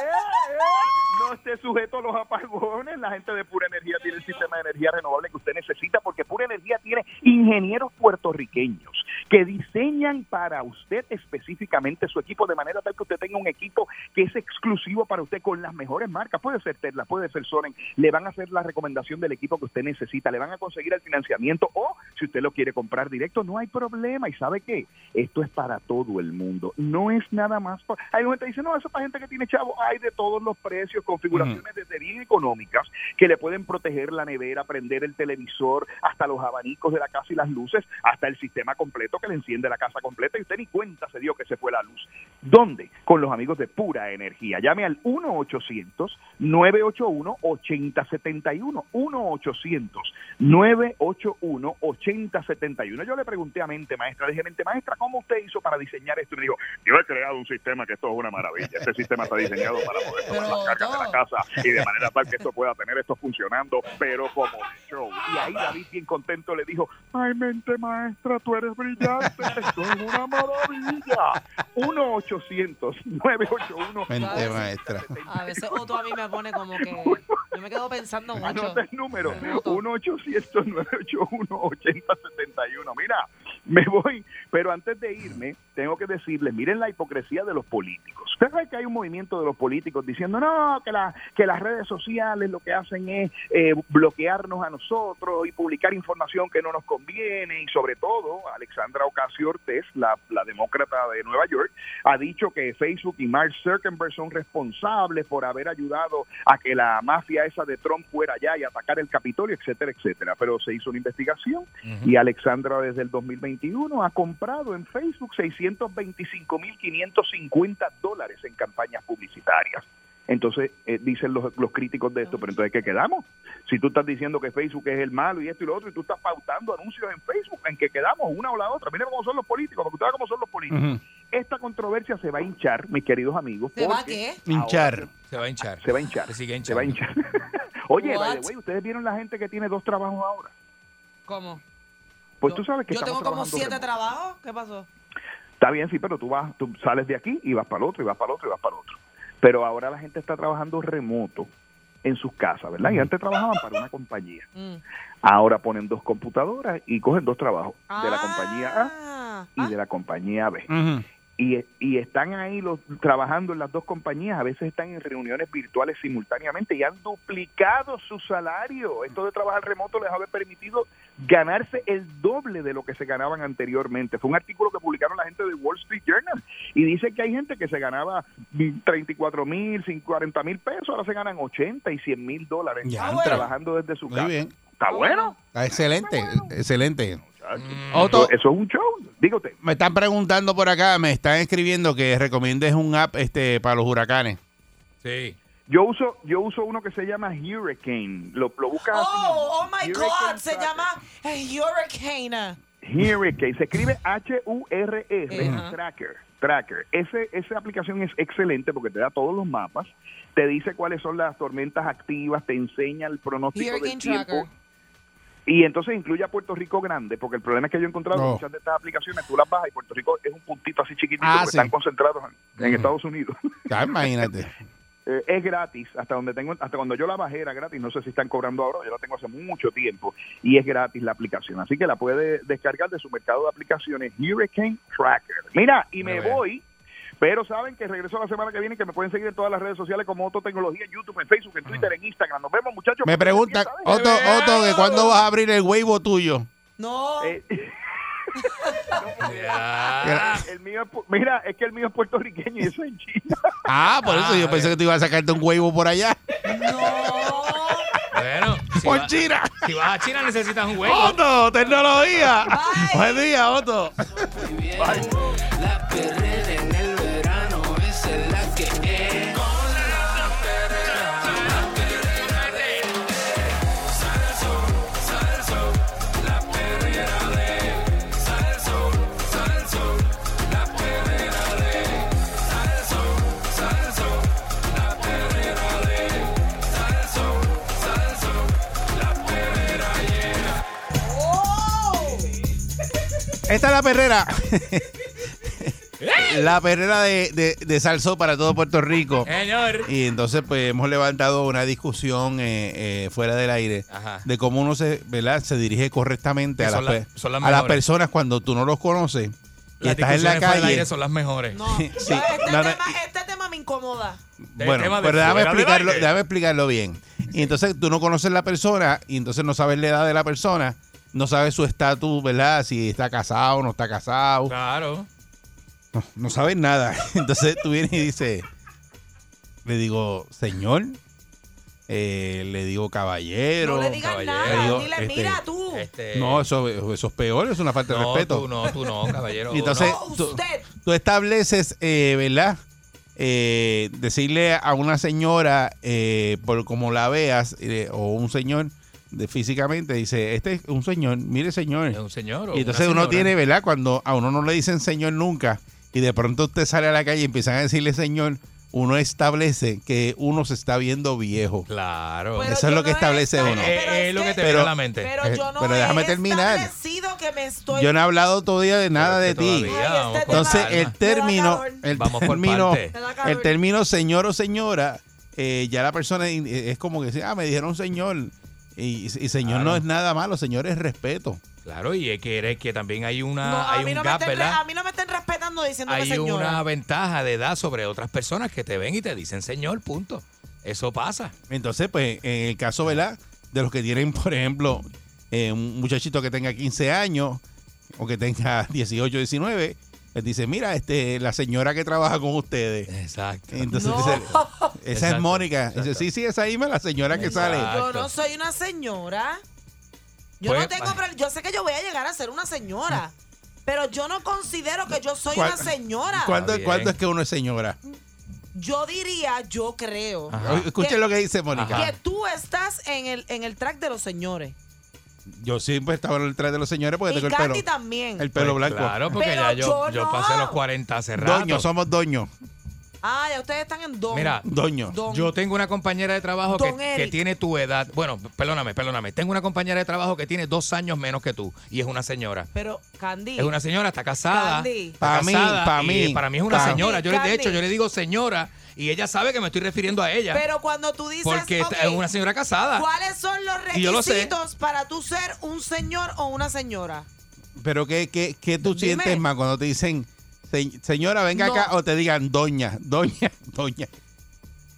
Speaker 11: no esté sujeto a los apagones. La gente de Pura Energía tiene el sistema de energía renovable que usted necesita porque Pura Energía tiene ingenieros puertorriqueños que diseñan para usted específicamente su equipo de manera tal que usted tenga un equipo que es exclusivo para usted con las mejores marcas. Puede ser Tesla, puede ser Soren. Le van a hacer la recomendación del equipo que usted necesita. Le van a conseguir el financiamiento o si usted lo quiere comprar directo, no hay problema. ¿Y sabe qué? Esto es para todo el mundo. No es nada más. pa- Hay gente que dice, no, eso es para gente que tiene chavo. Hay de todos los precios, configuraciones desde bien económicas que le pueden proteger la nevera, prender el televisor, hasta los abanicos de la casa y las luces, hasta el sistema completo que le enciende la casa completa y usted ni cuenta se dio que se fue la luz. ¿Dónde? Con los amigos de Pura Energía. Llame al 1-800-981-8071. 1-800-981-8071. Yo le pregunté a Mente Maestra, le dije, Mente Maestra, ¿cómo usted hizo para diseñar esto? Y me dijo, yo he creado un sistema que esto es una maravilla. Este sistema está diseñado para poder tomar las cacas de la casa y de manera tal que esto pueda tener esto funcionando, pero como de show. Y ahí David, bien contento, le dijo, ay, Mente Maestra, tú eres brillante, esto es una maravilla. 1-800-981.
Speaker 3: Mente maestra.
Speaker 4: A veces Otto a mí me pone como que. Yo me quedo pensando mucho.
Speaker 11: Anota este el número, 1-800-981-8071. Mira, me voy, pero antes de irme, tengo que decirles, miren la hipocresía de los políticos. Usted sabe que hay un movimiento de los políticos diciendo, no, que, la- que las redes sociales lo que hacen es eh, bloquearnos a nosotros y publicar información que no nos conviene. Y sobre todo, Alexandra Ocasio Cortés, la, la demócrata de Nueva York, ha dicho que Facebook y Mark Zuckerberg son responsables por haber ayudado a que la mafia esa de Trump fuera allá y atacar el Capitolio, etcétera, etcétera. Pero se hizo una investigación y Alexandra desde el 2021 ha comprado en Facebook 625.550 dólares en campañas publicitarias. Entonces, eh, dicen los, los críticos de esto, pero entonces, ¿qué quedamos? Si tú estás diciendo que Facebook es el malo y esto y lo otro, y tú estás pautando anuncios en Facebook, ¿en qué quedamos? Una o la otra. Miren cómo son los políticos, porque usted ve cómo son los políticos. Esta controversia se va a hinchar, mis queridos amigos.
Speaker 4: ¿Se va
Speaker 11: porque
Speaker 4: qué?
Speaker 11: ahora
Speaker 3: Hinchar.
Speaker 5: Se va a hinchar.
Speaker 11: Se va a hinchar. Se va a hinchar. Oye,
Speaker 10: What?
Speaker 11: by the way, ustedes vieron la gente que tiene dos trabajos ahora.
Speaker 4: ¿Cómo?
Speaker 11: Pues tú sabes que
Speaker 4: Yo
Speaker 11: estamos
Speaker 4: tengo como
Speaker 11: trabajando
Speaker 4: siete
Speaker 11: remoto.
Speaker 4: trabajos. ¿Qué pasó?
Speaker 11: Está bien, sí, pero tú vas, tú sales de aquí y vas para el otro, y vas para el otro, y vas para el otro. Pero ahora la gente está trabajando remoto en sus casas, ¿verdad? Y antes trabajaban para una compañía. Ahora ponen dos computadoras y cogen dos trabajos, de la compañía A y de la compañía B. y, y están ahí los trabajando en las dos compañías, a veces están en reuniones virtuales simultáneamente y han duplicado su salario. Esto de trabajar remoto les ha permitido ganarse el doble de lo que se ganaban anteriormente. Fue un artículo que publicaron la gente de Wall Street Journal y dice que hay gente que se ganaba 34 mil, 40 mil pesos, ahora se ganan 80 y 100 mil dólares
Speaker 3: Ya, bueno.
Speaker 11: trabajando desde su
Speaker 3: Muy
Speaker 11: casa.
Speaker 3: bien.
Speaker 11: ¿Está bueno?
Speaker 3: Está Ah, excelente, excelente. Mm.
Speaker 11: Otto. Eso, eso es un show. Digo usted.
Speaker 3: Me están preguntando por acá, me están escribiendo que recomiendes un app este para los huracanes.
Speaker 5: Sí.
Speaker 11: Yo uso, yo uso uno que se llama Hurricane. Lo, lo buscas así.
Speaker 4: Oh, oh my God.
Speaker 11: Hurricane
Speaker 4: Se llama eh, Hurricane.
Speaker 11: Hurricane. Se escribe H-U-R-R,
Speaker 4: Ajá.
Speaker 11: Tracker. Tracker. Ese, esa aplicación es excelente porque te da todos los mapas, te dice cuáles son las tormentas activas, te enseña el pronóstico
Speaker 4: Hurricane
Speaker 11: del tiempo.
Speaker 4: Tracker.
Speaker 11: Y entonces incluye a Puerto Rico grande, porque el problema es que yo he encontrado
Speaker 3: No.
Speaker 11: muchas de estas aplicaciones, tú las bajas y Puerto Rico es un puntito así chiquitito,
Speaker 3: Ah,
Speaker 11: porque
Speaker 3: sí.
Speaker 11: están concentrados en, en Estados Unidos.
Speaker 3: Ya, imagínate.
Speaker 11: Eh, es gratis, hasta donde tengo, hasta cuando yo la bajé era gratis, no sé si están cobrando ahora, yo la tengo hace mucho tiempo, y es gratis la aplicación, así que la puede descargar de su mercado de aplicaciones Hurricane Tracker. Mira, y me
Speaker 5: Muy bien.
Speaker 11: voy, pero saben que regreso la semana que viene, que me pueden seguir en todas las redes sociales como Otto Tecnología, en YouTube, en Facebook, en Twitter, en Instagram. Nos vemos muchachos.
Speaker 3: Me preguntan, Otto, Otto, ¿de cuándo vas a abrir el huevo tuyo?
Speaker 4: No.
Speaker 11: Eh,
Speaker 5: Ya.
Speaker 11: Ah, el mío es pu- mira, es que el mío es puertorriqueño y eso es en China.
Speaker 3: Ah, por eso yo pensé que tú ibas a sacarte un huevo por allá.
Speaker 5: Bueno, si,
Speaker 3: Por
Speaker 5: va-
Speaker 3: China.
Speaker 5: si vas a China necesitas un hueco.
Speaker 3: Otto, tecnología. Buen día, Otto.
Speaker 2: La perrera en el verano, esa es la que es. Con la perrera, la perrera de Salsón, Salsón, la perrera de Salsón, Salsón, la perrera de Salsón, Salsón, la perrera de Salsón, Salsón, la perrera llena.
Speaker 3: Esta es la perrera. La perrera de, de, de Salsó para todo Puerto Rico.
Speaker 5: Señor.
Speaker 3: Y entonces, pues hemos levantado una discusión eh, eh, fuera del aire
Speaker 5: Ajá.
Speaker 3: de cómo uno se, ¿verdad? se dirige correctamente
Speaker 5: Que
Speaker 3: a, las,
Speaker 5: son la-
Speaker 3: pe-
Speaker 5: son las
Speaker 3: a las
Speaker 5: mejores.
Speaker 3: personas cuando tú no los conoces y
Speaker 5: Las
Speaker 3: estás en la
Speaker 5: discusiones fuera del
Speaker 3: calle.
Speaker 5: aire son las mejores.
Speaker 4: No.
Speaker 3: Sí,
Speaker 4: Yo, este,
Speaker 3: no, no,
Speaker 4: tema, este tema me incomoda.
Speaker 5: Del
Speaker 3: Bueno,
Speaker 5: tema de
Speaker 3: pero déjame
Speaker 5: fuera del
Speaker 3: explicarlo,
Speaker 5: aire.
Speaker 3: déjame explicarlo bien. Y entonces tú no conoces la persona y entonces no sabes la edad de la persona, no sabes su estatus, ¿verdad? Si está casado, no está casado,
Speaker 5: Claro.
Speaker 3: no, no sabes nada. Entonces tú vienes y dices, le digo, señor, eh, le digo caballero.
Speaker 4: no le digas
Speaker 5: caballero,
Speaker 4: nada.
Speaker 3: digo,
Speaker 4: Dile,
Speaker 3: este,
Speaker 4: mira tú.
Speaker 5: Este,
Speaker 3: No, eso, eso es peor, eso es una falta de
Speaker 5: no,
Speaker 3: respeto.
Speaker 5: Tú no, tú no, caballero.
Speaker 3: Y entonces-
Speaker 4: no,
Speaker 3: tú-
Speaker 4: usted.
Speaker 3: tú estableces, eh, ¿verdad? Eh, decirle a una señora, eh, por como la veas, eh, o un señor de, físicamente, dice, este es un señor, mire
Speaker 5: no, es
Speaker 3: señor.
Speaker 5: un señor. o
Speaker 3: Y entonces
Speaker 5: una
Speaker 3: uno
Speaker 5: señora.
Speaker 3: tiene, ¿verdad? Cuando a uno no le dicen señor nunca, y de pronto usted sale a la calle y empiezan a decirle señor, uno establece que uno se está viendo viejo.
Speaker 5: Claro.
Speaker 4: Pero
Speaker 3: Eso es
Speaker 4: yo
Speaker 3: lo que
Speaker 4: no he
Speaker 3: establece
Speaker 4: esta-
Speaker 3: uno.
Speaker 5: Eh,
Speaker 4: pero
Speaker 5: eh, es lo que te viene
Speaker 3: Pero-
Speaker 5: a la mente.
Speaker 4: Pero yo
Speaker 3: Eh,
Speaker 4: no
Speaker 3: pero déjame
Speaker 4: he
Speaker 3: terminar.
Speaker 4: establecido que me estoy...
Speaker 3: Yo no he hablado todavía de nada de
Speaker 5: Pero es que
Speaker 3: ti.
Speaker 5: todavía
Speaker 4: Ay,
Speaker 5: vamos
Speaker 4: este
Speaker 5: por
Speaker 3: Entonces,
Speaker 5: calma.
Speaker 3: el
Speaker 4: Te da
Speaker 3: término,
Speaker 4: calor.
Speaker 3: el
Speaker 5: Vamos por
Speaker 3: término,
Speaker 5: parte.
Speaker 4: Te da calor.
Speaker 3: el término señor o señora, eh, ya la persona in- eh, es como que dice, ah, me dijeron señor. Y, y señor
Speaker 5: Claro.
Speaker 3: no es nada malo, señor es respeto.
Speaker 5: Claro, y es que, eres- que también hay una
Speaker 4: No, a,
Speaker 5: hay
Speaker 4: mí
Speaker 5: un
Speaker 4: no me
Speaker 5: gap,
Speaker 3: Ah,
Speaker 4: estén re-
Speaker 5: ¿verdad?
Speaker 4: a mí no me estén respetando atacando diciéndome
Speaker 5: hay
Speaker 4: señora.
Speaker 5: una ventaja de edad sobre otras personas que te ven y te dicen señor, punto. Eso pasa.
Speaker 3: Entonces, pues, en el caso, ¿verdad? De los que tienen, por ejemplo, eh, un muchachito que tenga 15 años o que tenga 18, 19, les dice, mira, este, la señora que trabaja con ustedes.
Speaker 5: Exacto.
Speaker 3: Entonces,
Speaker 4: No.
Speaker 3: dice, esa es
Speaker 5: Exacto,
Speaker 3: Mónica. Dice, sí, sí, esa misma es la señora que sale.
Speaker 4: Yo no soy una señora. Yo
Speaker 3: Pues,
Speaker 4: no tengo. pro- Yo sé que yo voy a llegar a ser una señora. Pero yo no considero que yo soy
Speaker 3: ¿Cuál-
Speaker 4: una señora.
Speaker 3: ¿Cuándo, cuándo es que uno es señora?
Speaker 4: Yo diría, yo creo.
Speaker 3: Oye, Escuchen lo que dice Mónica.
Speaker 4: Que tú estás en el, en el track de los señores.
Speaker 3: Yo siempre estaba en el traje de los señores porque
Speaker 4: Y
Speaker 3: tengo el
Speaker 4: Katy
Speaker 3: pelo.
Speaker 4: también.
Speaker 3: El pelo blanco.
Speaker 5: Pues Claro, porque ya yo, yo, pasé los 40 hace rato.
Speaker 3: Doño, somos doño.
Speaker 4: Ah, ya ustedes están en dos.
Speaker 5: Mira,
Speaker 3: Doño.
Speaker 5: yo tengo una compañera de trabajo que,
Speaker 4: Don
Speaker 5: que
Speaker 4: Eric.
Speaker 5: tiene tu edad. Bueno, perdóname, perdóname. Tengo una compañera de trabajo que tiene dos años menos que tú y es una señora.
Speaker 4: Pero, Candy.
Speaker 5: Es una señora, está casada.
Speaker 4: Candy.
Speaker 5: está
Speaker 3: Pa' mí,
Speaker 5: casada,
Speaker 3: pa'
Speaker 5: y
Speaker 3: mí,
Speaker 5: Para mí es una
Speaker 3: pa'
Speaker 5: señora. Yo le, de
Speaker 4: Candy.
Speaker 5: hecho, yo le digo señora y ella sabe que me estoy refiriendo a ella.
Speaker 4: Pero cuando tú dices.
Speaker 5: porque
Speaker 4: ok,
Speaker 5: es una señora casada.
Speaker 4: ¿Cuáles son los
Speaker 5: Y yo lo sé.
Speaker 4: requisitos para tú ser un señor o una señora?
Speaker 3: Pero ¿qué, qué, qué tú
Speaker 4: Dime.
Speaker 3: sientes más cuando te dicen, "Se- señora, venga
Speaker 4: No.
Speaker 3: acá o te digan, doña, doña, doña?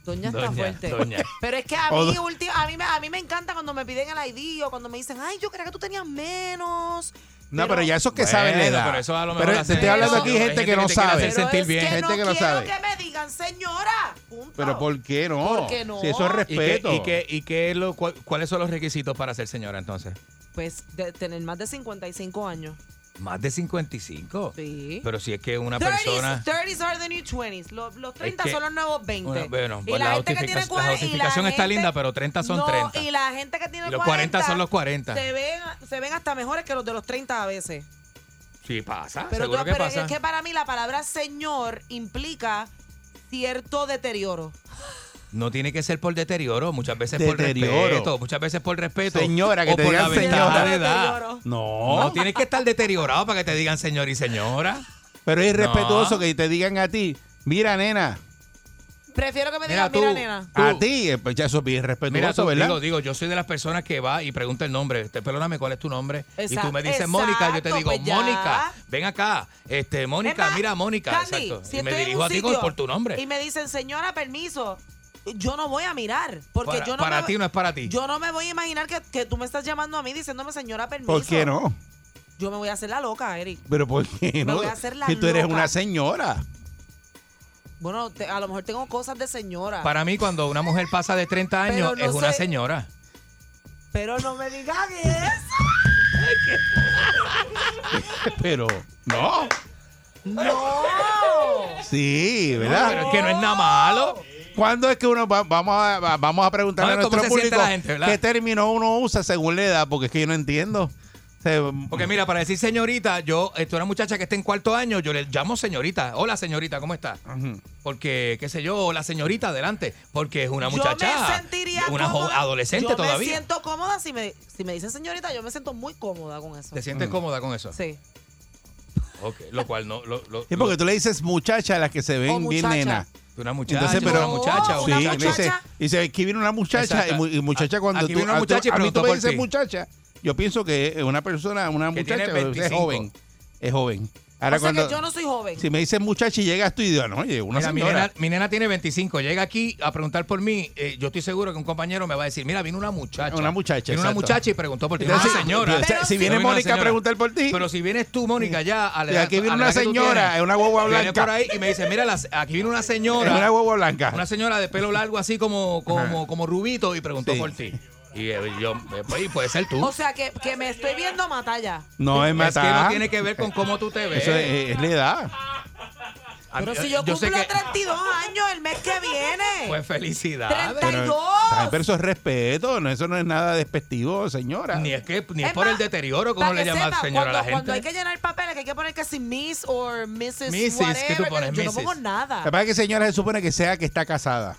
Speaker 4: Doña está
Speaker 3: Doña,
Speaker 4: fuerte.
Speaker 3: doña.
Speaker 4: Pero es que a
Speaker 3: O
Speaker 4: mí,
Speaker 3: do-
Speaker 4: ulti- a, mí me, a mí me encanta cuando me piden el ID o cuando me dicen, ay, yo creía que tú tenías menos.
Speaker 3: No, pero, ya esos que saben la
Speaker 5: Bueno,
Speaker 3: edad.
Speaker 5: pero eso a lo mejor lo
Speaker 3: te
Speaker 5: hacen-
Speaker 3: estoy hablando aquí
Speaker 5: Hay
Speaker 3: de gente,
Speaker 5: gente
Speaker 3: que
Speaker 5: que
Speaker 3: no
Speaker 5: te quiere
Speaker 3: sabe.
Speaker 5: hacer sentir bien.
Speaker 4: Es que
Speaker 3: gente que
Speaker 4: no
Speaker 3: no
Speaker 4: quiero
Speaker 3: sabe.
Speaker 4: que me digan señora. Punto.
Speaker 3: Pero ¿por qué no?
Speaker 4: ¿Por qué no?
Speaker 3: Si eso es
Speaker 5: ¿Y qué,
Speaker 3: respeto.
Speaker 5: y qué- y qué es lo- cuál- cuáles son los requisitos para ser señora entonces?
Speaker 4: Pues de tener más de 55 años.
Speaker 5: Más de 55.
Speaker 4: Sí.
Speaker 5: Pero si es que una
Speaker 4: 30s,
Speaker 5: persona.
Speaker 4: 30s are the new 20s. Los, los 30
Speaker 5: que-
Speaker 4: son los nuevos 20.
Speaker 5: Bueno, bueno, pues
Speaker 4: y
Speaker 5: la
Speaker 4: la, gente que tiene
Speaker 5: justificación- la
Speaker 4: 40. y
Speaker 5: justificación está
Speaker 4: gente-
Speaker 5: linda, pero 30 son
Speaker 4: No,
Speaker 5: 30.
Speaker 4: Y la gente que tiene
Speaker 5: Y los 40 son los 40.
Speaker 4: Se ven, se ven hasta mejores que los de los 30 a veces.
Speaker 5: Sí, pasa.
Speaker 4: Pero,
Speaker 5: Ah, seguro
Speaker 4: tú-
Speaker 5: que
Speaker 4: pero
Speaker 5: pasa.
Speaker 4: es que para mí la palabra señor implica cierto deterioro.
Speaker 5: No tiene que ser por deterioro, muchas veces por
Speaker 3: Deterioro.
Speaker 5: respeto. Muchas veces por respeto.
Speaker 3: Señora, que
Speaker 5: o
Speaker 3: te
Speaker 5: por la
Speaker 3: digan
Speaker 5: ventaja
Speaker 3: señora.
Speaker 5: de edad.
Speaker 3: No.
Speaker 5: No tienes que estar deteriorado para que te digan señor y señora.
Speaker 3: Pero es
Speaker 5: No.
Speaker 3: irrespetuoso que te digan a ti, mira, nena,
Speaker 4: Prefiero que me
Speaker 5: Mira
Speaker 4: digan,
Speaker 5: tú.
Speaker 4: mira, nena.
Speaker 3: a ti. eh, Pues ya eso es irrespetuoso,
Speaker 5: Ah. Mira, tú,
Speaker 3: ¿verdad?
Speaker 5: digo, digo, yo soy de las personas que va y pregunta el nombre. Te, perdóname, ¿cuál es tu nombre? y
Speaker 4: Exacto,
Speaker 5: tú me dices Mónica, yo te
Speaker 4: exacto,
Speaker 5: digo,
Speaker 4: pues ya.
Speaker 5: Mónica, ven acá. Este,
Speaker 4: Es
Speaker 5: Mónica,
Speaker 4: más,
Speaker 5: mira, Mónica,
Speaker 4: Candy,
Speaker 5: exacto.
Speaker 4: si
Speaker 5: y me
Speaker 4: estoy en
Speaker 5: dirijo
Speaker 4: un
Speaker 5: a ti con-
Speaker 4: sitio
Speaker 5: por tu nombre.
Speaker 4: Y me dicen, señora, permiso. Yo no voy a mirar. Porque
Speaker 5: para
Speaker 4: yo no
Speaker 5: para
Speaker 4: me-
Speaker 5: ti no es para ti.
Speaker 4: Yo no me voy a imaginar que, que tú me estás llamando a mí diciéndome, señora, permiso.
Speaker 3: ¿Por qué no?
Speaker 4: Yo me voy a hacer la loca, Eric.
Speaker 3: Pero ¿por qué
Speaker 4: Me
Speaker 3: no?
Speaker 4: voy a hacer la
Speaker 3: Si tú eres
Speaker 4: loca.
Speaker 3: una señora.
Speaker 4: Bueno, te- a lo mejor tengo cosas de señora.
Speaker 5: Para mí, cuando una mujer pasa de 30
Speaker 4: Pero
Speaker 5: años,
Speaker 4: no
Speaker 5: es una
Speaker 4: sé-
Speaker 5: señora.
Speaker 4: Pero no me digan eso.
Speaker 3: Pero no.
Speaker 4: No.
Speaker 3: Sí,
Speaker 5: No,
Speaker 3: ¿verdad?
Speaker 5: pero es que no es nada malo.
Speaker 3: ¿Cuándo es que uno va- vamos a va- vamos a preguntarle a,
Speaker 5: A ver, ¿cómo
Speaker 3: nuestro
Speaker 5: se siente
Speaker 3: público
Speaker 5: la gente, verdad?
Speaker 3: qué término uno usa según la edad? Porque es que yo no entiendo. O sea,
Speaker 5: Porque mira, para decir señorita, yo, esto una muchacha que está en cuarto año, yo le llamo señorita. Hola, señorita, ¿cómo está?
Speaker 3: ujú.
Speaker 5: Porque, qué sé yo, hola, señorita, adelante. Porque es una
Speaker 4: Yo
Speaker 5: muchacha.
Speaker 4: me sentiría
Speaker 5: una jo-
Speaker 4: cómoda.
Speaker 5: adolescente
Speaker 4: yo me
Speaker 5: todavía.
Speaker 4: siento cómoda si me, si me dicen señorita, yo me siento muy cómoda con eso.
Speaker 5: ¿Te
Speaker 3: Mm.
Speaker 5: sientes cómoda con eso?
Speaker 4: Sí.
Speaker 5: Ok, lo cual no. Lo, lo-
Speaker 3: Sí, porque
Speaker 5: lo-
Speaker 3: tú le dices muchacha a las que se ven bien
Speaker 4: muchacha.
Speaker 3: nena.
Speaker 5: una muchacha,
Speaker 3: Entonces, pero
Speaker 5: una muchacha,
Speaker 4: No,
Speaker 5: o
Speaker 3: sí,
Speaker 4: una
Speaker 3: le dice,
Speaker 4: muchacha.
Speaker 3: dice, aquí viene una muchacha
Speaker 5: Exacto.
Speaker 3: y, mu- y muchacha cuando
Speaker 5: Aquí
Speaker 3: tú,
Speaker 5: viene una
Speaker 3: a- tú-
Speaker 5: muchacha y
Speaker 3: a, mí tú
Speaker 5: preguntó
Speaker 3: me
Speaker 5: por
Speaker 3: dices
Speaker 5: ti.
Speaker 3: muchacha, yo pienso que es una persona, una
Speaker 5: Que tiene
Speaker 3: muchacha es
Speaker 5: 25.
Speaker 3: joven, es joven. Ahora
Speaker 4: o sea
Speaker 3: cuando
Speaker 4: que yo no soy joven.
Speaker 3: si me dices muchacha y llegas tú y digo, no, oye, una
Speaker 5: Mira, mi,
Speaker 3: señora.
Speaker 5: nena, mi nena tiene 25, llega aquí a preguntar por mí. eh, yo estoy seguro que un compañero me va a decir: Mira, vino una muchacha.
Speaker 3: Una muchacha,
Speaker 5: Vino una
Speaker 3: exacto.
Speaker 5: muchacha y preguntó por ti.
Speaker 3: Entonces,
Speaker 5: una
Speaker 3: si-
Speaker 5: señora.
Speaker 3: o sea,
Speaker 5: Pero
Speaker 3: si viene
Speaker 5: no vino una
Speaker 3: Mónica a
Speaker 5: señora.
Speaker 3: preguntar por ti.
Speaker 5: Pero si vienes tú, Mónica, ya a la
Speaker 3: Y
Speaker 5: edad-
Speaker 3: aquí
Speaker 5: a
Speaker 3: viene
Speaker 5: la
Speaker 3: una
Speaker 5: edad que tú
Speaker 3: señora,
Speaker 5: tienes,
Speaker 3: es una guagua
Speaker 5: Viene por
Speaker 3: blanca.
Speaker 5: ahí y me dice: Mira, las- aquí viene una
Speaker 3: Es
Speaker 5: señora.
Speaker 3: una huevo blanca.
Speaker 5: una señora de pelo largo así como como, como rubito y preguntó
Speaker 3: Sí.
Speaker 5: por ti. Y eh, yo, eh, pues, y puede ser tú.
Speaker 4: O sea que, que me estoy viendo matar ya.
Speaker 3: No es
Speaker 5: es que
Speaker 3: matar.
Speaker 5: no tiene que ver con cómo tú te ves.
Speaker 3: Eso es, eh, es la edad.
Speaker 5: A mí-
Speaker 4: Pero si yo,
Speaker 5: sé
Speaker 4: cumplo
Speaker 5: que-
Speaker 4: 32 años el mes que viene.
Speaker 5: Pues felicidad.
Speaker 4: 32.
Speaker 3: Pero, ay, pero eso es respeto, no, eso no es nada despectivo, señora.
Speaker 5: Ni es que ni es
Speaker 4: Es
Speaker 5: por
Speaker 4: más,
Speaker 5: el deterioro que
Speaker 4: Para
Speaker 5: uno le
Speaker 4: que
Speaker 5: llama
Speaker 4: sepa,
Speaker 5: señora
Speaker 4: cuando,
Speaker 5: a la
Speaker 4: cuando hay
Speaker 5: gente.
Speaker 4: que llenar papeles, que hay que poner que si Miss o Mrs.
Speaker 5: Mrs., ¿qué
Speaker 4: whatever,
Speaker 5: tú pones,
Speaker 4: Yo no
Speaker 5: Mrs.?
Speaker 4: pongo nada.
Speaker 3: La verdad que señora se supone que sea que está casada.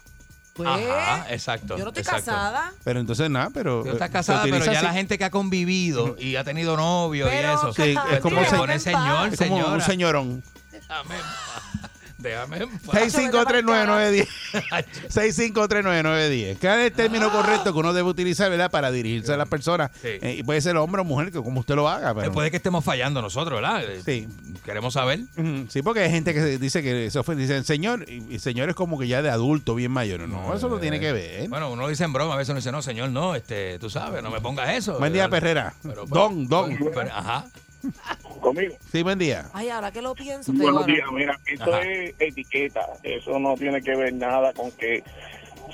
Speaker 4: Pues,
Speaker 5: Ajá, exacto.
Speaker 4: yo no estoy
Speaker 5: exacto.
Speaker 4: casada.
Speaker 3: Pero entonces nada, pero.
Speaker 5: Tú estás
Speaker 3: eh,
Speaker 5: casada,
Speaker 3: se
Speaker 5: pero
Speaker 3: utiliza
Speaker 5: ya la
Speaker 3: así.
Speaker 5: gente que ha convivido y ha tenido novio
Speaker 4: Pero,
Speaker 5: y eso.
Speaker 4: Sí,
Speaker 3: es como
Speaker 5: se
Speaker 3: se-
Speaker 5: pone
Speaker 4: déjame en paz.
Speaker 5: señor,
Speaker 3: Es como un
Speaker 5: señora.
Speaker 3: señorón.
Speaker 5: Déjame en paz. Déjame en paz.
Speaker 3: 6539910. 6539910. ¿Cuál es el término correcto que uno debe utilizar, ¿verdad? Para dirigirse a las personas.
Speaker 5: Ah. Sí.
Speaker 3: Eh, y puede ser hombre o mujer, que como usted lo haga. Pero...
Speaker 5: Puede que estemos fallando nosotros, ¿verdad? Eh,
Speaker 3: Sí.
Speaker 5: Queremos saber.
Speaker 3: Ujú, Sí, porque hay gente que se- dice que se ofende. Dicen, señor, y, y señor es como que ya de adulto, bien mayor. No, eso no tiene que ver.
Speaker 5: Eh, Bueno, uno lo dice en broma, a veces uno dice, no, señor, no, este, tú sabes, no me pongas eso.
Speaker 3: Buen día, Perrera.
Speaker 5: pues-
Speaker 3: Don, don.
Speaker 5: Pero, ajá.
Speaker 6: Conmigo.
Speaker 3: Sí, buen día.
Speaker 4: Ay, ahora que lo pienso. te
Speaker 6: Buenos
Speaker 4: digo,
Speaker 6: días,
Speaker 4: ahora.
Speaker 6: mira, esto
Speaker 3: Ajá.
Speaker 6: es etiqueta, eso no tiene que ver nada con que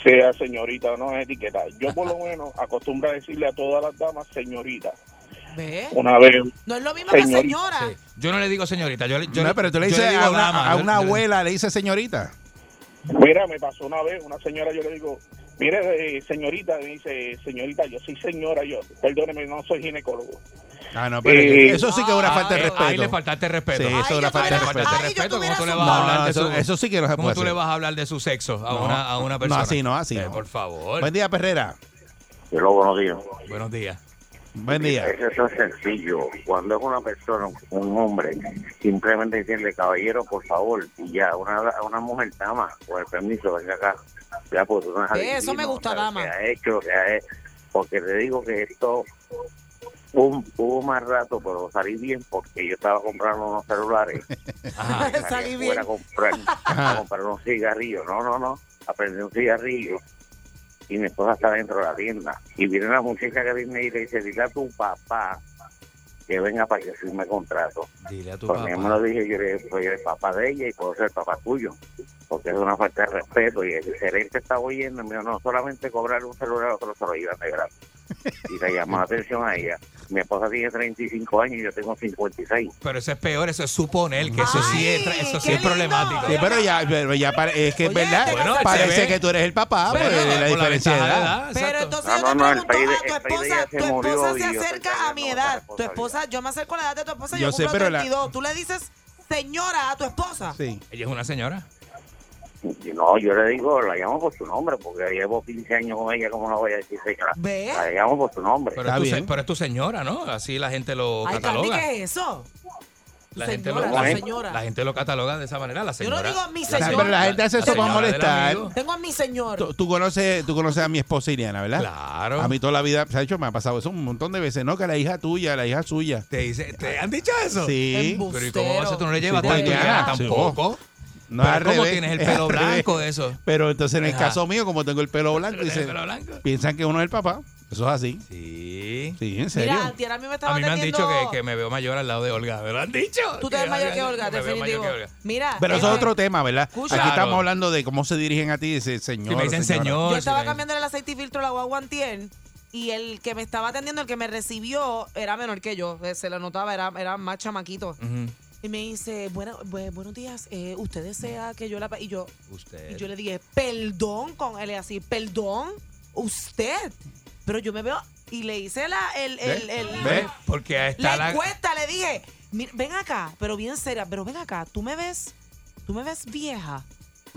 Speaker 6: sea señorita o no es etiqueta. Yo por lo menos acostumbro a decirle a todas las damas señorita.
Speaker 4: ¿Ve?
Speaker 6: Una vez.
Speaker 4: No es lo mismo
Speaker 6: Señorita.
Speaker 4: que señora.
Speaker 5: Sí. Yo no le digo señorita, yo, le- yo
Speaker 3: No,
Speaker 5: le-
Speaker 3: pero tú le
Speaker 5: yo
Speaker 3: dices
Speaker 5: digo
Speaker 3: a una,
Speaker 5: dama,
Speaker 3: a
Speaker 5: yo-
Speaker 3: una
Speaker 5: yo le-
Speaker 3: abuela, le dice señorita.
Speaker 6: Mira, me pasó una vez, una señora, yo le digo, mire, eh, señorita, me dice, señorita, yo soy señora, yo, perdóneme, no soy ginecólogo.
Speaker 3: Ah, no, pero
Speaker 6: Eh,
Speaker 3: eso sí que es una
Speaker 5: Ah,
Speaker 3: falta de
Speaker 5: eh,
Speaker 3: respeto.
Speaker 5: Ahí le faltaste el respeto.
Speaker 3: Sí, eso es
Speaker 4: Ay,
Speaker 3: una
Speaker 4: yo
Speaker 3: falta de
Speaker 4: tuviera-
Speaker 3: respeto.
Speaker 4: ay, yo
Speaker 5: respeto, ¿cómo
Speaker 4: tuviera
Speaker 5: tú le
Speaker 4: su-
Speaker 5: vas
Speaker 3: No,
Speaker 5: a hablar
Speaker 3: no,
Speaker 5: de
Speaker 3: eso-
Speaker 5: su,
Speaker 3: eso sí que no se
Speaker 5: ¿Cómo
Speaker 3: puede
Speaker 5: tú
Speaker 3: hacer.
Speaker 5: le vas a hablar de su sexo a,
Speaker 3: No.
Speaker 5: una, a una
Speaker 3: No,
Speaker 5: persona? Eh,
Speaker 3: así no, así no.
Speaker 5: Por favor.
Speaker 3: Buen día, Perrera.
Speaker 12: Hello, buenos días.
Speaker 5: Buenos días.
Speaker 3: Buen día.
Speaker 12: Eso es tan sencillo. Cuando es una persona, un hombre, simplemente decirle, caballero, por favor, y ya, una, una mujer dama, con el permiso, venga acá. Ya, pues tú no
Speaker 4: Eh, eso me gusta, dama.
Speaker 12: Se ha hecho, se ha hecho. Porque te digo que esto hubo, hubo más rato, pero salí bien porque yo estaba comprando unos celulares.
Speaker 5: Ajá.
Speaker 12: Salí
Speaker 4: Salí
Speaker 12: afuera
Speaker 4: bien.
Speaker 12: A comprar, a comprar unos cigarrillos. No, no, no. Aprendí un cigarrillo y mi esposa está dentro de la tienda. Y viene una muchacha que viene y le dice, dile a tu papá que venga para que firme contrato.
Speaker 5: Dile a tu
Speaker 12: Porque yo me
Speaker 5: papá.
Speaker 12: lo dije, yo le- soy el papá de ella y puedo ser el papá tuyo. Porque es una falta de respeto. Y el gerente está oyendo, me dijo, no, solamente cobrar un celular, otro se lo iban de gratis. Y le llamó la atención a ella. Mi esposa tiene 35 años y yo tengo 56.
Speaker 5: Pero eso es peor, eso es suponer que eso sí es, tra-
Speaker 4: Ay,
Speaker 5: eso sí
Speaker 4: qué
Speaker 5: es problemático.
Speaker 3: Sí, pero ya, pero ya pare- es que es
Speaker 4: Oye,
Speaker 3: verdad.
Speaker 4: te
Speaker 5: Bueno, se
Speaker 3: parece
Speaker 5: ve.
Speaker 3: que tú eres el papá,
Speaker 5: Pero,
Speaker 3: pues,
Speaker 5: por
Speaker 3: la
Speaker 5: la
Speaker 3: diferencia de
Speaker 5: ventaja de
Speaker 3: edad.
Speaker 5: edad,
Speaker 4: Pero
Speaker 5: exacto.
Speaker 4: entonces
Speaker 12: No,
Speaker 4: yo te
Speaker 12: no, no, el
Speaker 4: pregunto,
Speaker 12: país-
Speaker 4: ah, tu
Speaker 12: el país de
Speaker 4: esposa,
Speaker 12: ella se
Speaker 4: tu esposa
Speaker 12: murió
Speaker 4: se
Speaker 12: y yo estoy
Speaker 4: acerca a
Speaker 12: cargando
Speaker 4: mi
Speaker 12: con
Speaker 4: edad.
Speaker 12: esa
Speaker 4: Tu esposa, yo me acerco a la edad de tu esposa, yo,
Speaker 3: Yo sé,
Speaker 4: cumplo
Speaker 3: pero la-
Speaker 4: 32. Tú le dices señora a tu esposa.
Speaker 3: Sí.
Speaker 5: Ella es una señora.
Speaker 12: Y No, yo le digo, la llamo por su nombre, porque llevo 15 años con ella, ¿cómo la voy a decir señora?
Speaker 4: ¿Ve?
Speaker 12: La llamo por su nombre.
Speaker 5: Pero
Speaker 3: Está
Speaker 5: es, tu, se-
Speaker 3: bien.
Speaker 5: pero es tu señora, ¿no? Así la gente lo
Speaker 4: Ay, Candy,
Speaker 5: cataloga.
Speaker 4: ¿qué es eso?
Speaker 5: La
Speaker 4: Tu
Speaker 5: gente,
Speaker 4: señora,
Speaker 5: lo,
Speaker 12: la
Speaker 5: la-
Speaker 4: señora.
Speaker 5: la gente lo cataloga de esa manera. La
Speaker 4: Yo no
Speaker 5: señora.
Speaker 4: digo mi
Speaker 3: La- pero la
Speaker 4: señora.
Speaker 3: gente hace
Speaker 5: La
Speaker 3: eso para
Speaker 5: señora del
Speaker 3: molestar.
Speaker 5: amigo.
Speaker 4: Tengo a mi señor.
Speaker 3: Tú, tú conoces, tú conoces a mi esposa Iriana, ¿verdad?
Speaker 5: Claro.
Speaker 3: A mí toda la vida, se ha hecho, me ha pasado eso un montón de veces, ¿no? Que la hija tuya, la hija suya.
Speaker 5: Te, dice, ¿Te han dicho eso?
Speaker 3: Sí.
Speaker 4: Embustero.
Speaker 5: Pero ¿y cómo eso? Tú no le llevas
Speaker 3: Sí,
Speaker 5: tanto
Speaker 3: porque-
Speaker 5: ya,
Speaker 3: ah, sí,
Speaker 5: tampoco.
Speaker 3: No,
Speaker 5: Pero
Speaker 3: al
Speaker 5: ¿Cómo
Speaker 3: revés,
Speaker 5: tienes el
Speaker 3: es
Speaker 5: pelo
Speaker 3: al revés.
Speaker 5: blanco de eso?
Speaker 3: Pero entonces en el
Speaker 5: Ajá.
Speaker 3: caso mío, como tengo el pelo blanco,
Speaker 5: ¿Tienes el
Speaker 3: dicen,
Speaker 5: pelo blanco?
Speaker 3: piensan que uno es el papá. Eso es así.
Speaker 5: Sí.
Speaker 3: Sí, en serio.
Speaker 4: Mira, Antier a mí me
Speaker 5: A
Speaker 4: estaba
Speaker 5: mí me han dicho
Speaker 4: atendiendo-
Speaker 5: que, que me veo mayor al lado de Olga. ¿Me lo han dicho?
Speaker 4: Tú te ves mayor que Olga,
Speaker 5: me veo mayor
Speaker 4: definitivo.
Speaker 5: que Olga.
Speaker 4: Mira.
Speaker 3: Pero eso es
Speaker 4: este,
Speaker 3: otro tema, ¿verdad?
Speaker 4: Escucha.
Speaker 3: Aquí estamos
Speaker 5: Claro.
Speaker 3: hablando de cómo se dirigen a ti, dice señor.
Speaker 5: Si me dicen
Speaker 3: señora.
Speaker 5: señor.
Speaker 4: Yo
Speaker 5: si
Speaker 4: estaba
Speaker 5: me-
Speaker 4: cambiando el aceite y filtro a la guagua antier y el que me estaba atendiendo, el que me recibió, era menor que yo. eh, Se lo notaba, era, era más chamaquito.
Speaker 5: Ujú.
Speaker 4: Y me dice, bueno, bu- buenos días, eh, ¿usted desea que yo la... pa-?" Y yo,
Speaker 5: Usted.
Speaker 3: Eh.
Speaker 4: y yo le dije, perdón, con él así, perdón, usted. Pero yo me veo... Y le hice la... El, el,
Speaker 3: ¿Ve?
Speaker 4: el-
Speaker 3: ¿Ve?
Speaker 5: Porque ahí está
Speaker 4: la
Speaker 5: la.
Speaker 4: encuesta, le dije, "Mira, ven acá, pero bien seria, pero ven acá, tú me ves, tú me ves vieja,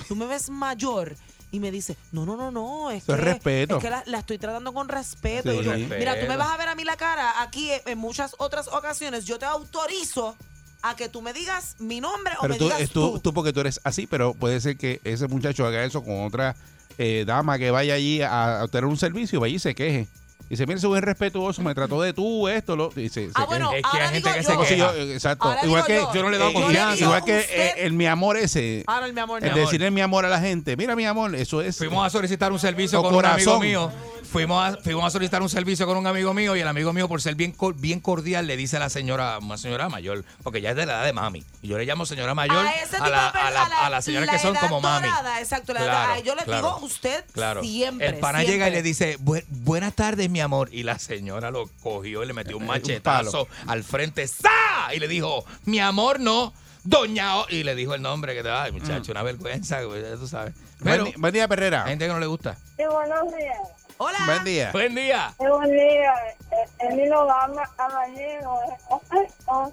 Speaker 4: tú me ves mayor. Y me dice, no, no, no, no, es
Speaker 3: Eso es
Speaker 4: que,
Speaker 3: respeto.
Speaker 4: es que la, la estoy tratando con respeto.
Speaker 3: Sí.
Speaker 4: Y yo,
Speaker 3: Respeto.
Speaker 4: Mira, tú me vas a ver a mí la cara aquí en, en muchas otras ocasiones, yo te autorizo a que tú me digas mi nombre o
Speaker 3: Pero
Speaker 4: me
Speaker 3: tú,
Speaker 4: digas
Speaker 3: es
Speaker 4: tú.
Speaker 3: tú, tú porque tú eres así, pero puede ser que ese muchacho haga eso con otra eh, dama que vaya allí a, a tener un servicio, vaya y se queje. Dice, mire, soy irrespetuoso, me trató de tú, esto, lo. Y se- se queja.
Speaker 4: Ah, bueno,
Speaker 5: Es que hay
Speaker 4: ahora
Speaker 5: gente
Speaker 4: digo
Speaker 5: que se
Speaker 4: yo.
Speaker 3: Como si
Speaker 5: queja.
Speaker 3: yo- eh, exacto.
Speaker 4: Ahora
Speaker 3: Igual que
Speaker 4: digo yo.
Speaker 5: Yo no le he dado
Speaker 3: eh, yo
Speaker 5: confianza.
Speaker 3: digo, Igual que
Speaker 4: usted-
Speaker 3: eh, el, mi amor ese.
Speaker 4: Ahora el mi amor, mi
Speaker 3: el
Speaker 4: amor.
Speaker 3: decirle mi amor a la gente. Mira mi amor, eso es.
Speaker 5: Fuimos a solicitar un servicio
Speaker 3: O
Speaker 5: con un amigo
Speaker 3: corazón.
Speaker 5: mío. Fuimos a, fuimos a solicitar un servicio con un amigo mío y el amigo mío, por ser bien, cor- bien cordial, le dice a la señora, una señora mayor, porque ya es de la edad de mami. Y yo le llamo señora mayor
Speaker 4: a, ese
Speaker 5: a,
Speaker 4: tipo de
Speaker 5: la,
Speaker 4: per-
Speaker 5: a, la- a las señoras
Speaker 4: la
Speaker 5: que son
Speaker 4: edad
Speaker 5: como mami.
Speaker 4: dorada, exacto, la edad- a- yo les digo usted siempre.
Speaker 5: El pana
Speaker 4: siempre.
Speaker 5: llega y le dice, "Bu- buenas tardes, mi amor. Y la señora lo cogió y le metió un
Speaker 3: Eh, palo.
Speaker 5: machetazo al frente. ¡Sa! Y le dijo, mi amor, no, doña. O-". Y le dijo el nombre que te ay, muchacho, una vergüenza, güey, ya tú sabes.
Speaker 3: Mm. Buen,
Speaker 5: Pero
Speaker 3: di- buen día, Perrera.
Speaker 5: hay gente que no le gusta.
Speaker 9: Sí, buenos días.
Speaker 4: Hola.
Speaker 3: Buen día.
Speaker 5: Buen día.
Speaker 9: Sí, buen día. Eh, Emilio Gama Caballero. eh, oh, eh, oh,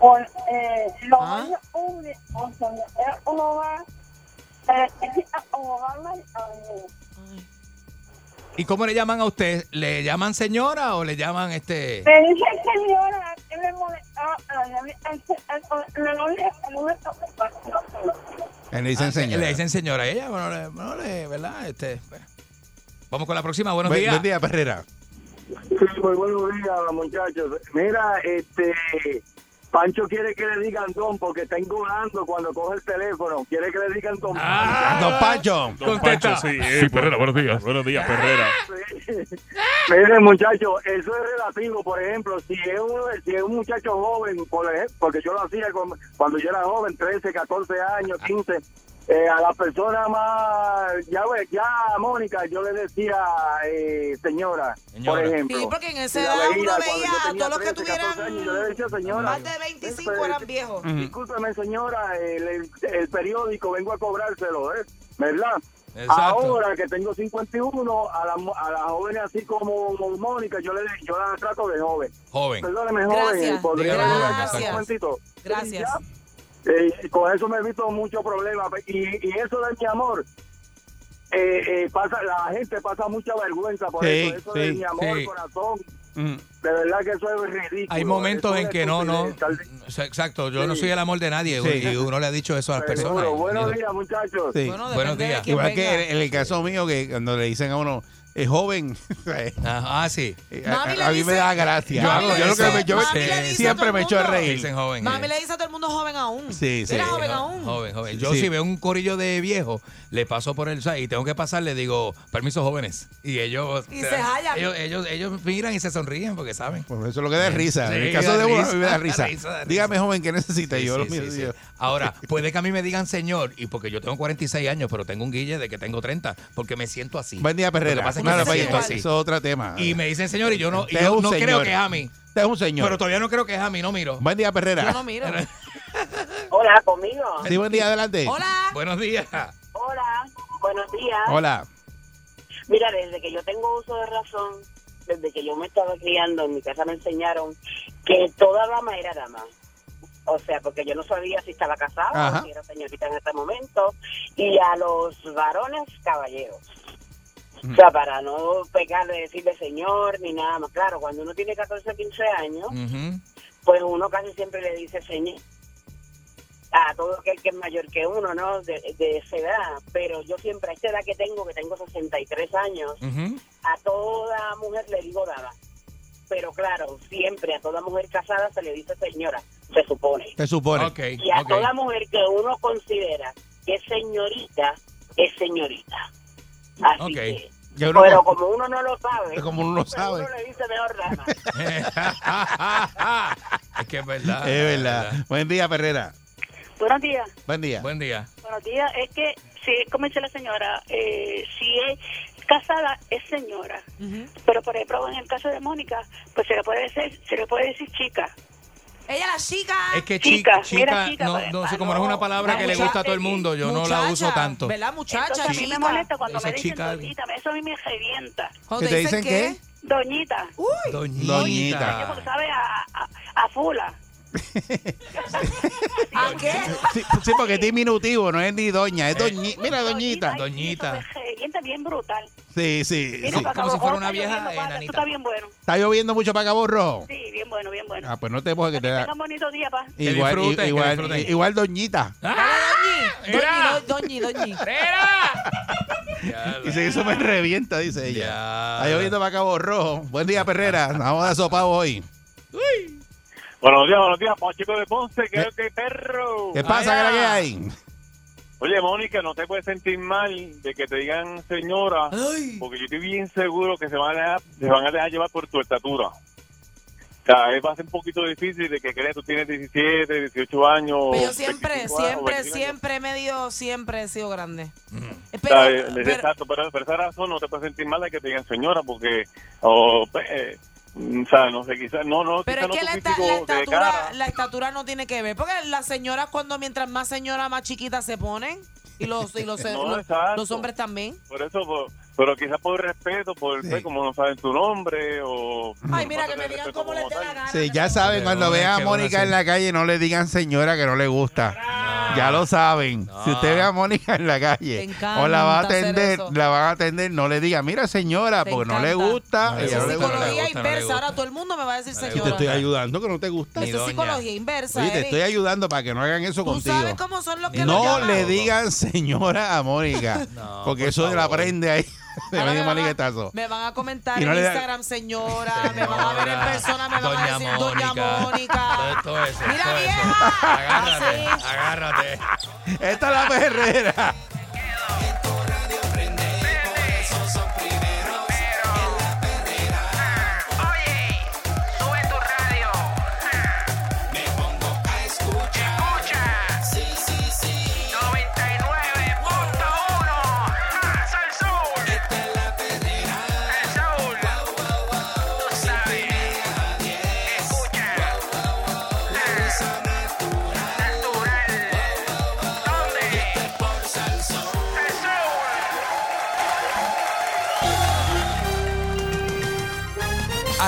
Speaker 9: Por eh, los
Speaker 4: Ah.
Speaker 9: baños públicos donde uno va. eh, es a Obama y Caballero.
Speaker 4: Ay.
Speaker 5: ¿Y cómo le llaman a usted? ¿Le llaman señora o le llaman este?
Speaker 9: Me dice señora, eh,
Speaker 13: me molestaba, pero
Speaker 9: Ah,
Speaker 13: ya me- me molesta, no me toca.
Speaker 3: Eh, Le dicen señora.
Speaker 5: Ah, Le dicen señora a ella, bueno, le- bueno, le- ¿verdad? Este, pues. Vamos con la próxima, buenos
Speaker 3: Buen-
Speaker 5: días.
Speaker 3: buen día, Perrera.
Speaker 6: Sí, muy buenos días, muchachos. Mira, este. Pancho quiere que le digan don porque está engordando cuando coge el teléfono. Quiere que le digan don.
Speaker 3: Ah, Don Pancho.
Speaker 14: Don Pancho, sí. eh,
Speaker 2: Sí, Perrera, buenos días.
Speaker 14: Buenos días, Perrera.
Speaker 6: Miren, muchachos, eso es relativo. Por ejemplo, si es un, si es un muchacho joven, por ej- porque yo lo hacía con- cuando yo era joven, 13, 14 años, 15, eh, a la persona más, ya ves, ya a Mónica, yo le decía eh, señora, por
Speaker 4: Señora.
Speaker 6: ejemplo.
Speaker 4: Sí, porque en esa
Speaker 6: Y la
Speaker 4: edad uno
Speaker 6: cuando
Speaker 4: veía
Speaker 6: yo
Speaker 4: a
Speaker 6: tenía
Speaker 4: todos los que
Speaker 6: 13, 14
Speaker 4: tuvieran
Speaker 6: años, yo le decía, señora, este,
Speaker 4: más de 25 eran viejos.
Speaker 6: Ujú. Discúlpeme, señora, el, el- el periódico, vengo a cobrárselo, ¿eh? ¿verdad?
Speaker 5: Exacto.
Speaker 6: Ahora que tengo 51, a las a la jóvenes así como Mónica, yo, le, yo la trato de joven.
Speaker 5: Joven.
Speaker 6: Perdóneme,
Speaker 5: Gracias.
Speaker 6: joven. ¿podría
Speaker 5: Dígame, joven,
Speaker 6: hablar
Speaker 5: exacto.
Speaker 6: un momentito?
Speaker 4: Gracias.
Speaker 6: Eh, con eso me he visto mucho problema. Y, y eso de mi amor, eh, eh, pasa, la gente pasa mucha vergüenza por
Speaker 5: Sí,
Speaker 6: eso. Eso de
Speaker 5: sí,
Speaker 6: mi amor,
Speaker 5: sí.
Speaker 6: corazón.
Speaker 3: Mm.
Speaker 6: De verdad que eso es ridículo.
Speaker 5: Hay momentos
Speaker 6: Eso
Speaker 5: en
Speaker 6: es
Speaker 5: que no, no.
Speaker 6: estupidez, tal-
Speaker 5: O sea, Exacto, yo no
Speaker 6: Sí.
Speaker 5: soy el amor de nadie
Speaker 3: Sí.
Speaker 5: y uno le ha dicho eso a las
Speaker 6: Seguro.
Speaker 5: personas.
Speaker 6: Buenos
Speaker 5: Digo,
Speaker 6: días, muchachos.
Speaker 3: Sí.
Speaker 5: buenos días.
Speaker 3: Igual que en el caso mío, que cuando le dicen a uno, es joven.
Speaker 5: ah, ah, sí.
Speaker 3: A,
Speaker 4: Mami le
Speaker 3: a mí me
Speaker 4: dice-
Speaker 3: da gracia.
Speaker 4: Mami le
Speaker 3: yo lo que
Speaker 4: dice-
Speaker 3: me- yo me-
Speaker 4: mami le dice a
Speaker 3: siempre
Speaker 4: todo
Speaker 3: me
Speaker 4: el
Speaker 3: echo a
Speaker 4: mundo.
Speaker 3: reír.
Speaker 5: Dicen joven.
Speaker 4: Mami le dice a todo el mundo joven aún.
Speaker 5: Sí, sí.
Speaker 4: Era
Speaker 5: Sí,
Speaker 4: joven
Speaker 5: jo-
Speaker 4: aún.
Speaker 5: Joven, joven. Yo
Speaker 3: Sí.
Speaker 5: si veo un corillo de viejo, le paso por el site y tengo que pasar, le digo, permiso jóvenes. Y ellos...
Speaker 4: Y se hallan.
Speaker 5: Ellos, ellos, ellos miran y se sonríen porque saben.
Speaker 3: Bueno, Pues eso es lo que da risa. en el
Speaker 5: Sí,
Speaker 3: caso
Speaker 5: da
Speaker 3: de uno, a
Speaker 5: risa,
Speaker 3: mí me da
Speaker 5: da
Speaker 3: risa.
Speaker 5: risa, da risa.
Speaker 3: Dígame, joven, ¿qué necesita?
Speaker 5: Sí,
Speaker 3: yo
Speaker 5: sí,
Speaker 3: lo
Speaker 5: sí,
Speaker 3: miro.
Speaker 5: sí.
Speaker 3: yo-
Speaker 5: Ahora, puede que a mí me digan señor, y porque yo tengo 46 años, pero tengo un guille de que tengo 30, porque me siento así.
Speaker 3: Buen día,
Speaker 5: Lo que
Speaker 3: Perrera.
Speaker 5: pasa es que
Speaker 3: Claro,
Speaker 5: me
Speaker 3: para
Speaker 5: siento
Speaker 3: allá.
Speaker 5: así.
Speaker 3: Eso es otro tema.
Speaker 5: pues, Y me dicen señor, y yo no, y
Speaker 3: Usted es
Speaker 5: yo
Speaker 3: un
Speaker 5: no creo
Speaker 3: señor.
Speaker 5: que es a mí.
Speaker 3: Usted es un señor.
Speaker 5: Pero todavía no creo que es a mí, no miro.
Speaker 3: Buen día, Perrera.
Speaker 5: Yo no miro.
Speaker 13: Hola, conmigo.
Speaker 3: Sí, buen día, adelante.
Speaker 5: Buenos días.
Speaker 13: Hola, buenos días.
Speaker 3: Hola.
Speaker 13: Mira, desde que yo tengo uso de razón, desde que yo me estaba criando, en mi casa me enseñaron que toda dama era dama. O sea, porque yo no sabía si estaba casada
Speaker 15: Ajá.
Speaker 13: o si era señorita en este momento. Y a los varones, caballeros. O
Speaker 3: Mm.
Speaker 13: sea, para no pegarle, decirle señor ni nada más. Claro, cuando uno tiene 14 o 15 años, pues uno casi siempre le dice señor a todo aquel que es mayor que uno, ¿no? De, de esa edad. Pero yo siempre, a esta edad que tengo, que tengo 63 años, a toda mujer le digo dama. Pero claro, siempre a toda mujer casada se le dice señora, se supone.
Speaker 3: Se supone.
Speaker 13: Y a toda mujer que uno considera que es señorita, es señorita. Así
Speaker 3: Ok.
Speaker 13: que,
Speaker 3: Ya uno-
Speaker 13: pero como uno no lo sabe,
Speaker 3: Como uno lo
Speaker 13: pues
Speaker 3: sabe.
Speaker 13: uno le dice mejor dama.
Speaker 5: es que es verdad.
Speaker 3: Es verdad. Buen día, Perrera.
Speaker 15: Buenos días.
Speaker 3: Buen día.
Speaker 5: Buen día.
Speaker 15: Buenos días. Es que, si es como dice la señora, eh, si es casada, es señora. Pero, por ejemplo, en el caso de Mónica, pues se le puede decir, se le puede decir chica.
Speaker 4: Ella la chica.
Speaker 5: Es que chica, chica, no, no sé, como no es una palabra que le gusta a todo el mundo, yo no la uso tanto.
Speaker 15: Entonces, a mí me
Speaker 4: chica.
Speaker 15: molesta cuando
Speaker 5: Esa
Speaker 15: me dicen
Speaker 5: chica-
Speaker 15: doñita. Eso a mí me revienta.
Speaker 3: ¿Que te dicen qué?
Speaker 15: Doñita. Uy.
Speaker 3: Doñita. Doñita.
Speaker 15: Porque sabe a, a, a fula. ¿A qué?
Speaker 3: Sí, sí, porque es diminutivo, no es ni doña,
Speaker 5: Eh,
Speaker 3: es doñi. Mira, doñita.
Speaker 15: Doñita. Revienta bien brutal.
Speaker 3: Sí, sí.
Speaker 15: Mira,
Speaker 3: sí.
Speaker 15: para acá, oh, está lloviendo, para acá, Esto está bien bueno.
Speaker 3: Está lloviendo mucho para Cabo Rojo.
Speaker 15: Sí, bien bueno, bien bueno.
Speaker 3: Ah, pues no te puedo que te da.
Speaker 15: Tengan bonito día, pa.
Speaker 5: Que
Speaker 3: Igual,
Speaker 5: disfruten, que
Speaker 3: igual,
Speaker 5: disfruten.
Speaker 3: igual doñita.
Speaker 5: Era.
Speaker 4: Doñi, doñi, doñi.
Speaker 5: Ah,
Speaker 3: Dice, eso me revienta, dice ella. Está lloviendo para Cabo Rojo. Buen día, Perrera. Nos vamos a dar sopa hoy.
Speaker 16: Buenos días, buenos días, Pachico de Ponce, que es lo que perro.
Speaker 3: ¿Qué pasa? ¿Qué es la que hay?
Speaker 16: Oye, Mónica, no te puedes sentir mal de que te digan señora, porque yo estoy bien seguro que se van a dejar, se van a dejar llevar por tu estatura. Cada vez va a ser un poquito difícil de que creas que tú tienes 17, 18 años.
Speaker 4: Pero yo siempre,
Speaker 16: 25 años, 25
Speaker 4: siempre,
Speaker 16: años.
Speaker 4: siempre he medido, siempre he sido grande.
Speaker 16: O sea, eh, exacto, pero por esa razón no te puedes sentir mal de que te digan señora, porque, o, eh, o sea, no sé, quizás, no, no,
Speaker 4: Pero
Speaker 16: quizás no
Speaker 4: es que
Speaker 16: tu
Speaker 4: la, esta-
Speaker 16: físico
Speaker 4: la
Speaker 16: de cara.
Speaker 4: estatura, la estatura no tiene que ver. Porque las señoras, cuando mientras más señora, más chiquitas se ponen. Y los, y los,
Speaker 16: No,
Speaker 4: los-
Speaker 16: exacto.
Speaker 4: los hombres también.
Speaker 16: Por eso, por- pero quizás por respeto, por pues, como no saben tu nombre o...
Speaker 4: Ay, mira, que me
Speaker 16: digan cómo les dé la gana.
Speaker 3: Sí, ya saben, cuando
Speaker 16: Pero,
Speaker 3: vean a
Speaker 16: que uno
Speaker 3: Mónica en
Speaker 16: se-
Speaker 3: la calle, no le digan señora que no le gusta. Ya lo saben. Si usted ve a Mónica en la calle
Speaker 4: encanta
Speaker 3: o la va a
Speaker 4: hacer
Speaker 3: atender,
Speaker 4: eso.
Speaker 3: la van a atender, no le diga, mira señora,
Speaker 4: Te
Speaker 3: porque no le
Speaker 4: encanta.
Speaker 3: gusta.
Speaker 4: Eso
Speaker 3: ella
Speaker 4: es
Speaker 3: no le gusta. No le
Speaker 4: psicología
Speaker 3: gusta, no le
Speaker 4: inversa.
Speaker 3: gusta.
Speaker 4: Ahora todo el mundo me va a decir
Speaker 3: Yo te
Speaker 4: señora.
Speaker 3: estoy ayudando que no te gusta.
Speaker 4: Eso es psicología inversa,
Speaker 3: Oye, te
Speaker 4: Eric.
Speaker 3: estoy ayudando para que no hagan eso
Speaker 4: Tú
Speaker 3: contigo.
Speaker 4: sabes cómo son los que lo
Speaker 3: no
Speaker 4: llaman.
Speaker 3: le digan señora a Mónica, porque eso la aprende ahí de medio maniquetazo.
Speaker 4: Me van a comentar
Speaker 3: Y no
Speaker 4: en
Speaker 3: le da-
Speaker 4: Instagram, señora. Me van a ver en persona. Me van a decir doña
Speaker 17: Mónica. Todo eso,
Speaker 4: Mira,
Speaker 17: todo eso. Agárrate, agárrate.
Speaker 3: Esta es la perrera.
Speaker 2: Esos son primeros en la perrera. Oye, sube tu radio. Me pongo a escuchar. Escucha. Sí, sí, sí. 99.1. Sal Soul. Esta es la perrera. El Soul. Tú sabes. Escucha. La risa natural. Natural. ¿Dónde? Esto es por Sal Soul. Sal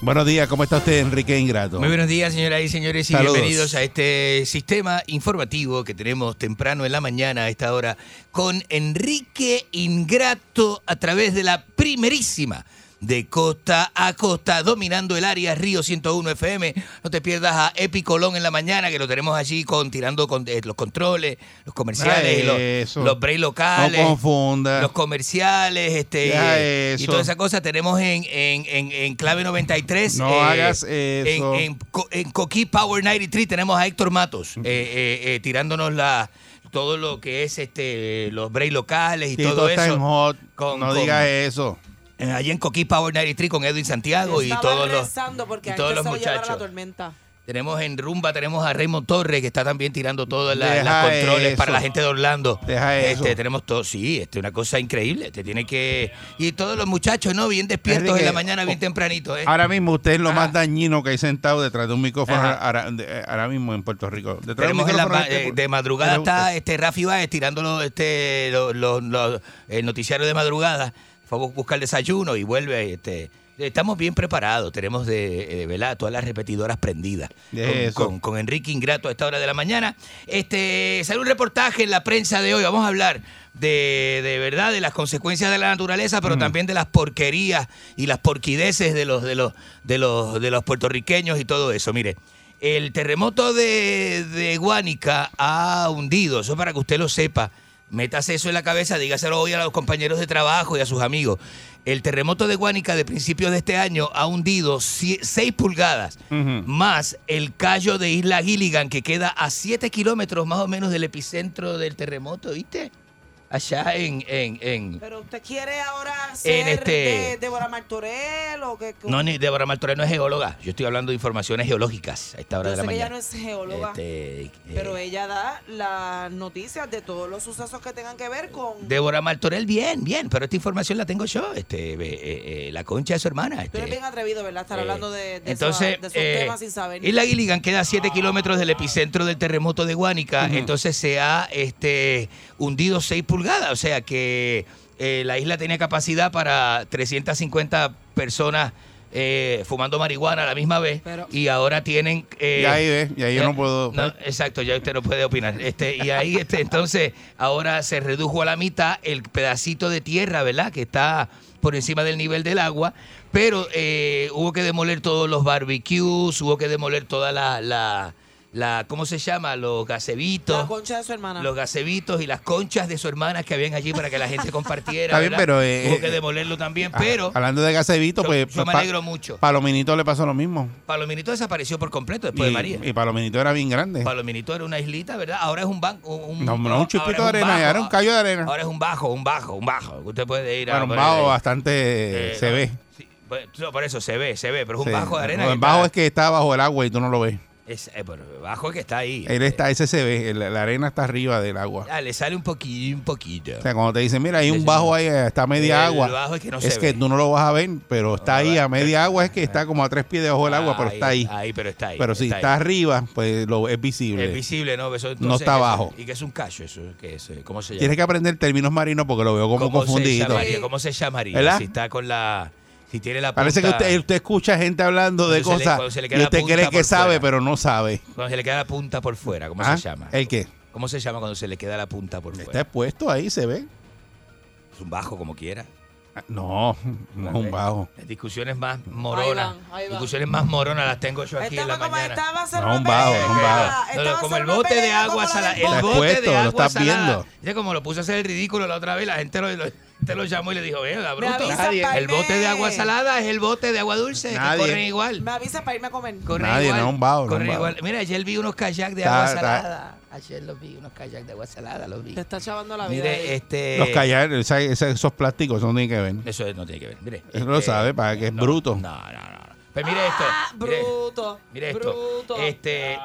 Speaker 3: Buenos días, ¿cómo está usted, Enrique Ingrato?
Speaker 5: Muy buenos días, señoras y señores, y
Speaker 3: Saludos.
Speaker 5: bienvenidos a este sistema informativo que tenemos temprano en la mañana a esta hora con Enrique Ingrato a través de la primerísima de costa a costa, dominando el área Río 101 FM. No te pierdas a Epi Colón en la mañana, que lo tenemos allí con, tirando con, eh, los controles, los comerciales, y
Speaker 3: Ah, Eso.
Speaker 5: los, los breaks locales.
Speaker 3: No confunda.
Speaker 5: Los comerciales, este,
Speaker 3: Ya
Speaker 5: eh, y
Speaker 3: eso.
Speaker 5: toda esa cosa tenemos en, en- en- en clave 93.
Speaker 3: No hagas eso.
Speaker 5: eh, En, en Co- en Coquí Power 93 tenemos a Héctor Matos eh, eh, eh, tirándonos la todo lo que es este los breaks locales y
Speaker 3: Tito
Speaker 5: todo
Speaker 3: está
Speaker 5: eso.
Speaker 3: en hot.
Speaker 5: Con-
Speaker 3: no
Speaker 5: con-
Speaker 3: digas eso.
Speaker 5: eh, allí en Coquí Power 93 con Edwin Santiago y
Speaker 4: Estaba
Speaker 5: todos los
Speaker 4: rezando porque
Speaker 5: y
Speaker 4: a
Speaker 5: todos
Speaker 4: este
Speaker 5: los
Speaker 4: se lo llevará
Speaker 5: muchachos.
Speaker 4: la tormenta.
Speaker 5: tenemos en Rumba, tenemos a Raymond Torres, que está también tirando todos los
Speaker 3: Deja
Speaker 5: controles
Speaker 3: eso.
Speaker 5: para la gente de Orlando.
Speaker 3: Deja eso.
Speaker 5: Este, tenemos todo, sí, este, una cosa increíble. Te tiene que. Y todos los muchachos, ¿no? Bien despiertos
Speaker 3: Enrique,
Speaker 5: en la mañana, bien tempranito, ¿eh?
Speaker 3: Ahora mismo usted es lo más dañino que hay sentado detrás de un micrófono
Speaker 5: Ajá.
Speaker 3: ahora, de- eh, ahora mismo en Puerto Rico. Detrás de un
Speaker 5: Tenemos en la
Speaker 3: micrófono
Speaker 5: ma-
Speaker 3: este-
Speaker 5: eh, de madrugada
Speaker 3: Mira
Speaker 5: está este Rafi Báez tirando los- este, los- los- los- el noticiario de madrugada. Fue a buscar desayuno y vuelve. Este, estamos bien preparados. Tenemos de, eh, ¿verdad? todas las repetidoras prendidas.
Speaker 3: Eso.
Speaker 5: Con, con- con Enrique Ingrato a esta hora de la mañana. Este, sale un reportaje en la prensa de hoy. Vamos a hablar de, de verdad de las consecuencias de la naturaleza,
Speaker 3: Mm.
Speaker 5: pero también de las porquerías y las porquideces de los, de los, de los, de los puertorriqueños y todo eso. Mire. El terremoto de, de Guánica ha hundido, eso para que usted lo sepa. Métase eso en la cabeza, dígaselo hoy a los compañeros de trabajo y a sus amigos. El terremoto de Guánica de principios de este año ha hundido 6 pulgadas, más el callo de Isla Gilligan, que queda a 7 kilómetros más o menos del epicentro del terremoto, ¿viste? Allá en, en, en,
Speaker 4: Pero usted quiere ahora ser
Speaker 5: este-
Speaker 4: de Débora Martorell o que.
Speaker 5: No, ni Débora Martorell no es geóloga. Yo estoy hablando de informaciones geológicas a esta hora
Speaker 4: Yo
Speaker 5: de la
Speaker 4: sé que ella no
Speaker 5: mañana.
Speaker 4: es geóloga,
Speaker 5: Este,
Speaker 4: pero ella da las noticias de todos los sucesos que tengan que ver con.
Speaker 5: Débora Martorell, bien, bien, pero esta información la tengo yo, este, eh, eh, eh, la concha de su hermana.
Speaker 4: Tú eres
Speaker 5: Este.
Speaker 4: bien atrevido, ¿verdad? Estar
Speaker 5: eh,
Speaker 4: hablando de, de
Speaker 5: Entonces,
Speaker 4: su- de sus
Speaker 5: eh,
Speaker 4: temas sin saber. Ah.
Speaker 5: Isla Gilligan queda a 7 kilómetros del epicentro del terremoto de Guánica, entonces se ha este, hundido 6 pulgadas, o sea que eh, la isla tenía capacidad para 350 personas eh, fumando marihuana a la misma vez y ahora tienen... eh,
Speaker 3: Y ahí ve, y ahí yo
Speaker 5: eh,
Speaker 3: no puedo. pues,
Speaker 5: no, exacto, ya usted no puede opinar. Este, y ahí, este, entonces, ahora se redujo a la mitad el pedacito de tierra, ¿verdad? Que está por encima del nivel del agua, pero eh, hubo que demoler todos los barbecues, hubo que demoler toda la, la, la- ¿cómo se llama? Los
Speaker 4: La
Speaker 5: gacebitos.
Speaker 4: concha de su hermana.
Speaker 5: Los gacebitos y las conchas de su hermana que habían allí para que la gente compartiera.
Speaker 3: Está bien,
Speaker 5: ¿verdad?
Speaker 3: pero, eh, ah,
Speaker 5: Hubo que demolerlo también, pero
Speaker 3: Hablando de Gacevito,
Speaker 5: Yo-
Speaker 3: pues.
Speaker 5: yo me
Speaker 3: pa-
Speaker 5: alegro mucho.
Speaker 3: Palominito le pasó lo mismo.
Speaker 5: Palominito desapareció por completo después de María.
Speaker 3: Y, y Palominito era bien grande.
Speaker 5: Palominito era una islita, ¿verdad? Ahora es un banco. Un,
Speaker 3: No, no, un chipito
Speaker 5: ahora es
Speaker 3: de arena,
Speaker 5: bajo,
Speaker 3: era un callo de arena.
Speaker 5: Ahora es un bajo, un bajo, un bajo. Usted puede ir a.
Speaker 3: Bueno, un
Speaker 5: poner
Speaker 3: bajo
Speaker 5: ahí.
Speaker 3: bastante.
Speaker 5: Eh,
Speaker 3: se
Speaker 5: no,
Speaker 3: ve.
Speaker 5: Pues, no, por eso se ve, se ve, pero es un
Speaker 3: Sí.
Speaker 5: bajo de arena.
Speaker 3: No,
Speaker 5: que
Speaker 3: el
Speaker 5: está-
Speaker 3: bajo es que está bajo el agua y tú no lo ves.
Speaker 5: Es, eh, pero bajo que está ahí.
Speaker 3: Él está, ese se ve, el- la arena está arriba del agua.
Speaker 5: Ah, le sale un poquillo, un poquito.
Speaker 3: O sea, cuando te dicen, mira, hay un bajo ahí, está a media
Speaker 5: El
Speaker 3: agua.
Speaker 5: bajo es que no se ve.
Speaker 3: tú no lo vas a ver, pero está ahí a media agua, es que está como a tres pies debajo del agua, pero está ahí.
Speaker 5: Ahí, pero está ahí.
Speaker 3: Pero si
Speaker 5: está
Speaker 3: está
Speaker 5: ahí.
Speaker 3: arriba, pues lo, es visible.
Speaker 5: Es visible, ¿no? Eso, entonces,
Speaker 3: no está
Speaker 5: eso-
Speaker 3: abajo.
Speaker 5: ¿Y que es un cacho eso? ¿Qué es? eh, ¿Cómo se llama?
Speaker 3: Tienes que aprender términos marinos porque lo veo como
Speaker 5: ¿Cómo se
Speaker 3: confundidito.
Speaker 5: llamaría? ¿Cómo se llamaría?
Speaker 3: ¿Verdad?
Speaker 5: Si está con la... Si tiene la punta...
Speaker 3: Parece que usted, usted escucha gente hablando de
Speaker 5: Cuando se le-
Speaker 3: cosas
Speaker 5: cuando se le queda
Speaker 3: y
Speaker 5: la
Speaker 3: usted
Speaker 5: punta
Speaker 3: cree que
Speaker 5: por
Speaker 3: sabe,
Speaker 5: fuera.
Speaker 3: pero no sabe.
Speaker 5: Cuando se le queda la punta por fuera, ¿cómo
Speaker 3: Ah,
Speaker 5: se llama?
Speaker 3: ¿El qué?
Speaker 5: ¿Cómo se llama cuando se le queda la punta por fuera?
Speaker 3: Está expuesto ahí, se ve. Ah,
Speaker 5: Es un bajo como quiera.
Speaker 3: No, no es un bajo.
Speaker 5: Las discusiones más moronas.
Speaker 4: van, ahí van.
Speaker 5: Discusiones más moronas las tengo yo aquí en la mañana.
Speaker 4: Estaba cer-
Speaker 3: No, un bajo, es un bajo.
Speaker 5: No, no, como el bote de agua salada. El
Speaker 3: Está
Speaker 5: bote
Speaker 3: expuesto,
Speaker 5: de
Speaker 3: lo
Speaker 5: agua
Speaker 3: estás
Speaker 5: salada.
Speaker 3: viendo.
Speaker 5: Viste como lo puse a hacer el ridículo la otra vez, la gente lo, lo- gente lo llamó y le dijo, venga, bruto.
Speaker 4: avisa,
Speaker 5: nadie.
Speaker 4: Palmer.
Speaker 5: el bote de agua salada es el bote de agua dulce,
Speaker 3: Nadie.
Speaker 5: que corren igual.
Speaker 4: Me avisa para irme a comer.
Speaker 5: Corren
Speaker 3: Nadie,
Speaker 5: igual,
Speaker 3: no es un bajo, no es un
Speaker 5: corren
Speaker 3: bajo.
Speaker 5: igual. Mira, ayer vi unos kayak de
Speaker 3: Está-
Speaker 5: agua
Speaker 3: está-
Speaker 5: salada. Ayer los vi, unos kayak de agua salada, los vi. Te
Speaker 4: está chavando la
Speaker 5: vida. Mire, este...
Speaker 3: Los callar, esa- esa- esos plásticos, eso no tiene que ver.
Speaker 5: Eso este, no tiene que ver, mire.
Speaker 3: Eso lo sabe, para que es bruto.
Speaker 5: Pues mire esto. mire,
Speaker 4: Ah, bruto.
Speaker 5: Mire esto. Este.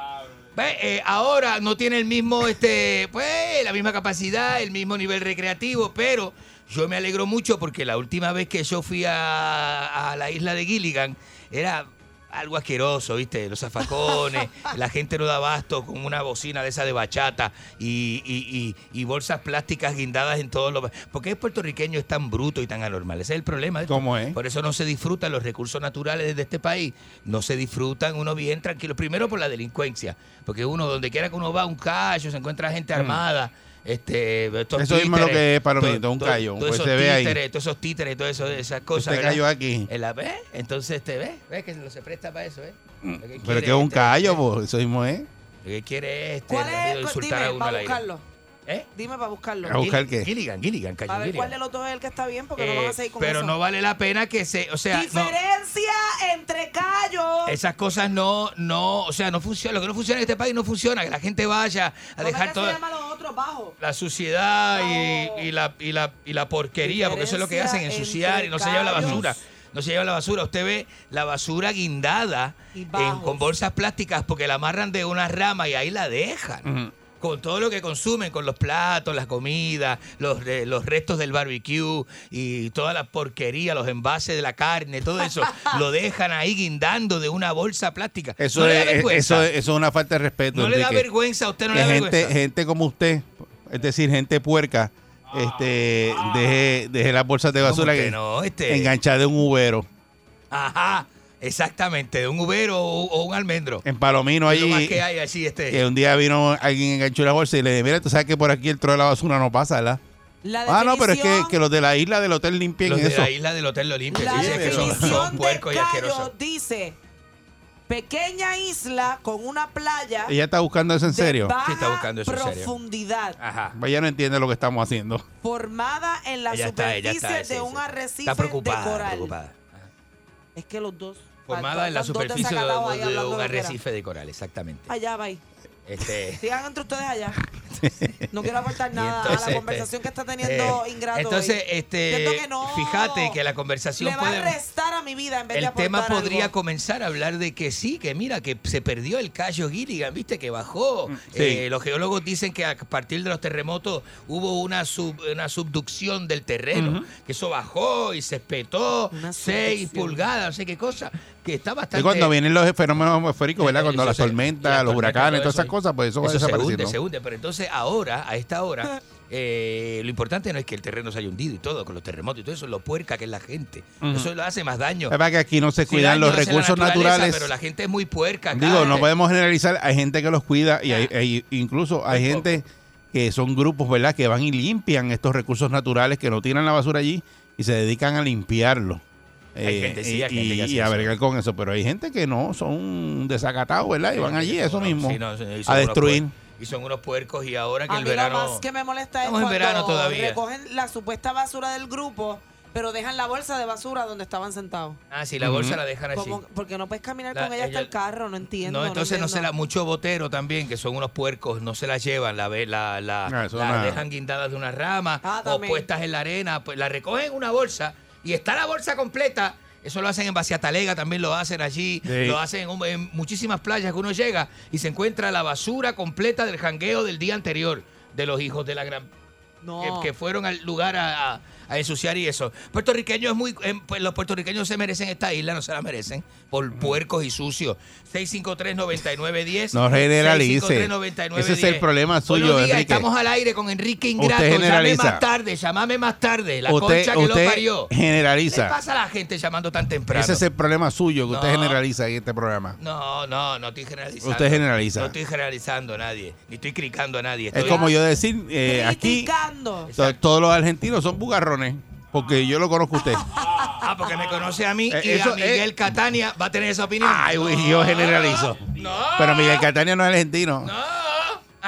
Speaker 5: ve, eh, ahora no tiene el mismo, este, pues, la misma capacidad, el mismo nivel recreativo, pero yo me alegro mucho porque la última vez que yo fui a, a la isla de Gilligan era algo asqueroso, ¿viste? Los zafacones, la gente no da abasto con una bocina de esa de bachata y, y- y- y bolsas plásticas guindadas en todos los... ¿Por qué el puertorriqueño es tan bruto y tan anormal? Ese es el problema. de esto.
Speaker 3: ¿Cómo es?
Speaker 5: Por eso no se disfrutan los recursos naturales de este país. No se disfrutan uno bien tranquilo. Primero por la delincuencia. Porque uno, donde quiera que uno va, un callo, se encuentra gente armada. Este, estos
Speaker 3: Mm. Eso mismo es lo
Speaker 5: títeres,
Speaker 3: que es para mí,
Speaker 5: todo-
Speaker 3: un
Speaker 5: todo-
Speaker 3: callo,
Speaker 5: Todos
Speaker 3: pues
Speaker 5: esos
Speaker 3: se ve ahí.
Speaker 5: títeres, todos esos títeres, todas esas- esas cosas.
Speaker 3: Usted
Speaker 5: ¿verdad?
Speaker 3: cayó aquí.
Speaker 5: En la ¿ves? Entonces te ves, ves que no se presta para eso, ¿eh? Lo que
Speaker 3: Pero
Speaker 5: quiere
Speaker 3: que es un
Speaker 5: este-
Speaker 3: callo, pues, eso mismo es.
Speaker 5: Lo que quiere es este,
Speaker 4: ¿Cuál
Speaker 5: rápido
Speaker 4: es?
Speaker 5: insultar
Speaker 4: Dime
Speaker 5: a uno al
Speaker 4: para
Speaker 5: aire.
Speaker 4: buscarlo.
Speaker 5: ¿Eh?
Speaker 4: Dime para buscarlo.
Speaker 3: ¿A buscar qué?
Speaker 5: Gilligan, Gilligan, callo
Speaker 4: A ver
Speaker 5: Gilligan.
Speaker 4: cuál de los dos es el que está bien, porque
Speaker 5: Eh,
Speaker 4: no vamos a seguir con
Speaker 5: pero
Speaker 4: eso.
Speaker 5: no vale la pena que se, o sea, no,
Speaker 4: Diferencia entre callos.
Speaker 5: esas cosas no, no, o sea, no funciona. Lo que no funciona en este país no funciona. Que la gente vaya a
Speaker 4: ¿Cómo es
Speaker 5: dejar
Speaker 4: que se
Speaker 5: toda
Speaker 4: llama los otros bajos?
Speaker 5: la suciedad y, y la, y, la, y la porquería, porque eso es lo que hacen,
Speaker 4: Diferencia
Speaker 5: ensuciar y no se
Speaker 4: entre
Speaker 5: lleva la basura.
Speaker 4: callos.
Speaker 5: No se lleva la basura. Usted ve la basura guindada
Speaker 4: Y
Speaker 5: en-
Speaker 4: bajos.
Speaker 5: con bolsas plásticas porque la amarran de una rama y ahí la dejan con todo lo que consumen, con los platos, las comidas, los, re- los restos del barbecue y toda la porquería, los envases de la carne, todo eso, lo dejan ahí guindando de una bolsa plástica.
Speaker 3: Eso,
Speaker 5: ¿No le da
Speaker 3: es, eh, eso,
Speaker 5: vergüenza?
Speaker 3: es- eso es una falta de respeto.
Speaker 5: No le da
Speaker 3: Enrique.
Speaker 5: vergüenza, a usted no
Speaker 3: que
Speaker 5: le da
Speaker 3: gente,
Speaker 5: vergüenza.
Speaker 3: gente como usted, es decir, gente puerca, este, deje, deje las bolsas de
Speaker 5: ¿Cómo
Speaker 3: basura
Speaker 5: que no? Este-
Speaker 3: enganchada de un ubero.
Speaker 5: Ajá, exactamente, de un ubero o, o un almendro.
Speaker 3: En Palomino
Speaker 5: Es lo más
Speaker 3: allí,
Speaker 5: que hay así, este.
Speaker 3: que un día vino alguien enganchó la bolsa y le dije, mira, tú sabes que por aquí el trozo de la basura no pasa, ¿verdad? ah, no, pero es que, que los de la isla del hotel limpien
Speaker 5: los de
Speaker 3: eso.
Speaker 5: la isla del Hotel Lo Limpio,
Speaker 4: La
Speaker 5: sí, sí, que son-
Speaker 4: definición
Speaker 5: son puercos y asquerosos.
Speaker 4: Callo dice pequeña isla con una playa
Speaker 3: Ella está buscando eso en serio.
Speaker 4: baja Sí, está
Speaker 3: buscando
Speaker 4: profundidad
Speaker 3: Ella no entiende lo que estamos haciendo.
Speaker 4: formada en la
Speaker 5: Ella está, ella
Speaker 4: superficie
Speaker 5: está, sí,
Speaker 4: de un
Speaker 5: sí.
Speaker 4: arrecife
Speaker 5: Está
Speaker 4: de
Speaker 5: preocupada,
Speaker 4: coral.
Speaker 5: preocupada.
Speaker 4: Es que los dos
Speaker 5: Formada en la
Speaker 4: los dos
Speaker 5: superficie de,
Speaker 4: desacatados ahí
Speaker 5: de- de
Speaker 4: hablando
Speaker 5: un
Speaker 4: loquera.
Speaker 5: arrecife de coral, exactamente.
Speaker 4: Allá va. ahí.
Speaker 5: Este,
Speaker 4: Sigan entre ustedes allá. No quiero aportar
Speaker 5: Y
Speaker 4: nada a
Speaker 5: entonces,
Speaker 4: la conversación que está
Speaker 5: eh,
Speaker 4: teniendo Ingrato.
Speaker 5: Entonces,
Speaker 4: hoy.
Speaker 5: este,
Speaker 4: Siento que no
Speaker 5: fíjate que la conversación
Speaker 4: le va
Speaker 5: puede...
Speaker 4: a restar a mi vida en vez de
Speaker 5: El tema
Speaker 4: aportar
Speaker 5: podría
Speaker 4: algo.
Speaker 5: comenzar a hablar de que sí, que mira, que se perdió el callo Gilligan, viste, que bajó. Eh, los geólogos dicen que a partir de los terremotos hubo una, sub- una subducción del terreno, que eso bajó y se espetó 6 pulgadas, no sé qué cosa, que está bastante...
Speaker 3: Y cuando vienen los fenómenos atmosféricos, ¿verdad? Cuando
Speaker 5: Eh, Eso
Speaker 3: las
Speaker 5: se-
Speaker 3: tormentas, los huracanes, todas esas cosas, pues eso va
Speaker 5: se
Speaker 3: desapareciendo.
Speaker 5: hunde, se hunde. Pero entonces ahora, a esta hora, eh, lo importante no es que el terreno se haya hundido y todo, con los terremotos y todo eso, lo puerca que es la gente.
Speaker 3: Ujú.
Speaker 5: Eso lo hace más daño.
Speaker 3: Es verdad que aquí no se cuidan
Speaker 5: daño
Speaker 3: los
Speaker 5: hace la
Speaker 3: recursos
Speaker 5: naturaleza,
Speaker 3: naturales.
Speaker 5: Pero la gente es muy puerca. acá.
Speaker 3: Digo, no podemos generalizar, hay gente que los cuida y hay, hay- incluso hay gente que son grupos, ¿verdad? Que van y limpian estos recursos naturales, que no tiran la basura allí y se dedican a limpiarlo. Eh,
Speaker 5: Hay gente, sí,
Speaker 3: y,
Speaker 5: hay gente que hace
Speaker 3: y a
Speaker 5: eso.
Speaker 3: bregar con eso, pero hay gente que no, son desacatados, ¿verdad? Y van allí, eso
Speaker 5: Sí,
Speaker 3: mismo,
Speaker 5: no, sí, y son
Speaker 3: a
Speaker 5: unos
Speaker 3: destruir.
Speaker 5: puer- Y son unos puercos y ahora que
Speaker 4: A
Speaker 5: el
Speaker 4: mí lo
Speaker 5: verano...
Speaker 4: más que me molesta es
Speaker 5: Estamos en
Speaker 4: cuando
Speaker 5: verano todavía.
Speaker 4: recogen la supuesta basura del grupo, pero dejan la bolsa de basura donde estaban sentados.
Speaker 5: Ah, sí, la bolsa la dejan así.
Speaker 4: Como- porque no puedes caminar
Speaker 5: La-
Speaker 4: con ella hasta
Speaker 5: ella-
Speaker 4: el carro, no entiendo.
Speaker 5: No, entonces no, se la
Speaker 4: entiendo.
Speaker 5: mucho botero también, que son unos puercos, no se la llevan, la ve- la, la,
Speaker 3: Ah, eso
Speaker 5: la
Speaker 3: nada.
Speaker 5: dejan guindadas de una rama o
Speaker 4: Ah, también.
Speaker 5: puestas en la arena, pues la recogen en una bolsa y está la bolsa completa Eso lo hacen en Baciatalega, también lo hacen allí,
Speaker 2: Sí.
Speaker 5: lo hacen en, un- en muchísimas playas que uno llega y se encuentra la basura completa del jangueo del día anterior de los hijos de la gran... Que, que fueron al lugar a, a- a ensuciar y eso. Puertorriqueños es muy... em, pues, los puertorriqueños se merecen esta isla, no se la merecen, por puercos y sucios. 653-9910.
Speaker 3: No generalice.
Speaker 5: 653-9910.
Speaker 3: Ese es el problema suyo,
Speaker 5: Buenos días,
Speaker 3: Enrique.
Speaker 5: estamos al aire con Enrique Ingrato.
Speaker 3: Usted
Speaker 5: Llámame
Speaker 3: generaliza.
Speaker 5: más tarde, llámame más tarde. La
Speaker 3: Usted-
Speaker 5: concha que
Speaker 3: usted
Speaker 5: lo parió.
Speaker 3: generaliza.
Speaker 5: ¿Qué pasa a la gente llamando tan temprano?
Speaker 3: Ese es el problema suyo que usted
Speaker 5: No.
Speaker 3: generaliza en este programa.
Speaker 5: No, no, no estoy generalizando.
Speaker 3: Usted generaliza.
Speaker 5: No estoy generalizando a nadie. Ni estoy criticando a nadie.
Speaker 3: Es
Speaker 5: Estoy-
Speaker 3: como yo decir, eh, aquí
Speaker 4: Criticando.
Speaker 3: to- todos los argentinos son bugarrones, porque yo lo conozco a usted.
Speaker 5: Ah, porque me conoce a mí
Speaker 3: Eh,
Speaker 5: y
Speaker 3: eso
Speaker 5: a Miguel Catania va a tener esa opinión.
Speaker 3: Ay, güey, yo generalizo. Pero Miguel Catania no es argentino.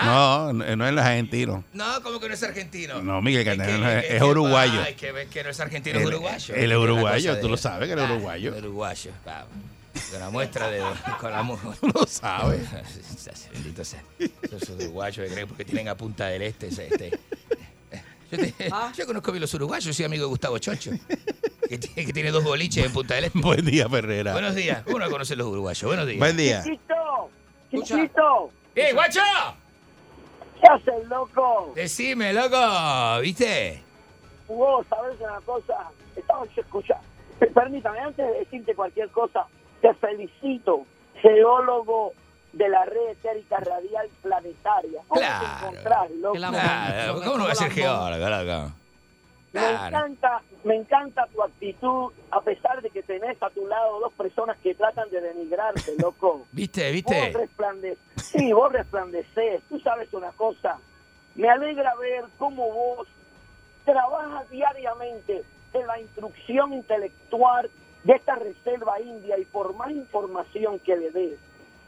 Speaker 3: No, no, no es argentino.
Speaker 5: Ah. No, como que no es argentino.
Speaker 3: No, Miguel Catania no es,
Speaker 5: que-
Speaker 3: es uruguayo.
Speaker 5: Ay, que, ves que no es argentino, es
Speaker 3: El-
Speaker 5: uruguayo.
Speaker 3: el
Speaker 5: Es la
Speaker 3: uruguayo,
Speaker 5: cosa
Speaker 3: tú lo
Speaker 5: de-
Speaker 3: sabes que el
Speaker 5: Ah,
Speaker 3: uruguayo.
Speaker 5: El uruguayo, claro. Con la muestra de. Con la mu-
Speaker 3: Tú lo sabes.
Speaker 5: Bendito sea. Esos uruguayos que creen porque tienen a Punta del Este. ese- este. Yo, te- yo conozco bien los uruguayos, soy amigo de Gustavo Chocho. Que tiene, que tiene dos boliches en Punta del Este.
Speaker 3: Buen día, Ferrera.
Speaker 5: Buenos días. Uno conoce los uruguayos. Buenos días.
Speaker 3: Buen día.
Speaker 15: Chiquito, chiquito.
Speaker 5: ¡Eh, guacho!
Speaker 15: ¿Qué haces, loco?
Speaker 5: Decime, loco. ¿Viste?
Speaker 15: Hugo, sabes una cosa, estamos escuchando. Permítame, antes de decirte cualquier cosa, te felicito, geólogo de la red etérica radial planetaria. ¿Cómo te
Speaker 5: Claro.
Speaker 15: encontrás, loco?
Speaker 5: Claro, ¿Cómo no va a ser geólogo, loco?
Speaker 15: Me
Speaker 5: Claro.
Speaker 15: encanta, me encanta tu actitud, a pesar de que tenés a tu lado dos personas que tratan de denigrarte, loco.
Speaker 5: ¿Viste?
Speaker 15: Vos
Speaker 5: ¿Viste?
Speaker 15: resplandecés, sí, vos resplandecés. Tú sabes una cosa, me alegra ver cómo vos trabajas diariamente en la instrucción intelectual de esta reserva india y por más información que le des,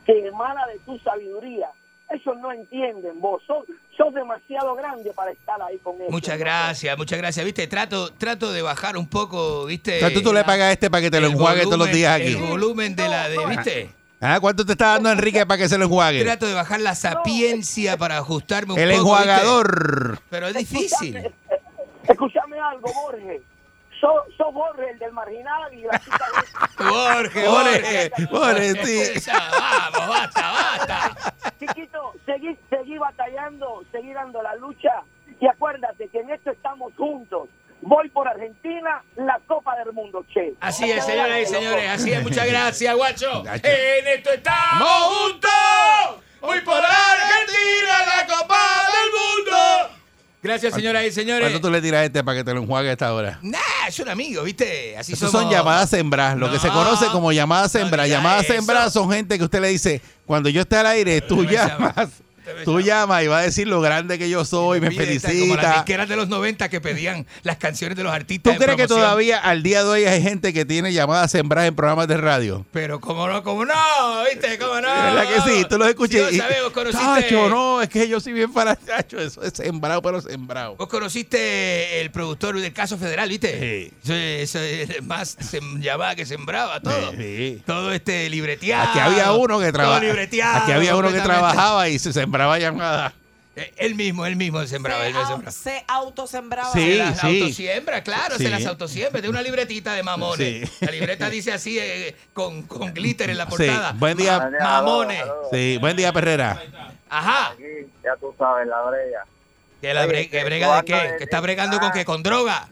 Speaker 15: que emana de tu sabiduría, ellos no entienden vos. Sos, sos demasiado grande para estar ahí con ellos.
Speaker 5: Muchas gracias, muchas gracias. Viste, trato, trato de bajar un poco, viste.
Speaker 3: ¿Cuánto tú le pagas a este para que te lo
Speaker 5: el
Speaker 3: enjuague todos los
Speaker 5: volumen-
Speaker 3: días aquí?
Speaker 5: El volumen de la de, viste.
Speaker 3: Ah, ¿Cuánto te está dando Enrique para que se lo enjuague?
Speaker 5: Trato de bajar la sapiencia para ajustarme un
Speaker 3: El
Speaker 5: poco. ¿viste?
Speaker 3: enjuagador.
Speaker 5: Pero es difícil.
Speaker 15: Escúchame algo, Borges. Sos sos Borges, el del marginal y la chica
Speaker 5: Jorge,
Speaker 3: Jorge, Jorge, sí.
Speaker 5: Vamos, basta, basta.
Speaker 15: Chiquito, seguí, seguí batallando, seguí dando la lucha y acuérdate que en esto estamos juntos. Voy por Argentina, la Copa del Mundo, che.
Speaker 5: Así es, señoras y señores, así es. Muchas gracias, guacho.
Speaker 2: Gacho.
Speaker 5: En esto estamos juntos. Voy por Argentina, la Copa del Mundo. Gracias, señoras y señores.
Speaker 3: ¿Cuánto tú le tiras a este para que te lo enjuague a esta hora?
Speaker 5: Nah, es un amigo, viste. Así
Speaker 3: Esas
Speaker 5: somos.
Speaker 3: son llamadas sembras, lo que se conoce como llamadas sembras. llamadas sembras son gente que usted le dice, cuando yo esté al aire, tú llamas. Tú llamas y va a decir lo grande que yo soy, me
Speaker 5: Fiesta, Como las
Speaker 3: felicita.
Speaker 5: disqueras de los 90 que pedían las canciones de los
Speaker 3: ¿Tú
Speaker 5: artistas. en
Speaker 3: crees que
Speaker 5: promoción.
Speaker 3: todavía al día de hoy hay gente que tiene llamadas sembradas en programas de radio?
Speaker 5: Pero como no, como no, ¿viste? Como no.
Speaker 3: ¿Verdad que sí? Tú los escuché.
Speaker 5: Sí,
Speaker 3: y-
Speaker 5: lo sabes, vos conociste-
Speaker 3: Chacho, no, es que yo soy bien para Chacho, eso es sembrado, pero sembrado.
Speaker 5: Vos conociste el productor del caso federal, ¿viste? Sí. Eso es más se llamaba que sembraba todo. Todo este libreteado.
Speaker 3: Aquí había uno que
Speaker 5: Todo
Speaker 3: trabajaba.
Speaker 5: libreteado.
Speaker 3: Aquí había uno que
Speaker 5: completamente.
Speaker 3: trabajaba y se sembraba llamadas.
Speaker 5: Eh, Él mismo, él mismo sembraba, él mismo sembraba.
Speaker 4: Ah, Se autosembraba.
Speaker 3: Sí,
Speaker 5: se las
Speaker 3: sí.
Speaker 5: autosiembra, claro,
Speaker 3: Sí.
Speaker 5: se las autosiembra. Tiene una libretita de mamones. La libreta dice así, eh, con, con glitter en la
Speaker 3: Sí,
Speaker 5: portada.
Speaker 3: buen día.
Speaker 5: Ma- mamones.
Speaker 3: Sí, buen día, Perrera.
Speaker 5: Ajá.
Speaker 6: Ya tú sabes, la brega.
Speaker 5: ¿Que, la
Speaker 6: Oye,
Speaker 5: bre- que
Speaker 6: que
Speaker 5: brega de
Speaker 6: tú andas
Speaker 5: qué?
Speaker 6: de-
Speaker 5: ¿Que está bregando con qué? ¿Con droga?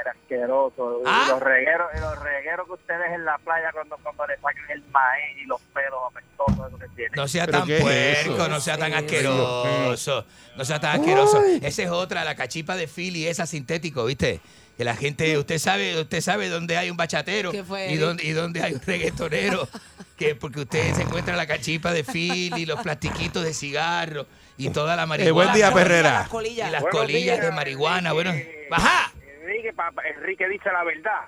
Speaker 6: Era asqueroso. Y
Speaker 5: Ah.
Speaker 6: Los regueros, y los regueros que ustedes en la playa cuando, cuando le sacan el maíz y los pelos apestosos eso que tienen.
Speaker 5: No sea tan puerco, no sea tan asqueroso. No sea tan asqueroso. Esa es otra, la cachipa de Philly, esa sintético, ¿viste? Que la gente, usted sabe, usted sabe dónde hay un bachatero
Speaker 4: ¿Qué fue,
Speaker 5: y
Speaker 4: Eric?
Speaker 5: dónde, y dónde hay un reggaetonero. que porque usted se encuentra la cachipa de Philly, los plastiquitos de cigarro y toda la marihuana.
Speaker 3: Eh, buen día, Perrera.
Speaker 5: Y las colillas,
Speaker 6: Buenos días,
Speaker 5: de marihuana, bueno. ¡Ajá!
Speaker 6: Enrique, papá, Enrique dice la verdad.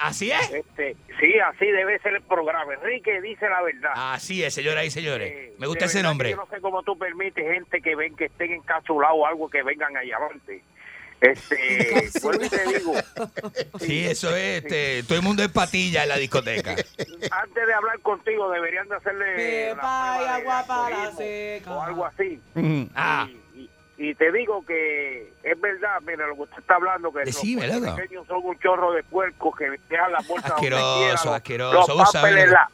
Speaker 5: así es.
Speaker 6: Este, sí, así debe ser el programa. Enrique dice la verdad.
Speaker 5: Así es, señoras y señores. Me gusta
Speaker 6: De
Speaker 5: ese
Speaker 6: verdad que
Speaker 5: nombre.
Speaker 6: Yo no sé cómo tú permites gente que ven que estén encapsulados o algo que vengan a llamarte. Este, vuelvo y te digo,
Speaker 5: Sí, eso es, este, todo el mundo es patilla en la discoteca.
Speaker 6: antes de hablar contigo deberían de hacerle la prueba de alcoholismo o algo así.
Speaker 5: Ah,
Speaker 6: Y, Y te digo que es verdad, mira lo que usted está hablando, que
Speaker 5: Decime,
Speaker 6: los
Speaker 5: loco.
Speaker 6: puertorriqueños son un chorro de puercos que dejan la puerta donde quieran,
Speaker 5: Asqueroso,
Speaker 6: los-
Speaker 5: asqueroso.
Speaker 6: Los
Speaker 5: vos sabés
Speaker 6: pampers,
Speaker 5: lo que-
Speaker 6: la-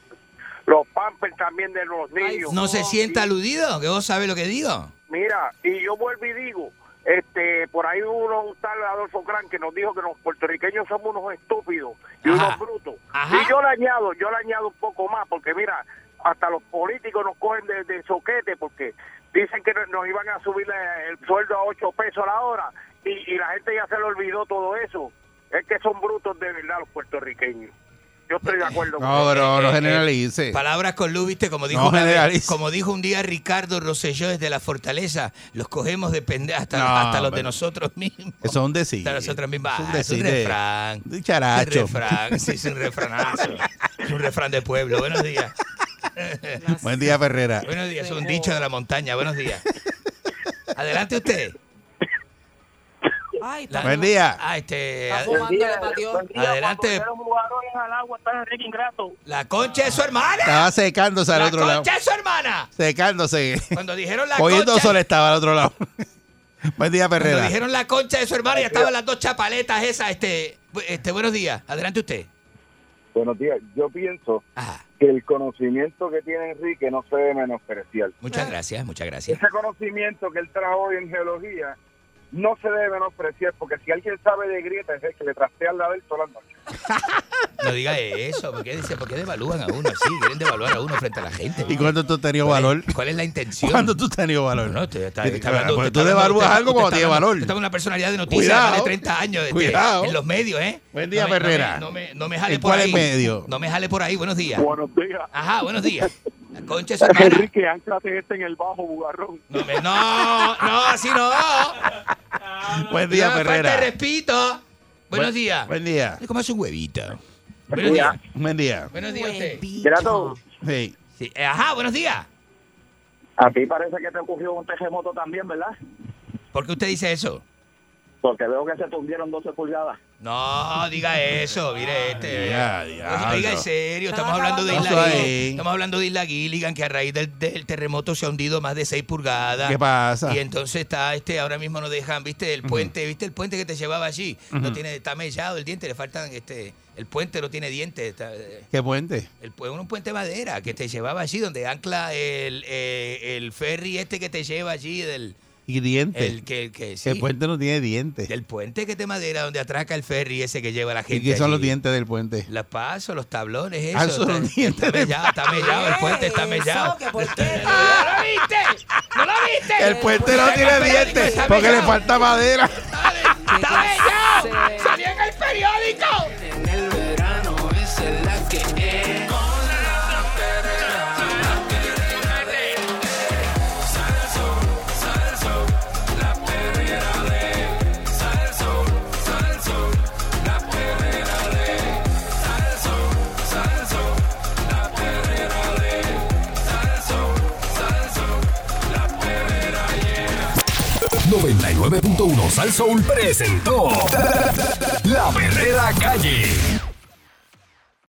Speaker 6: los pampers también de los niños.
Speaker 5: ¿No se sienta aludido? ¿Que vos sabés lo que digo?
Speaker 6: Mira, y yo vuelvo y digo, este, por ahí uno, un tal Adolfo Gran que nos dijo que los puertorriqueños somos unos estúpidos y unos brutos. Y yo le añado, yo le añado un poco más, porque mira, hasta los políticos nos cogen de, de soquete, porque dicen que no- nos iban a subir la- el sueldo a 8 pesos a la hora, y, y la gente ya se le olvidó todo eso. Es que son brutos de verdad los puertorriqueños. Yo estoy de acuerdo con
Speaker 3: No,
Speaker 6: usted.
Speaker 3: pero no generalice.
Speaker 5: Eh, Palabras con Lu, viste, como dijo,
Speaker 3: No
Speaker 5: una vez-
Speaker 3: generalice.
Speaker 5: como dijo un día Ricardo Rosselló desde la fortaleza, los cogemos de pende- hasta,
Speaker 3: No,
Speaker 5: hasta los de
Speaker 3: pero-
Speaker 5: nosotros mismos.
Speaker 3: Eso es un decir.
Speaker 5: Hasta nosotros mismos.
Speaker 3: Es un
Speaker 5: Ah, Es un
Speaker 3: decir de-
Speaker 5: refrán.
Speaker 3: de characho.
Speaker 5: Es un refrán, sí, es un refranazo. Es un refrán de pueblo. Buenos días.
Speaker 3: Buen día, Ferrera.
Speaker 5: Buenos días, es un dicho de la montaña. Buenos días. Adelante usted.
Speaker 15: Ay,
Speaker 5: La-
Speaker 3: Buen día.
Speaker 5: Ah, este,
Speaker 15: Está fumando, le pateó.
Speaker 5: adelante. La concha de su hermana.
Speaker 3: Estaba secándose al
Speaker 5: La
Speaker 3: otro lado.
Speaker 5: concha de su hermana.
Speaker 3: Secándose.
Speaker 5: Cuando dijeron la
Speaker 3: Cogiendo
Speaker 5: concha-
Speaker 3: sol estaba al otro lado. Buen día,
Speaker 5: Cuando
Speaker 3: Ferrera.
Speaker 5: dijeron la concha de su hermana, ya estaban las dos chapaletas esas. Este, bu- este, buenos días. Adelante usted.
Speaker 18: Buenos días. Yo pienso que el conocimiento que tiene Enrique no se debe menospreciar.
Speaker 5: Muchas gracias, muchas gracias.
Speaker 18: Ese conocimiento que él trajo hoy en geología no se debe menospreciar, porque si alguien sabe de grietas es el que le trastean la del toda la noche.
Speaker 5: No diga eso. ¿Por qué, dice, por qué devalúan a uno así? Quieren devaluar a uno frente a la gente.
Speaker 3: ¿Y cuándo tú has tenido
Speaker 5: ¿Cuál es-
Speaker 3: valor?
Speaker 5: ¿Cuál es la intención?
Speaker 3: ¿Cuándo tú has tenido valor?
Speaker 5: Pues, No, usted está,
Speaker 3: Porque
Speaker 5: está hablando, usted
Speaker 3: tú
Speaker 5: está hablando-
Speaker 3: devalúas
Speaker 5: usted-
Speaker 3: algo
Speaker 5: usted
Speaker 3: cuando
Speaker 5: está
Speaker 3: tiene
Speaker 5: hablando-
Speaker 3: valor.
Speaker 5: Usted está con una personalidad de noticias
Speaker 3: Cuidado.
Speaker 5: de más de 30 años este,
Speaker 3: Cuidado.
Speaker 5: en los medios, ¿eh?
Speaker 3: Buen día,
Speaker 5: No me- no me-
Speaker 3: Ferrera.
Speaker 5: No me, no me jale
Speaker 3: ¿En
Speaker 5: por
Speaker 3: cuál
Speaker 5: ahí.
Speaker 3: es medio?
Speaker 5: No me jale por ahí. Buenos días.
Speaker 18: Buenos días.
Speaker 5: Ajá, buenos días. La concha de su hermana.
Speaker 18: Que anclate este en el bajo, bugarrón.
Speaker 5: No, me- no, no, así no.
Speaker 3: Buen día,
Speaker 5: No me
Speaker 3: Ferrera.
Speaker 5: falte respeto. Buenos
Speaker 3: Buen-
Speaker 5: días.
Speaker 3: Buen día.
Speaker 5: ¿Cómo hace un huevito?
Speaker 3: Buen día. Buen día.
Speaker 5: Buenos días a usted.
Speaker 3: Sí.
Speaker 5: Sí, eh, Ajá, buenos días.
Speaker 18: A ti parece que te ocurrió un terremoto también, ¿verdad?
Speaker 5: ¿Por qué usted dice eso?
Speaker 18: Porque veo que se tumbieron 12 pulgadas.
Speaker 5: No, diga eso, mire este.
Speaker 3: Ya,
Speaker 5: Oiga, oiga, en serio, estamos hablando de
Speaker 3: acabando.
Speaker 5: Isla
Speaker 3: Eso
Speaker 5: Gilligan.
Speaker 3: ahí.
Speaker 5: Estamos hablando de Isla Gilligan, que a raíz del, del terremoto se ha hundido más de 6 pulgadas.
Speaker 3: ¿Qué pasa?
Speaker 5: Y entonces está, este, ahora mismo nos dejan, viste, el puente, viste el puente que te llevaba allí. No
Speaker 3: Ujú.
Speaker 5: tiene, está mellado el diente, le faltan, este, el puente no tiene dientes. está, eh,
Speaker 3: Qué puente.
Speaker 5: el, pu- un puente de madera que te llevaba allí, donde ancla el, eh, el ferry este que te lleva allí del
Speaker 3: Y dientes.
Speaker 5: el que, que sí,
Speaker 3: El puente no tiene dientes.
Speaker 5: del puente que es de madera donde atraca el ferry ese que lleva la
Speaker 3: ¿Y
Speaker 5: gente.
Speaker 3: qué son los
Speaker 5: allí.
Speaker 3: dientes del puente?
Speaker 5: Las pasos, los tablones, eso.
Speaker 3: Ah, son
Speaker 5: está-
Speaker 3: los
Speaker 5: está, mellado, está mellado, el puente está mellado.
Speaker 15: ¡No
Speaker 5: lo viste! ¡No lo viste!
Speaker 3: El puente no
Speaker 5: Saca el
Speaker 3: tiene
Speaker 5: periódico,
Speaker 3: dientes
Speaker 5: está
Speaker 3: porque le
Speaker 5: mellado.
Speaker 3: falta madera.
Speaker 5: ¡Está mellado! ¡Salió en el periódico!
Speaker 19: En el verano esa es la que es.
Speaker 2: Yeah.
Speaker 1: 99.1 Sal Soul presentó La Verdadera Calle.